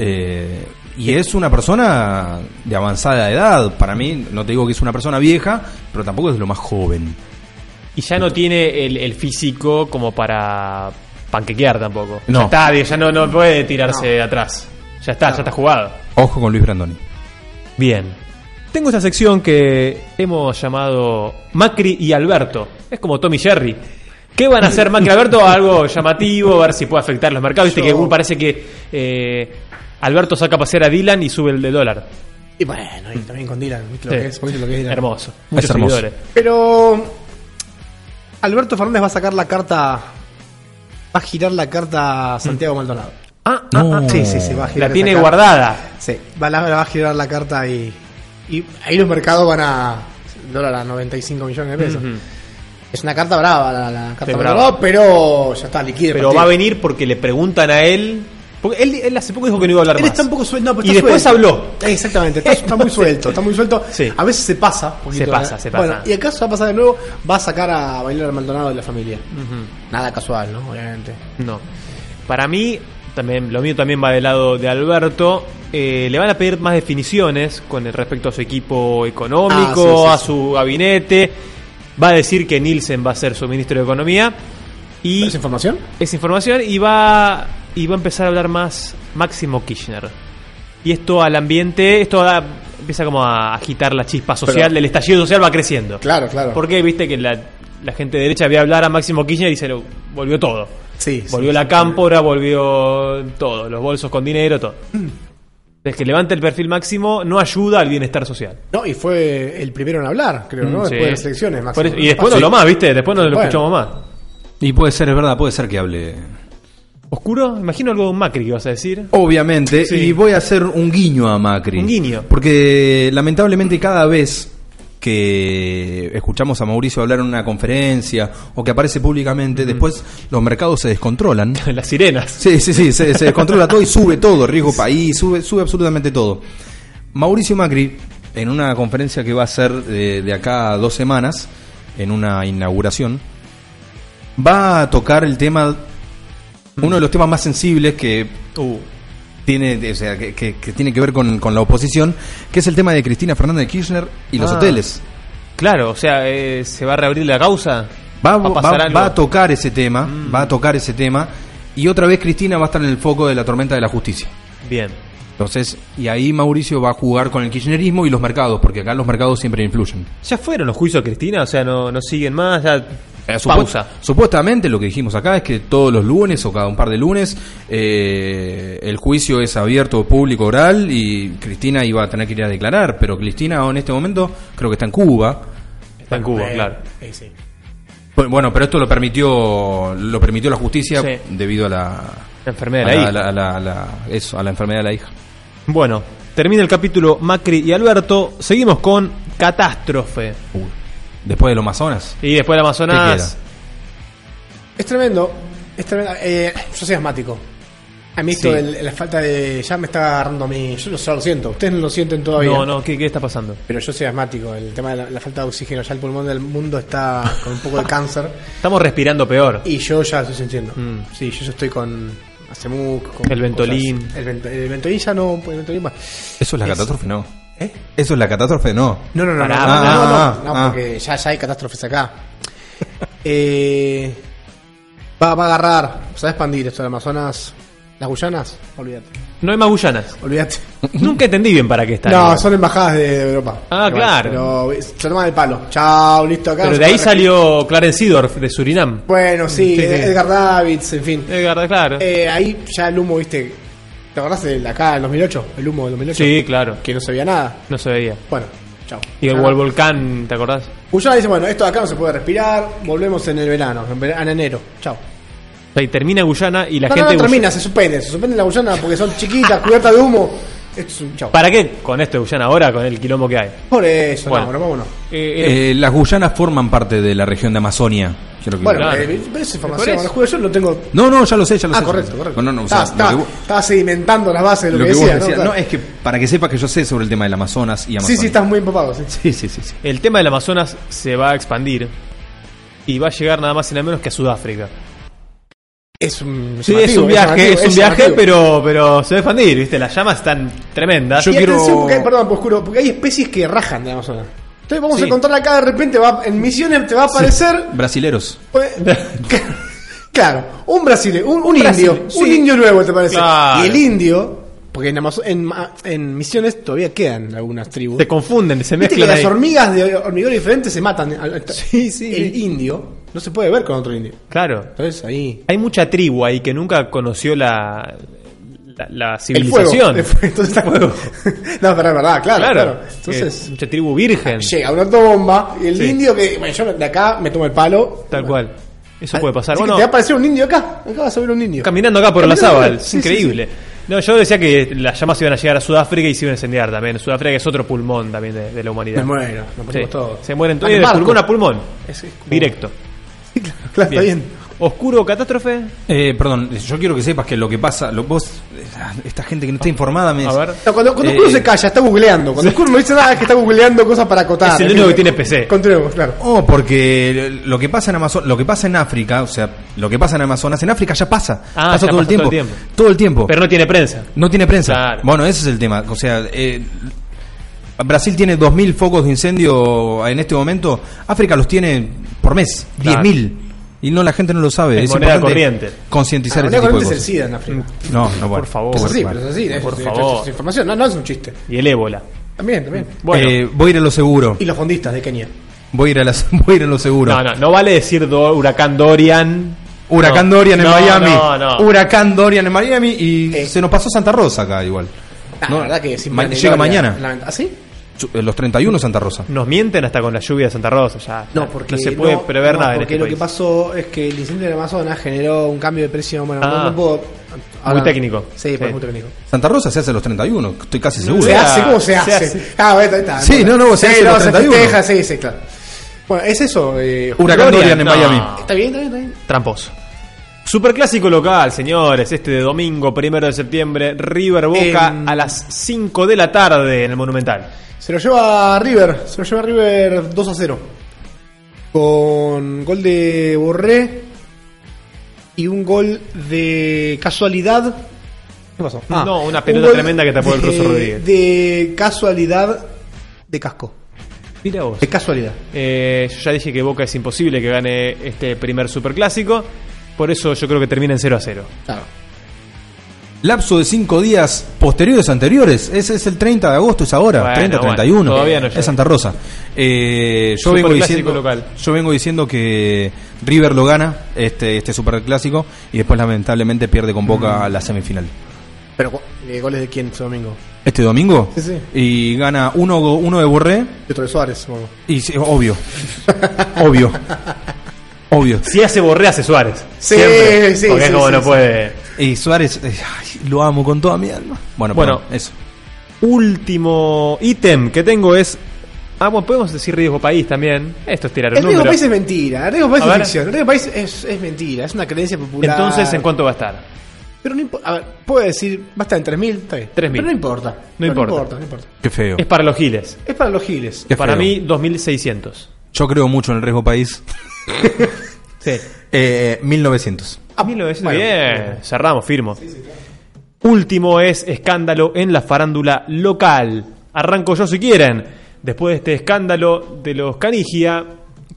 Speaker 4: y es una persona de avanzada edad. Para mí, no te digo que es una persona vieja, pero tampoco es lo más joven.
Speaker 2: Y ya no tiene el, el físico como para panquequear tampoco.
Speaker 4: No.
Speaker 2: Ya está, digo, ya no, no puede tirarse atrás. Ya está, ya está jugado.
Speaker 4: Ojo con Luis Brandoni.
Speaker 2: Bien. Tengo esta sección que hemos llamado Macri y Alberto. Es como Tommy Jerry. ¿Qué van a hacer Macri y Alberto? Algo llamativo, a ver si puede afectar los mercados. Viste que uh, parece que eh, Alberto saca a pasear a Dylan y sube el de dólar.
Speaker 3: Y bueno, y también con Dylan, ¿viste lo
Speaker 2: Sí.
Speaker 3: que es? ¿Viste lo que es Dylan?
Speaker 2: Hermoso.
Speaker 3: Es
Speaker 2: Muchos
Speaker 4: hermoso.
Speaker 2: seguidores.
Speaker 3: Pero Alberto Fernández va a sacar la carta. Va a girar la carta a Santiago Maldonado.
Speaker 2: Mm. Ah,
Speaker 3: ah, sí, sí, sí, va a girar.
Speaker 2: La
Speaker 3: esa
Speaker 2: tiene
Speaker 3: carta.
Speaker 2: guardada.
Speaker 3: Sí, va, la, la va a girar la carta y, y ahí los mercados van a. dólar a 95 millones de pesos.
Speaker 2: Ujú.
Speaker 3: Es una carta brava la, la carta
Speaker 2: Sí,
Speaker 3: Maldonado,
Speaker 2: brava.
Speaker 3: pero ya está liquida.
Speaker 2: Pero va a venir porque le preguntan a él. Porque él, él hace poco dijo que no iba a hablar
Speaker 3: Él
Speaker 2: más.
Speaker 3: está un poco suelto. no, pero
Speaker 2: Y
Speaker 3: está
Speaker 2: después
Speaker 3: suelto.
Speaker 2: habló.
Speaker 3: Eh, Exactamente, está, está muy suelto, está muy suelto. A veces se pasa. un poquito,
Speaker 2: Se pasa,
Speaker 3: ¿eh?
Speaker 2: se pasa.
Speaker 3: Bueno, y acaso va a pasar de nuevo, va a sacar a bailar al Maldonado de la familia. Nada casual, ¿no? Obviamente.
Speaker 2: No. Para mí, también, lo mío también va del lado de Alberto. Eh, le van a pedir más definiciones con el respecto a su equipo económico,
Speaker 3: Ah, sí, sí,
Speaker 2: a su gabinete. Va a decir que Nielsen va a ser su ministro de Economía. Y ¿Es
Speaker 3: información?
Speaker 2: Es información y va, y va a empezar a hablar más Máximo Kirchner. Y esto al ambiente, esto da- empieza como a agitar la chispa social,
Speaker 3: Pero-
Speaker 2: el estallido social va creciendo.
Speaker 3: Claro, claro.
Speaker 2: Porque viste que la, la gente de derecha había hablar a Máximo Kirchner y se lo volvió todo.
Speaker 3: Sí.
Speaker 2: Volvió la cámpora, volvió todo, los bolsos con dinero, todo. Es que levante el perfil máximo no ayuda al bienestar social.
Speaker 3: No, y fue el primero en hablar, creo,
Speaker 2: Mm,
Speaker 3: ¿no? Después
Speaker 2: sí.
Speaker 3: de las elecciones, Máximo.
Speaker 2: Por eso- y después no
Speaker 3: Sí.
Speaker 2: lo más, ¿viste? Después no lo
Speaker 3: Bueno.
Speaker 2: escuchamos más.
Speaker 4: Y puede ser, es verdad, puede ser que hable.
Speaker 2: ¿Oscuro? Imagino algo de un Macri que vas a decir.
Speaker 4: Obviamente,
Speaker 2: Sí.
Speaker 4: y voy a hacer un guiño a Macri.
Speaker 2: Un guiño.
Speaker 4: Porque lamentablemente cada vez que escuchamos a Mauricio hablar en una conferencia o que aparece públicamente, después los mercados se descontrolan.
Speaker 2: Las sirenas.
Speaker 4: Sí, sí, sí, se, se descontrola todo y sube todo, riesgo país, sube, sube absolutamente todo. Mauricio Macri, en una conferencia que va a ser eh, de, de acá a dos semanas, en una inauguración, va a tocar el tema, uno de los temas más sensibles que tiene, o sea, que, que- que tiene que ver con, con la oposición, que es el tema de Cristina Fernández de Kirchner y los
Speaker 2: Ah.
Speaker 4: hoteles.
Speaker 2: Claro, o sea, eh, ¿se va a reabrir la causa?
Speaker 4: Va,
Speaker 2: ¿Va a
Speaker 4: va-
Speaker 2: pasar
Speaker 4: va-
Speaker 2: algo? Mm.
Speaker 4: va a tocar ese tema, va a tocar ese tema, y otra vez Cristina va a estar en el foco de la tormenta de la justicia.
Speaker 2: Bien.
Speaker 4: Entonces, y ahí Mauricio va a jugar con el kirchnerismo y los mercados, porque acá los mercados siempre influyen.
Speaker 2: ¿Ya fueron los juicios a Cristina? O sea, no, no siguen más, ya
Speaker 4: Supu-
Speaker 2: pausa.
Speaker 4: Eh, Supuestamente lo que dijimos acá es que todos los lunes o cada un par de lunes eh, el juicio es abierto, público, oral y Cristina iba a tener que ir a declarar, pero Cristina en este momento creo que está en Cuba.
Speaker 2: Está en
Speaker 3: Eh,
Speaker 2: Cuba, claro.
Speaker 4: Bu- Bueno, pero esto lo permitió lo permitió la justicia
Speaker 2: Sí.
Speaker 4: debido a la,
Speaker 2: La enfermedad
Speaker 4: a
Speaker 2: de la hija.
Speaker 4: a la- a la- eso, a la enfermedad de la hija.
Speaker 2: Bueno, termina el capítulo Macri y Alberto. Seguimos con Catástrofe.
Speaker 4: Después de los Amazonas.
Speaker 2: Y después del Amazonas.
Speaker 3: Es tremendo. Es tremendo. Eh, yo soy asmático. A mí esto,
Speaker 2: Sí.
Speaker 3: el- la falta de. Ya me está agarrando a mí. Yo lo, yo lo siento. Ustedes no lo sienten todavía.
Speaker 2: No, no, ¿qué, qué está pasando?
Speaker 3: Pero yo soy asmático. El tema de la, la falta de oxígeno. Ya el pulmón del mundo está con un poco de cáncer.
Speaker 2: Estamos respirando peor. Mm.
Speaker 3: Y yo ya lo estoy sintiendo. Sí, yo ya estoy con. Acemuc, con
Speaker 2: El Ventolin.
Speaker 3: cosas. El, vento- el Ventolin ya no. El Ventolin va.
Speaker 4: Eso es la
Speaker 3: Es- ¿Eh?
Speaker 4: catástrofe, no. Eso es la catástrofe, no.
Speaker 3: No, no, no, no,
Speaker 4: Ah,
Speaker 3: no, no, no,
Speaker 4: ah,
Speaker 3: no,
Speaker 4: ah.
Speaker 3: porque ya, ya hay catástrofes acá. Eh, va, va a agarrar, se va a expandir esto de Amazonas. ¿Las Guyanas? Olvídate.
Speaker 2: No hay más Guyanas.
Speaker 3: Olvídate.
Speaker 2: Nunca entendí bien para qué está.
Speaker 3: no, son embajadas de Europa.
Speaker 2: Ah,
Speaker 3: Igual,
Speaker 2: claro.
Speaker 3: Pero eh, se toman el palo. Chao, listo acá.
Speaker 2: Pero
Speaker 3: no
Speaker 2: de
Speaker 3: se
Speaker 2: ahí
Speaker 3: puede
Speaker 2: salió Clarence Seedorf de Surinam.
Speaker 3: Bueno, sí,
Speaker 2: Sí, sí.
Speaker 3: Edgar Davids, en fin. Eh,
Speaker 2: Edgar, claro.
Speaker 3: ahí ya el humo, viste. ¿Te acordás de acá en 2008? El humo del 2008.
Speaker 2: Sí, claro.
Speaker 3: Que no se veía nada.
Speaker 2: No se veía.
Speaker 3: Bueno, chao.
Speaker 2: Y el Wall Volcán, ¿te acordás?
Speaker 3: Guyana dice, bueno, esto de acá no se puede respirar, volvemos en el verano, en, vera- en enero. Chao.
Speaker 2: O sea, y termina Guyana y la
Speaker 3: no, no,
Speaker 2: gente.
Speaker 3: no,
Speaker 2: de
Speaker 3: termina,
Speaker 2: Guyana-
Speaker 3: se suspende, se suspende la Guyana porque son chiquitas, cubiertas de humo. Esto es un chao.
Speaker 2: ¿Para qué con esto de Guyana ahora, con el quilombo que hay?
Speaker 3: Por eso,
Speaker 2: Bueno.
Speaker 3: no, no, vámonos.
Speaker 4: Eh, las Guyanas forman parte de la región de Amazonia. quiero que-
Speaker 3: bueno, eh, pero esa información,
Speaker 2: Por eso.
Speaker 3: el juego yo lo tengo.
Speaker 4: No, no, ya lo sé, ya lo
Speaker 3: ah,
Speaker 4: sé.
Speaker 3: correcto, correcto.
Speaker 4: No, no, no, o
Speaker 3: estaba,
Speaker 4: sea, lo que
Speaker 3: estaba-
Speaker 4: vos-
Speaker 3: estaba sedimentando las bases de lo,
Speaker 4: lo
Speaker 3: que,
Speaker 4: que vos
Speaker 3: decía.
Speaker 4: decías.
Speaker 3: ¿no?
Speaker 4: No, es que para que sepas que yo sé sobre el tema del Amazonas y
Speaker 3: sí,
Speaker 4: Amazonia.
Speaker 3: sí, estás muy empapado. Sí.
Speaker 4: Sí, sí, sí. sí.
Speaker 2: El tema del Amazonas se va a expandir y va a llegar nada más y nada menos que a Sudáfrica.
Speaker 3: Es un,
Speaker 2: Sí, es
Speaker 3: llamativo,
Speaker 2: un viaje,
Speaker 3: llamativo,
Speaker 2: es un
Speaker 3: es
Speaker 2: viaje,
Speaker 3: llamativo.
Speaker 2: pero, pero se va a expandir, ¿viste? Las llamas están tremendas.
Speaker 3: y atención, porque hay, perdón, oscuro, porque hay especies que rajan de Amazonas. Entonces vamos
Speaker 2: Sí.
Speaker 3: a encontrar acá de repente, va, en misiones te va a aparecer
Speaker 4: Brasileros.
Speaker 3: Pues, claro, un brasileño, un, un
Speaker 2: Brasil,
Speaker 3: indio, un
Speaker 2: sí.
Speaker 3: indio nuevo, ¿te parece?
Speaker 2: Claro.
Speaker 3: Y el indio, porque en, Amazo- en, Ma- en Misiones todavía quedan algunas tribus.
Speaker 2: Se confunden, se
Speaker 3: Viste que
Speaker 2: mezclan
Speaker 3: las
Speaker 2: ahí.
Speaker 3: hormigas de hormigón diferente se matan. Sí, sí. El indio no se puede ver con otro indio.
Speaker 2: Claro.
Speaker 3: Entonces ahí.
Speaker 2: Hay mucha tribu ahí que nunca conoció la, la, la
Speaker 3: El fuego.
Speaker 2: civilización.
Speaker 3: el fuego, Entonces está No, pero es verdad, claro, claro. Entonces.
Speaker 2: Eh, mucha tribu virgen.
Speaker 3: Llega una autobomba y el
Speaker 2: Sí.
Speaker 3: indio que. Bueno, yo de acá me tomo el palo.
Speaker 2: Tal cual. Eso puede pasar.
Speaker 3: Así que
Speaker 2: Bueno,
Speaker 3: te va a aparecer un indio acá. Acá va a subir un indio.
Speaker 2: caminando acá por la
Speaker 3: Caminando
Speaker 2: sábal,
Speaker 3: acá.
Speaker 2: es
Speaker 3: Sí, sí, sí.
Speaker 2: increíble. No, yo decía que las llamas iban a llegar a Sudáfrica y se iban a incendiar también. Sudáfrica es otro pulmón también de, de la humanidad.
Speaker 3: Me muero, nos ponemos
Speaker 2: Sí,
Speaker 3: todos.
Speaker 2: Se mueren
Speaker 3: Ah,
Speaker 2: todos.
Speaker 3: en
Speaker 2: de
Speaker 3: barco.
Speaker 2: pulmón a pulmón. Directo.
Speaker 3: Claro, está bien.
Speaker 2: Oscuro, catástrofe.
Speaker 4: Eh, perdón, yo quiero que sepas que lo que pasa, lo, vos, esta gente que no está informada me eh, A ver.
Speaker 3: No, cuando cuando
Speaker 2: Eh,
Speaker 3: Oscuro se calla, está googleando. Cuando Oscuro no dice nada, es que está googleando cosas para acotar.
Speaker 4: Es el único que tiene PC.
Speaker 3: Continuemos, claro.
Speaker 4: Oh, porque lo que pasa en Amazon, lo que pasa en África, o sea, lo que pasa en Amazonas, en África ya pasa.
Speaker 2: Ah,
Speaker 4: pasa
Speaker 2: ya
Speaker 4: todo, el
Speaker 2: pasa todo
Speaker 4: tiempo,
Speaker 2: el
Speaker 4: todo el
Speaker 2: tiempo.
Speaker 4: tiempo.
Speaker 2: Pero no tiene prensa.
Speaker 4: No tiene prensa. Bueno, ese es el tema. O sea, eh, Brasil tiene 2.000 focos de incendio en este momento. África los tiene por mes,
Speaker 2: Claro.
Speaker 4: 10.000. Y no, la gente no lo sabe.
Speaker 2: Es
Speaker 4: es
Speaker 2: moneda
Speaker 4: importante
Speaker 2: corriente.
Speaker 4: Concientizar
Speaker 3: Ah,
Speaker 4: este
Speaker 3: moneda
Speaker 4: tipo de
Speaker 3: corriente es
Speaker 4: cosas.
Speaker 3: el SIDA en África.
Speaker 4: No, no, bueno.
Speaker 2: Por favor.
Speaker 3: Es así, pero es así. es-
Speaker 2: Por
Speaker 3: es-
Speaker 2: favor.
Speaker 3: es información. No, no es un chiste.
Speaker 2: Y el ébola.
Speaker 3: También, también.
Speaker 4: Eh, voy a ir a lo seguro.
Speaker 3: Y los fondistas de Kenia.
Speaker 4: Voy a ir a, las- voy a, ir a lo seguro.
Speaker 2: No, no, no vale decir do- huracán Dorian.
Speaker 4: Huracán
Speaker 2: No.
Speaker 4: Dorian en
Speaker 2: No,
Speaker 4: Miami.
Speaker 2: no, no.
Speaker 4: Huracán Dorian en Miami y se nos pasó Santa Rosa acá igual.
Speaker 3: Ah,
Speaker 4: No,
Speaker 3: la verdad que sin
Speaker 4: ma-
Speaker 3: plan ni
Speaker 4: llega
Speaker 3: gloria.
Speaker 4: mañana.
Speaker 3: Lamenta- ¿Ah, sí?
Speaker 4: Su- eh, Los 31 Santa Rosa.
Speaker 2: Nos mienten hasta con la lluvia de Santa Rosa. Ya,
Speaker 3: No, porque
Speaker 2: se puede prever
Speaker 3: no,
Speaker 2: nada en
Speaker 3: Porque
Speaker 2: este
Speaker 3: lo
Speaker 2: país.
Speaker 3: que pasó es que el incendio del Amazonas generó un cambio de precio. Bueno, no-
Speaker 2: Ah.
Speaker 3: no puedo.
Speaker 2: Muy técnico.
Speaker 3: Sí, pero
Speaker 2: Sí.
Speaker 3: muy técnico.
Speaker 4: Santa Rosa se hace los 31, estoy casi seguro.
Speaker 3: ¿Se hace? ¿Cómo se
Speaker 4: Se
Speaker 3: hace?
Speaker 4: hace.
Speaker 3: Ah, bueno, ahí está.
Speaker 4: Sí,
Speaker 3: Bueno.
Speaker 4: no, no, se
Speaker 3: Sí,
Speaker 4: hace los
Speaker 3: se
Speaker 4: 31.
Speaker 3: festeja, sí, sí, claro. Bueno, es eso. eh,
Speaker 2: Huracán Dorian en Miami.
Speaker 3: Está bien, está bien, está bien.
Speaker 2: Tramposo. Superclásico local, señores. Este de domingo, primero de septiembre, River Boca a las 5 de la tarde en el Monumental.
Speaker 3: Se lo lleva River, se lo lleva River 2 a 0. Con gol de Borré y un gol de casualidad ¿Qué pasó?
Speaker 2: No, una pelota
Speaker 3: gol
Speaker 2: tremenda que tapó el
Speaker 3: de-
Speaker 2: ruso Rodríguez.
Speaker 3: De casualidad de casco.
Speaker 2: Mira vos.
Speaker 3: De casualidad.
Speaker 2: Eh, yo ya dije que Boca es imposible que gane este primer superclásico. Por eso yo creo que termina en 0 a 0.
Speaker 4: Lapso de 5 días posteriores anteriores. Ese es el 30 de agosto, es ahora.
Speaker 2: Bueno,
Speaker 4: 30,
Speaker 2: bueno,
Speaker 4: 31.
Speaker 2: todavía no llega.
Speaker 4: es Santa Rosa. Eh, yo, vengo
Speaker 2: Superclásico
Speaker 4: diciendo,
Speaker 2: local.
Speaker 4: yo vengo diciendo que River lo gana este, este superclásico y después lamentablemente pierde con Boca
Speaker 3: Mm.
Speaker 4: la semifinal.
Speaker 3: Pero go- eh, goles de quién este domingo.
Speaker 4: Este domingo.
Speaker 3: Sí, sí.
Speaker 4: Y gana uno, go- uno de Borré.
Speaker 3: Y otro de Suárez. bueno.
Speaker 4: Y sí, obvio. obvio. Obvio.
Speaker 2: Si hace Borré, hace Suárez.
Speaker 3: Sí,
Speaker 2: Siempre.
Speaker 3: sí,
Speaker 2: Porque es
Speaker 3: sí,
Speaker 2: como
Speaker 3: sí,
Speaker 2: no
Speaker 3: sí.
Speaker 2: puede.
Speaker 4: Y Suárez, eh, ay, lo amo con toda mi alma. Bueno,
Speaker 2: Bueno.
Speaker 4: perdón, eso.
Speaker 2: Último ítem que tengo es. Ah, bueno, podemos decir riesgo país también. Esto es tirar un
Speaker 3: El Riego
Speaker 2: número.
Speaker 3: País es mentira. El Riego País
Speaker 2: A
Speaker 3: es
Speaker 2: ver.
Speaker 3: ficción. El Riego País es, es mentira. Es una creencia popular.
Speaker 2: Entonces, ¿en cuánto va a estar?
Speaker 3: Pero no importa. A ver, puedo decir, va a estar en 3.000. Está bien.
Speaker 2: 3.000.
Speaker 3: Pero no importa.
Speaker 2: No
Speaker 3: Pero
Speaker 2: importa.
Speaker 3: No importa.
Speaker 4: Qué feo.
Speaker 2: Es para los giles.
Speaker 3: Es para los giles.
Speaker 4: Qué
Speaker 2: para
Speaker 4: feo.
Speaker 2: mí, 2600.
Speaker 4: Yo creo mucho en el riesgo país.
Speaker 2: Sí.
Speaker 4: Eh, 1900.
Speaker 3: Ah,
Speaker 2: Bueno, Bien, cerramos, firmo. Último es escándalo en la farándula local. Arranco yo si quieren. Después de este escándalo de los Canigia,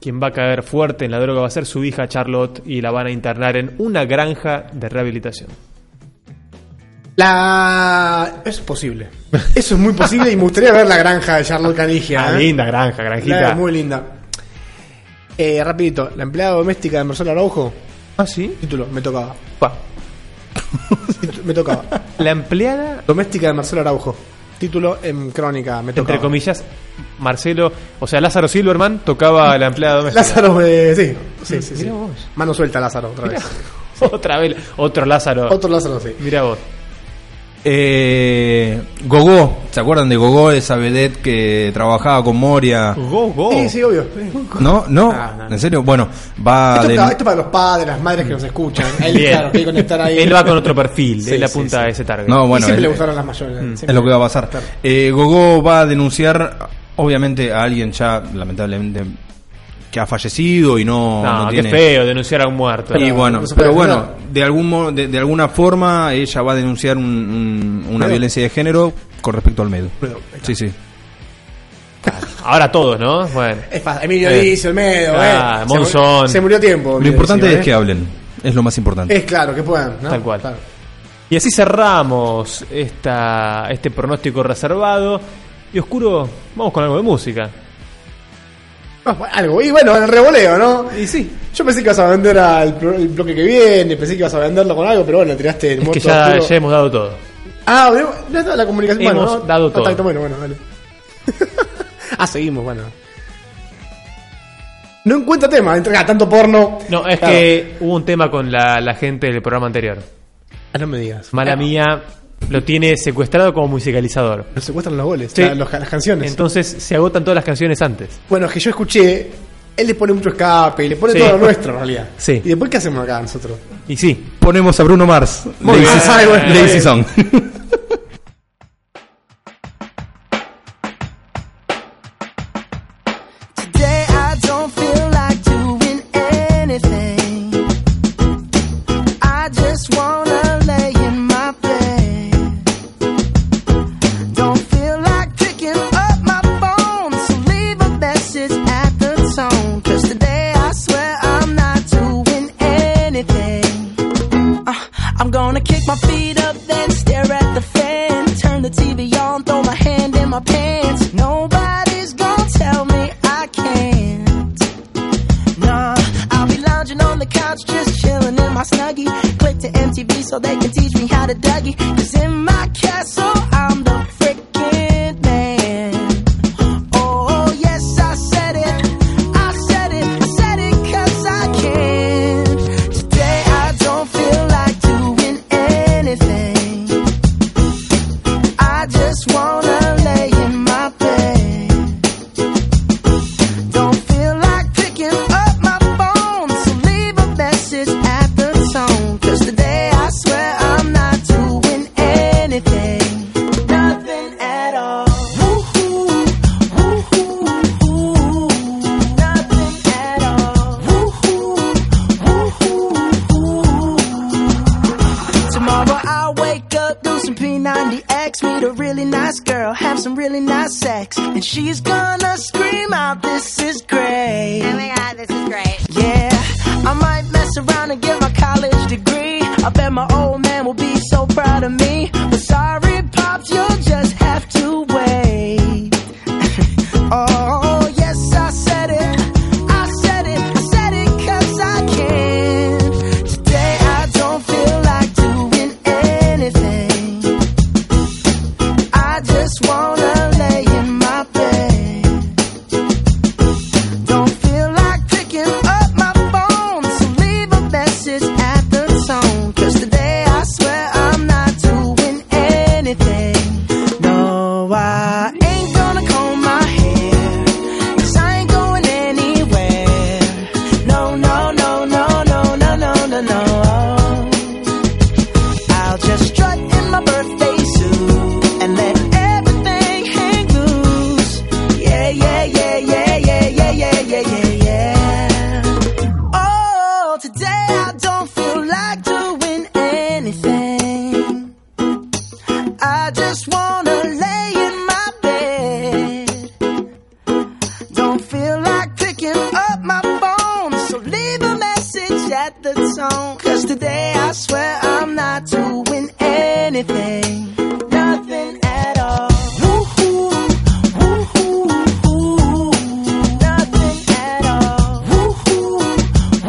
Speaker 2: quien va a caer fuerte en la droga va a ser su hija Charlotte y la van a internar en una granja de rehabilitación.
Speaker 3: La... Eso es posible. Eso es muy posible y me gustaría ver la granja de Charlotte Canigia.
Speaker 2: Ah,
Speaker 3: ¿eh?
Speaker 2: linda granja, granjita.
Speaker 3: La- muy linda. Eh, rapidito, la empleada doméstica de Marcelo Araujo.
Speaker 2: Ah, sí.
Speaker 3: Título, me tocaba.
Speaker 2: Pa.
Speaker 3: Título, me tocaba.
Speaker 2: La empleada
Speaker 3: doméstica de Marcelo Araujo. Título en crónica, me tocaba.
Speaker 2: Entre comillas, Marcelo, o sea, Lázaro Silverman tocaba a la empleada doméstica.
Speaker 3: Lázaro, eh, sí. Sí,
Speaker 2: Ah,
Speaker 3: sí, sí. Mano suelta, Lázaro, otra vez.
Speaker 2: Otra vez, otro Lázaro.
Speaker 3: Otro Lázaro, sí.
Speaker 2: Mira vos.
Speaker 4: Eh, Gogó, ¿se acuerdan de Gogó, esa vedette que trabajaba con Moria?
Speaker 2: Go, go.
Speaker 3: Sí, sí, obvio.
Speaker 4: ¿No? ¿No?
Speaker 3: Ah, no, no.
Speaker 4: ¿En serio? Bueno, va
Speaker 3: Esto,
Speaker 4: de-
Speaker 3: para, esto para los padres, las madres que nos escuchan. Él,
Speaker 2: Bien.
Speaker 3: claro, que hay que conectar ahí.
Speaker 2: Él va con otro perfil,
Speaker 3: Sí,
Speaker 2: él
Speaker 3: sí,
Speaker 2: apunta
Speaker 3: sí.
Speaker 2: a ese target.
Speaker 4: No, bueno,
Speaker 3: Y siempre
Speaker 4: él-
Speaker 3: le gustaron las mayores.
Speaker 2: Mm.
Speaker 4: es lo que va a pasar. Eh, Gogó va a denunciar, obviamente, a alguien ya, lamentablemente, que ha fallecido y no,
Speaker 2: No,
Speaker 4: no
Speaker 2: qué
Speaker 4: tiene...
Speaker 2: feo denunciar a un muerto.
Speaker 4: Y bueno,
Speaker 2: No se puede
Speaker 4: pero bueno,
Speaker 2: denunciar.
Speaker 4: de, algún mo- de, de alguna forma ella va a denunciar un- un- una
Speaker 2: Pero-
Speaker 4: violencia de género con respecto al medio.
Speaker 3: Pero-
Speaker 4: Sí, sí.
Speaker 2: Ahora todos, ¿no? Bueno.
Speaker 3: Es fácil. Emilio
Speaker 2: Eh.
Speaker 3: Dizio, Olmedo,
Speaker 2: Ah,
Speaker 3: eh. Se murió-
Speaker 2: Monzón.
Speaker 3: Se murió tiempo.
Speaker 4: Lo
Speaker 3: Emilio
Speaker 4: importante
Speaker 3: Dizio,
Speaker 4: es que
Speaker 3: eh.
Speaker 4: hablen, es lo más importante.
Speaker 3: Es claro, que puedan. ¿no?
Speaker 2: Tal cual.
Speaker 3: Claro.
Speaker 2: Y así cerramos esta, este pronóstico reservado. Y oscuro, vamos con algo de música.
Speaker 3: Ah, Algo, y bueno, el revoleo, ¿no?
Speaker 2: Y sí.
Speaker 3: Yo pensé que ibas a vender al pro- el bloque que viene, pensé que ibas a venderlo con algo, pero bueno, tiraste el
Speaker 2: Es que
Speaker 3: muerto
Speaker 2: ya,
Speaker 3: oscuro.
Speaker 2: ya hemos dado todo.
Speaker 3: Ah, bueno, ya está la comunicación.
Speaker 2: Hemos
Speaker 3: bueno, ¿no?
Speaker 2: dado todo.
Speaker 3: Contacto, bueno, bueno, dale. ah, seguimos, bueno. No encuentro tema, entre ah, tanto porno.
Speaker 2: No, es
Speaker 3: Claro.
Speaker 2: que hubo un tema con la, la gente del programa anterior.
Speaker 3: Ah, no me digas.
Speaker 2: Mala mía, lo tiene secuestrado como musicalizador.
Speaker 3: Nos secuestran los goles,
Speaker 2: Sí.
Speaker 3: la- los- las canciones.
Speaker 2: Entonces se agotan todas las canciones antes.
Speaker 3: bueno, es que yo escuché, él le pone mucho escape, le pone
Speaker 2: Sí.
Speaker 3: todo lo nuestro en realidad.
Speaker 2: Sí.
Speaker 3: ¿Y después qué hacemos acá nosotros?
Speaker 2: Y sí.
Speaker 4: Ponemos a Bruno Mars.
Speaker 3: Muy bien.
Speaker 4: Lazy-
Speaker 3: Ay, bueno,
Speaker 4: Lazy
Speaker 3: muy bien.
Speaker 4: Song.
Speaker 19: Today I don't feel like doing anything. I just wanna lay in my bed. Don't feel like picking up my phone, so leave a message at the tone. Cause today I swear I'm not doing anything. Uh, I'm gonna kick my feet up, then stare at the fan. Turn the TV on, throw my hand in my pants. Nobody's gonna tell me I can't. Nah, I'll be lounging on the couch, just chilling in my snuggie. Click to MTV so they can teach me how to Dougie. Cause in my castle, I'm the freaking man. Oh, yes, I said it. I said it. I said it cause I can. Today I don't feel like doing anything. I just wanna lay in my bed. Don't feel like picking up my phone, so leave a message at the tone. Cause today I swear I'm not doing anything. some really nice sex, and she's gonna scream out, "This is great!"
Speaker 5: Oh my God,
Speaker 19: this is great! Yeah, I might mess around and get my college degree. I bet my old man will be so proud of me. But sorry, pops, you'll just have to wait. oh yes, I said it. I said it, I said it 'cause I can. Today I don't feel like doing anything. I just wanna lay in my bed. Don't feel like picking up my phone, so leave a message at the tone. 'Cause today I swear I'm not doing anything. No, I ain't gonna comb my hair. 'Cause I ain't going anywhere. No, no, no, no, no, no, no, no, no. I'll just strut in my birthday suit and let everything hang loose. Yeah, yeah, yeah, yeah, yeah, yeah, yeah, yeah, yeah, yeah. Oh, today I don't feel like doing anything. I just wanna lay in my bed. Don't feel like picking up my phone, so leave a message at the tone. Cause today I swear I'm not doing anything, nothing at all. Woohoo, woohoo, woohoo. Nothing at all. Woohoo,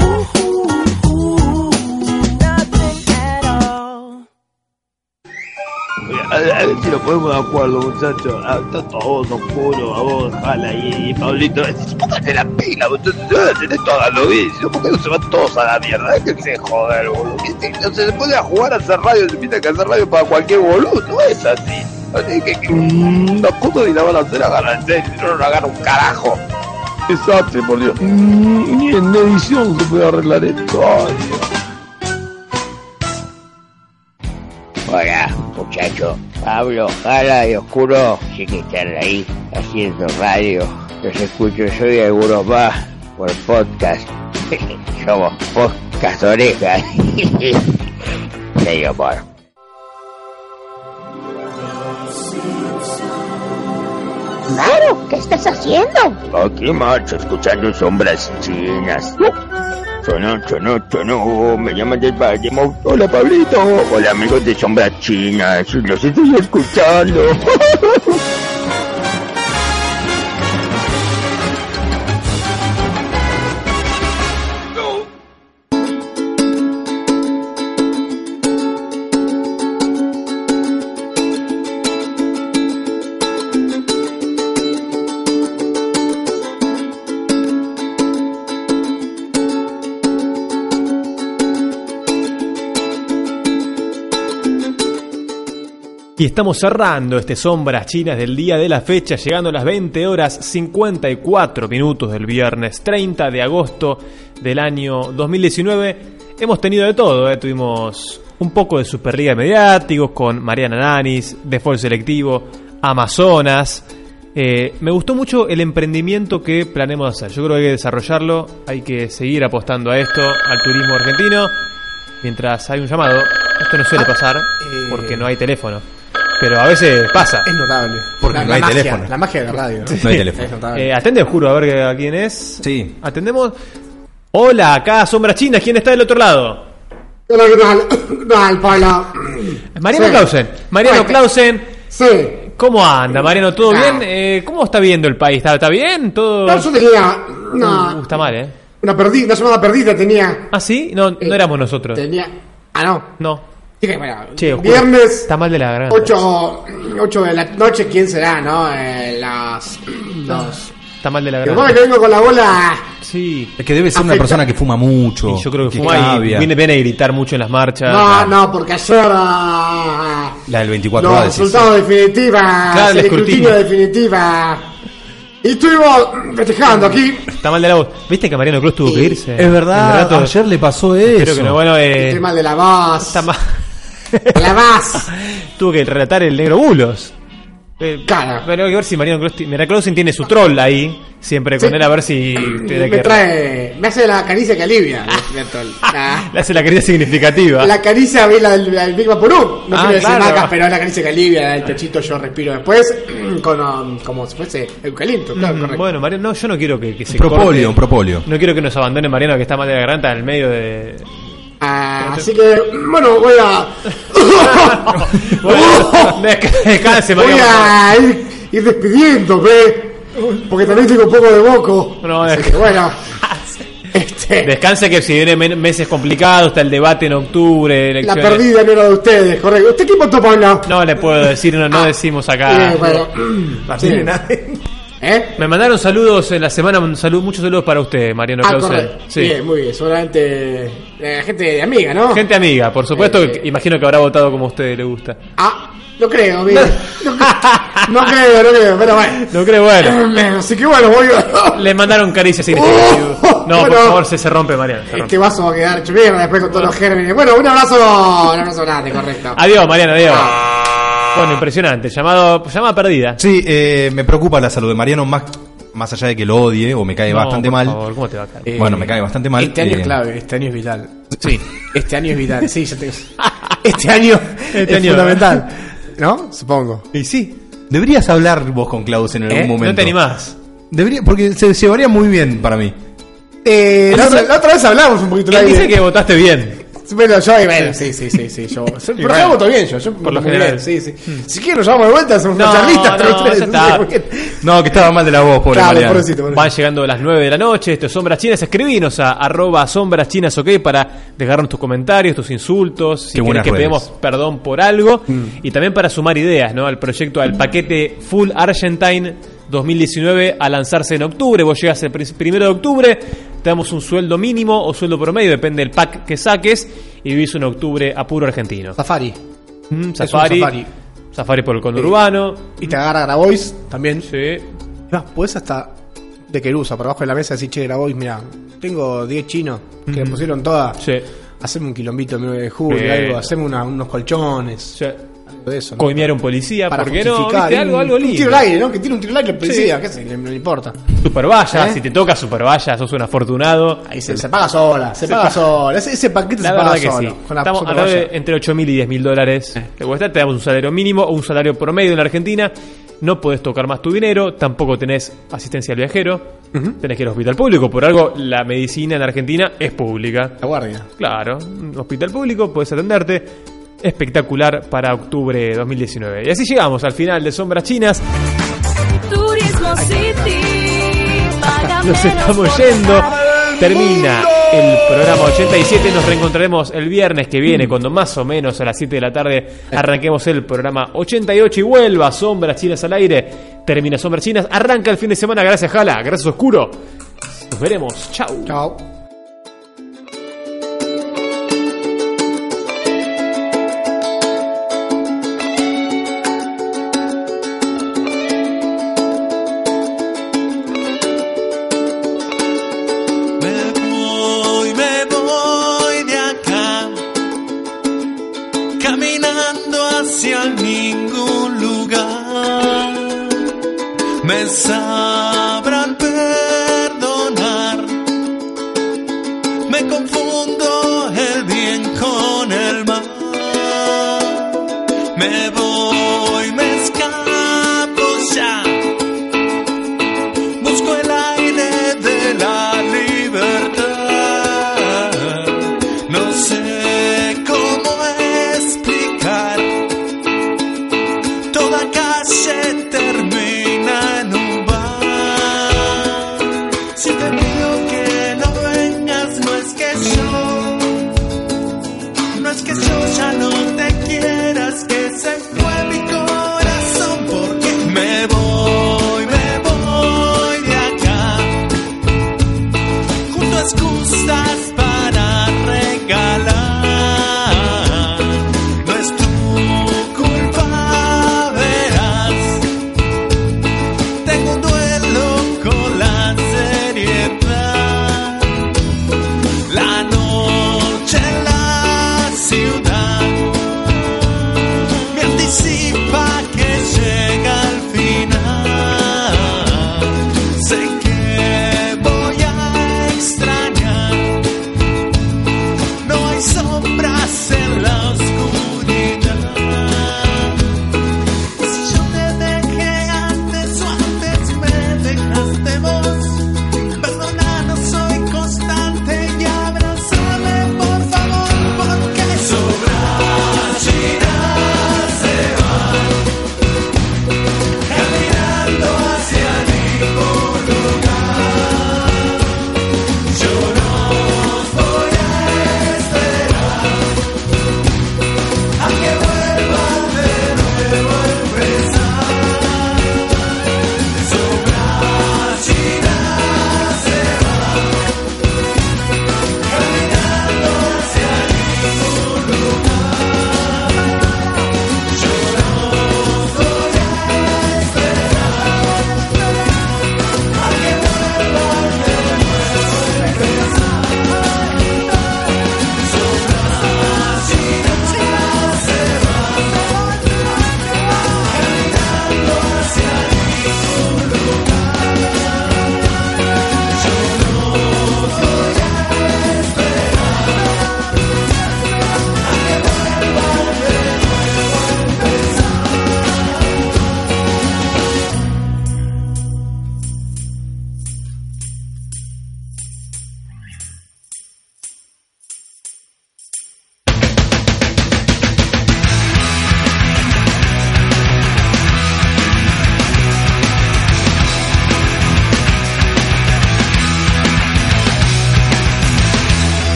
Speaker 19: woohoo, woohoo. Nothing at all.
Speaker 20: A, a ver si lo podemos de acuerdo, muchachos. Ah, está todo oscuro, a vos, jala ahí, Pablito. Póngate la pila, muchachos. Tenés todas los vicios. ¿Por qué no se van todos a la mierda? Déjense joder, boludo. ¿Qué te- No se puede a jugar a hacer radio, se empieza a hacer radio para cualquier boludo. No es así. Así que, que mm, los putos ni la van a hacer, agarran en serio. Yo no lo agarro un carajo. Exacto, por Dios. Mm, Ni en edición se puede arreglar esto. Ay, Dios.
Speaker 21: Hola, muchacho. Pablo, Jala y Oscuro, sí que están ahí haciendo radio. Los escucho yo y algunos más por podcast. Somos ¿eh? podcast orejas. Medio amor.
Speaker 7: Claro, ¿qué estás haciendo?
Speaker 8: Aquí, macho, escuchando sombras chinas. Oh, Sonó, sonó, sonó, Oh, me llaman del Valle Mau- Hola, Pablito. Hola, amigos de sombras chinas. Los estoy escuchando.
Speaker 2: Y estamos cerrando este Sombras Chinas del día de la fecha, llegando a las 20 horas 54 minutos del viernes 30 de agosto del año 2019. Hemos tenido de todo, ¿eh? tuvimos un poco de Superliga de Mediáticos con Mariana Nanis, Default Selectivo, Amazonas. Eh, me gustó mucho el emprendimiento que planeamos hacer. Yo creo que hay que desarrollarlo, hay que seguir apostando a esto, al turismo argentino. Mientras hay un llamado, esto no suele
Speaker 3: Ah, eh,
Speaker 2: pasar porque no hay teléfono. Pero a veces pasa.
Speaker 3: Es notable.
Speaker 2: Porque
Speaker 3: La-
Speaker 2: no
Speaker 3: la
Speaker 2: hay
Speaker 3: magia,
Speaker 2: teléfono.
Speaker 3: La magia de la radio. ¿no?
Speaker 2: Sí.
Speaker 3: Es notable.
Speaker 2: Eh, atende, juro, a ver a quién es. Sí. Atendemos. Hola, acá Sombra China, ¿quién está del otro lado?
Speaker 22: Hola, ¿qué tal? ¿Qué tal, Paula?
Speaker 2: Mariano
Speaker 22: Sí.
Speaker 2: Clausen. Mariano
Speaker 22: Fuerte.
Speaker 2: Clausen.
Speaker 22: Sí.
Speaker 2: ¿Cómo anda, Mariano? ¿Todo
Speaker 22: Ah.
Speaker 2: bien? Eh, ¿Cómo está viendo el país? ¿Está, está bien? ¿Todo...
Speaker 22: No, yo tenía una,
Speaker 2: Uh, está mal, ¿eh?
Speaker 22: una, perdi- una semana perdida, tenía.
Speaker 2: ¿Ah, sí? No,
Speaker 22: Eh,
Speaker 2: no éramos nosotros.
Speaker 22: Tenía. Ah, no.
Speaker 2: No.
Speaker 22: Dije, bueno,
Speaker 2: Che, oscuro.
Speaker 22: viernes.
Speaker 2: Está mal de la garganta.
Speaker 22: 8, de la noche, ¿quién será, no? Eh, las. Los.
Speaker 2: Está mal de la
Speaker 22: Pero
Speaker 2: garganta.
Speaker 22: bueno, que vengo con la bola.
Speaker 2: Sí.
Speaker 4: Es que debe ser una
Speaker 22: Afecta-
Speaker 4: persona que fuma mucho.
Speaker 2: Y yo creo que fuma y
Speaker 4: cavia.
Speaker 2: viene, viene a gritar mucho en las marchas.
Speaker 22: No, no, porque ayer. ah,
Speaker 4: La del 24
Speaker 22: Los
Speaker 4: horas, sí, sí.
Speaker 22: resultados definitiva.
Speaker 2: Claro, el
Speaker 22: el escrutinio
Speaker 2: escrutinio.
Speaker 22: definitiva. Y estuvimos festejando aquí.
Speaker 2: Está mal de la voz. ¿Viste que Mariano Cruz tuvo que irse?
Speaker 4: Es verdad,
Speaker 2: El rato-
Speaker 4: ayer le pasó
Speaker 2: Espero
Speaker 4: eso.
Speaker 2: que no, bueno, eh,
Speaker 22: Estoy mal de la voz.
Speaker 2: Está mal.
Speaker 22: La voz.
Speaker 2: tuvo que relatar el negro Bulos. Eh, Pero hay que ver si Mariano Clos- Miraclausen tiene su troll ahí, siempre con
Speaker 3: Sí.
Speaker 2: él, a ver si tiene
Speaker 3: Me
Speaker 2: que-
Speaker 3: trae. Me hace la caricia que alivia. me- me tol- Ah.
Speaker 2: le hace la querida significativa.
Speaker 3: La caricia, vi la del la del Big Vaporub. No
Speaker 2: Ah,
Speaker 3: quiero decir
Speaker 2: claro.
Speaker 3: marcas, pero es la caricia que alivia. El techito yo respiro después. Con, um, como si fuese eucalipto. Claro,
Speaker 2: Mm,
Speaker 3: correcto.
Speaker 2: Bueno, Mariano, no, yo no quiero que, que se
Speaker 4: Propolio,
Speaker 2: corte.
Speaker 4: propolio.
Speaker 2: No quiero que nos abandone Mariano, que está mal de la garganta en el medio de...
Speaker 3: Ah, así que, bueno, voy a.
Speaker 2: Descanse,
Speaker 3: voy
Speaker 2: Mariano.
Speaker 3: a ir, ir despidiendo, ¿ve? Porque también tengo un poco de moco. Así que, bueno.
Speaker 2: Descanse que si viene men- meses complicados, está el debate en octubre,
Speaker 3: La
Speaker 2: elecciones.
Speaker 3: perdida no era de ustedes, correcto. ¿Usted qué votó, Paula?
Speaker 2: No le puedo decir, no, no decimos acá.
Speaker 3: Eh, bueno.
Speaker 2: Martín,
Speaker 3: Sí.
Speaker 2: nada.
Speaker 3: ¿Eh?
Speaker 2: Me mandaron saludos en la semana, un saludo- muchos saludos para usted, Mariano
Speaker 3: Ah,
Speaker 2: Clausen.
Speaker 3: correcto.
Speaker 2: Sí.
Speaker 3: Bien, muy bien. Seguramente eh, gente de amiga, ¿no?
Speaker 2: Gente amiga, por supuesto, que imagino que habrá votado como a usted le gusta.
Speaker 3: Ah, No creo, bien. No, creo, no creo, pero bueno.
Speaker 2: No creo, bueno.
Speaker 3: Así que bueno, voy a... Oh,
Speaker 2: Le mandaron caricias significativas. No, por
Speaker 3: Bueno.
Speaker 2: favor, se, se rompe, Mariano. se rompe.
Speaker 3: Este vaso va a quedar hecho mierda después con todos los gérmenes. Bueno, un abrazo, un abrazo grande, correcto.
Speaker 2: Adiós, Mariano, adiós.
Speaker 3: Ah.
Speaker 2: Bueno, impresionante. Llamado, llamada perdida.
Speaker 4: Sí, eh, me preocupa la salud de Mariano, más, más allá de que lo odie o me cae
Speaker 2: No,
Speaker 4: bastante
Speaker 2: por
Speaker 4: mal.
Speaker 2: favor, ¿cómo te va a caer?
Speaker 4: Eh, bueno, me cae bastante mal.
Speaker 3: Este año
Speaker 4: eh,
Speaker 3: es clave, este año es vital.
Speaker 4: Sí.
Speaker 3: Este año es vital, sí, ya te Este año
Speaker 2: Este
Speaker 3: es
Speaker 2: año.
Speaker 3: fundamental. ¿No? Supongo.
Speaker 4: ¿eh? Y sí. Deberías hablar vos con Klaus en algún
Speaker 2: ¿Eh?
Speaker 4: momento.
Speaker 2: No te animás.
Speaker 4: Debería, porque se llevaría muy bien para mí.
Speaker 3: Eh, la, otra, la otra vez hablamos un poquito
Speaker 2: Él
Speaker 3: de
Speaker 2: dice que votaste bien.
Speaker 3: Bueno, yo, y bueno, sí, sí, sí, sí, yo. Por
Speaker 2: bueno.
Speaker 3: acá voto bien yo, yo
Speaker 2: Por lo
Speaker 3: muy
Speaker 2: general.
Speaker 3: bien, sí, sí.
Speaker 4: Hmm.
Speaker 3: Si quieren nos llamamos de vuelta, hacemos
Speaker 2: No,
Speaker 3: una charlita.
Speaker 2: no, ya está.
Speaker 4: No, que estaba mal de la voz, pobre
Speaker 3: Claro,
Speaker 4: Mariano.
Speaker 3: pobrecito, pobrecito.
Speaker 2: Van llegando las 9 de la noche, esto es Sombras Chinas, escribinos a arroba sombras chinas ok para dejarnos tus comentarios, tus insultos, si
Speaker 4: Qué
Speaker 2: querés
Speaker 4: buenas
Speaker 2: que
Speaker 4: redes.
Speaker 2: pedimos perdón por algo y también para sumar ideas ¿no? al proyecto, al paquete Full Argentine 2019 a lanzarse en octubre, vos llegas el pr- primero de octubre, te damos un sueldo mínimo o sueldo promedio, depende del pack que saques y vivís un octubre a puro argentino.
Speaker 3: Safari.
Speaker 2: Mm,
Speaker 3: Es un
Speaker 2: safari, safari.
Speaker 3: safari.
Speaker 2: por el conurbano.
Speaker 3: Eh, Y te agarra Grabois también.
Speaker 2: Sí.
Speaker 3: Más, puedes hasta de querusa, por abajo de la mesa, decir, che, Grabois, mira, tengo 10 chinos que le
Speaker 2: Ujú.
Speaker 3: pusieron todas.
Speaker 2: Sí.
Speaker 3: Haceme un quilombito el 9 de julio,
Speaker 2: Sí.
Speaker 3: algo, haceme una- unos colchones. Algo de eso. ¿no?
Speaker 2: Coimear a un policía,
Speaker 3: Para
Speaker 2: ¿por qué no?
Speaker 3: justificar.
Speaker 2: ¿Viste? Algo,
Speaker 3: Un-
Speaker 2: algo
Speaker 3: un
Speaker 2: lindo.
Speaker 3: tiro al aire, ¿no? Que tiene un tiro al aire el policía,
Speaker 2: Sí.
Speaker 3: qué sé, no no le importa.
Speaker 2: Super valla,
Speaker 3: ¿Eh?
Speaker 2: si te toca super valla, sos un afortunado.
Speaker 3: Ahí se, se paga sola, se,
Speaker 2: Se
Speaker 3: paga
Speaker 2: pa-
Speaker 3: sola. Ese, ese paquete
Speaker 2: La
Speaker 3: se paga
Speaker 2: verdad que
Speaker 3: solo.
Speaker 2: sí.
Speaker 3: Con la Eh.
Speaker 2: Estamos
Speaker 3: sopa
Speaker 2: alrededor de
Speaker 3: valla.
Speaker 2: entre 8.000 y 10.000 dólares. Te cuesta, te damos un salario mínimo o un salario promedio en la Argentina. No podés tocar más tu dinero, tampoco tenés asistencia al viajero, tenés que ir al hospital público. Por algo, la medicina en la Argentina es pública.
Speaker 3: La guardia.
Speaker 2: Claro, un hospital público, podés atenderte. Espectacular para octubre de 2019. Y así llegamos al final de Sombras Chinas.
Speaker 1: Turismo City. Págame
Speaker 2: Nos estamos yendo. Termina el programa 87. Nos reencontraremos el viernes que viene, cuando más o menos a las 7 de la tarde arranquemos el programa 88 y vuelva Sombras Chinas al aire. Termina Sombras Chinas. Arranca el fin de semana. Gracias, Jala. Gracias, Oscuro. Nos veremos. Chau.
Speaker 3: Chau.
Speaker 1: Hoy me voy de acá, caminando hacia ningún lugar. Me sabrán perdonar, me confundo el bien con el mal. Me voy, me escapo ya, busco el
Speaker 5: Oh,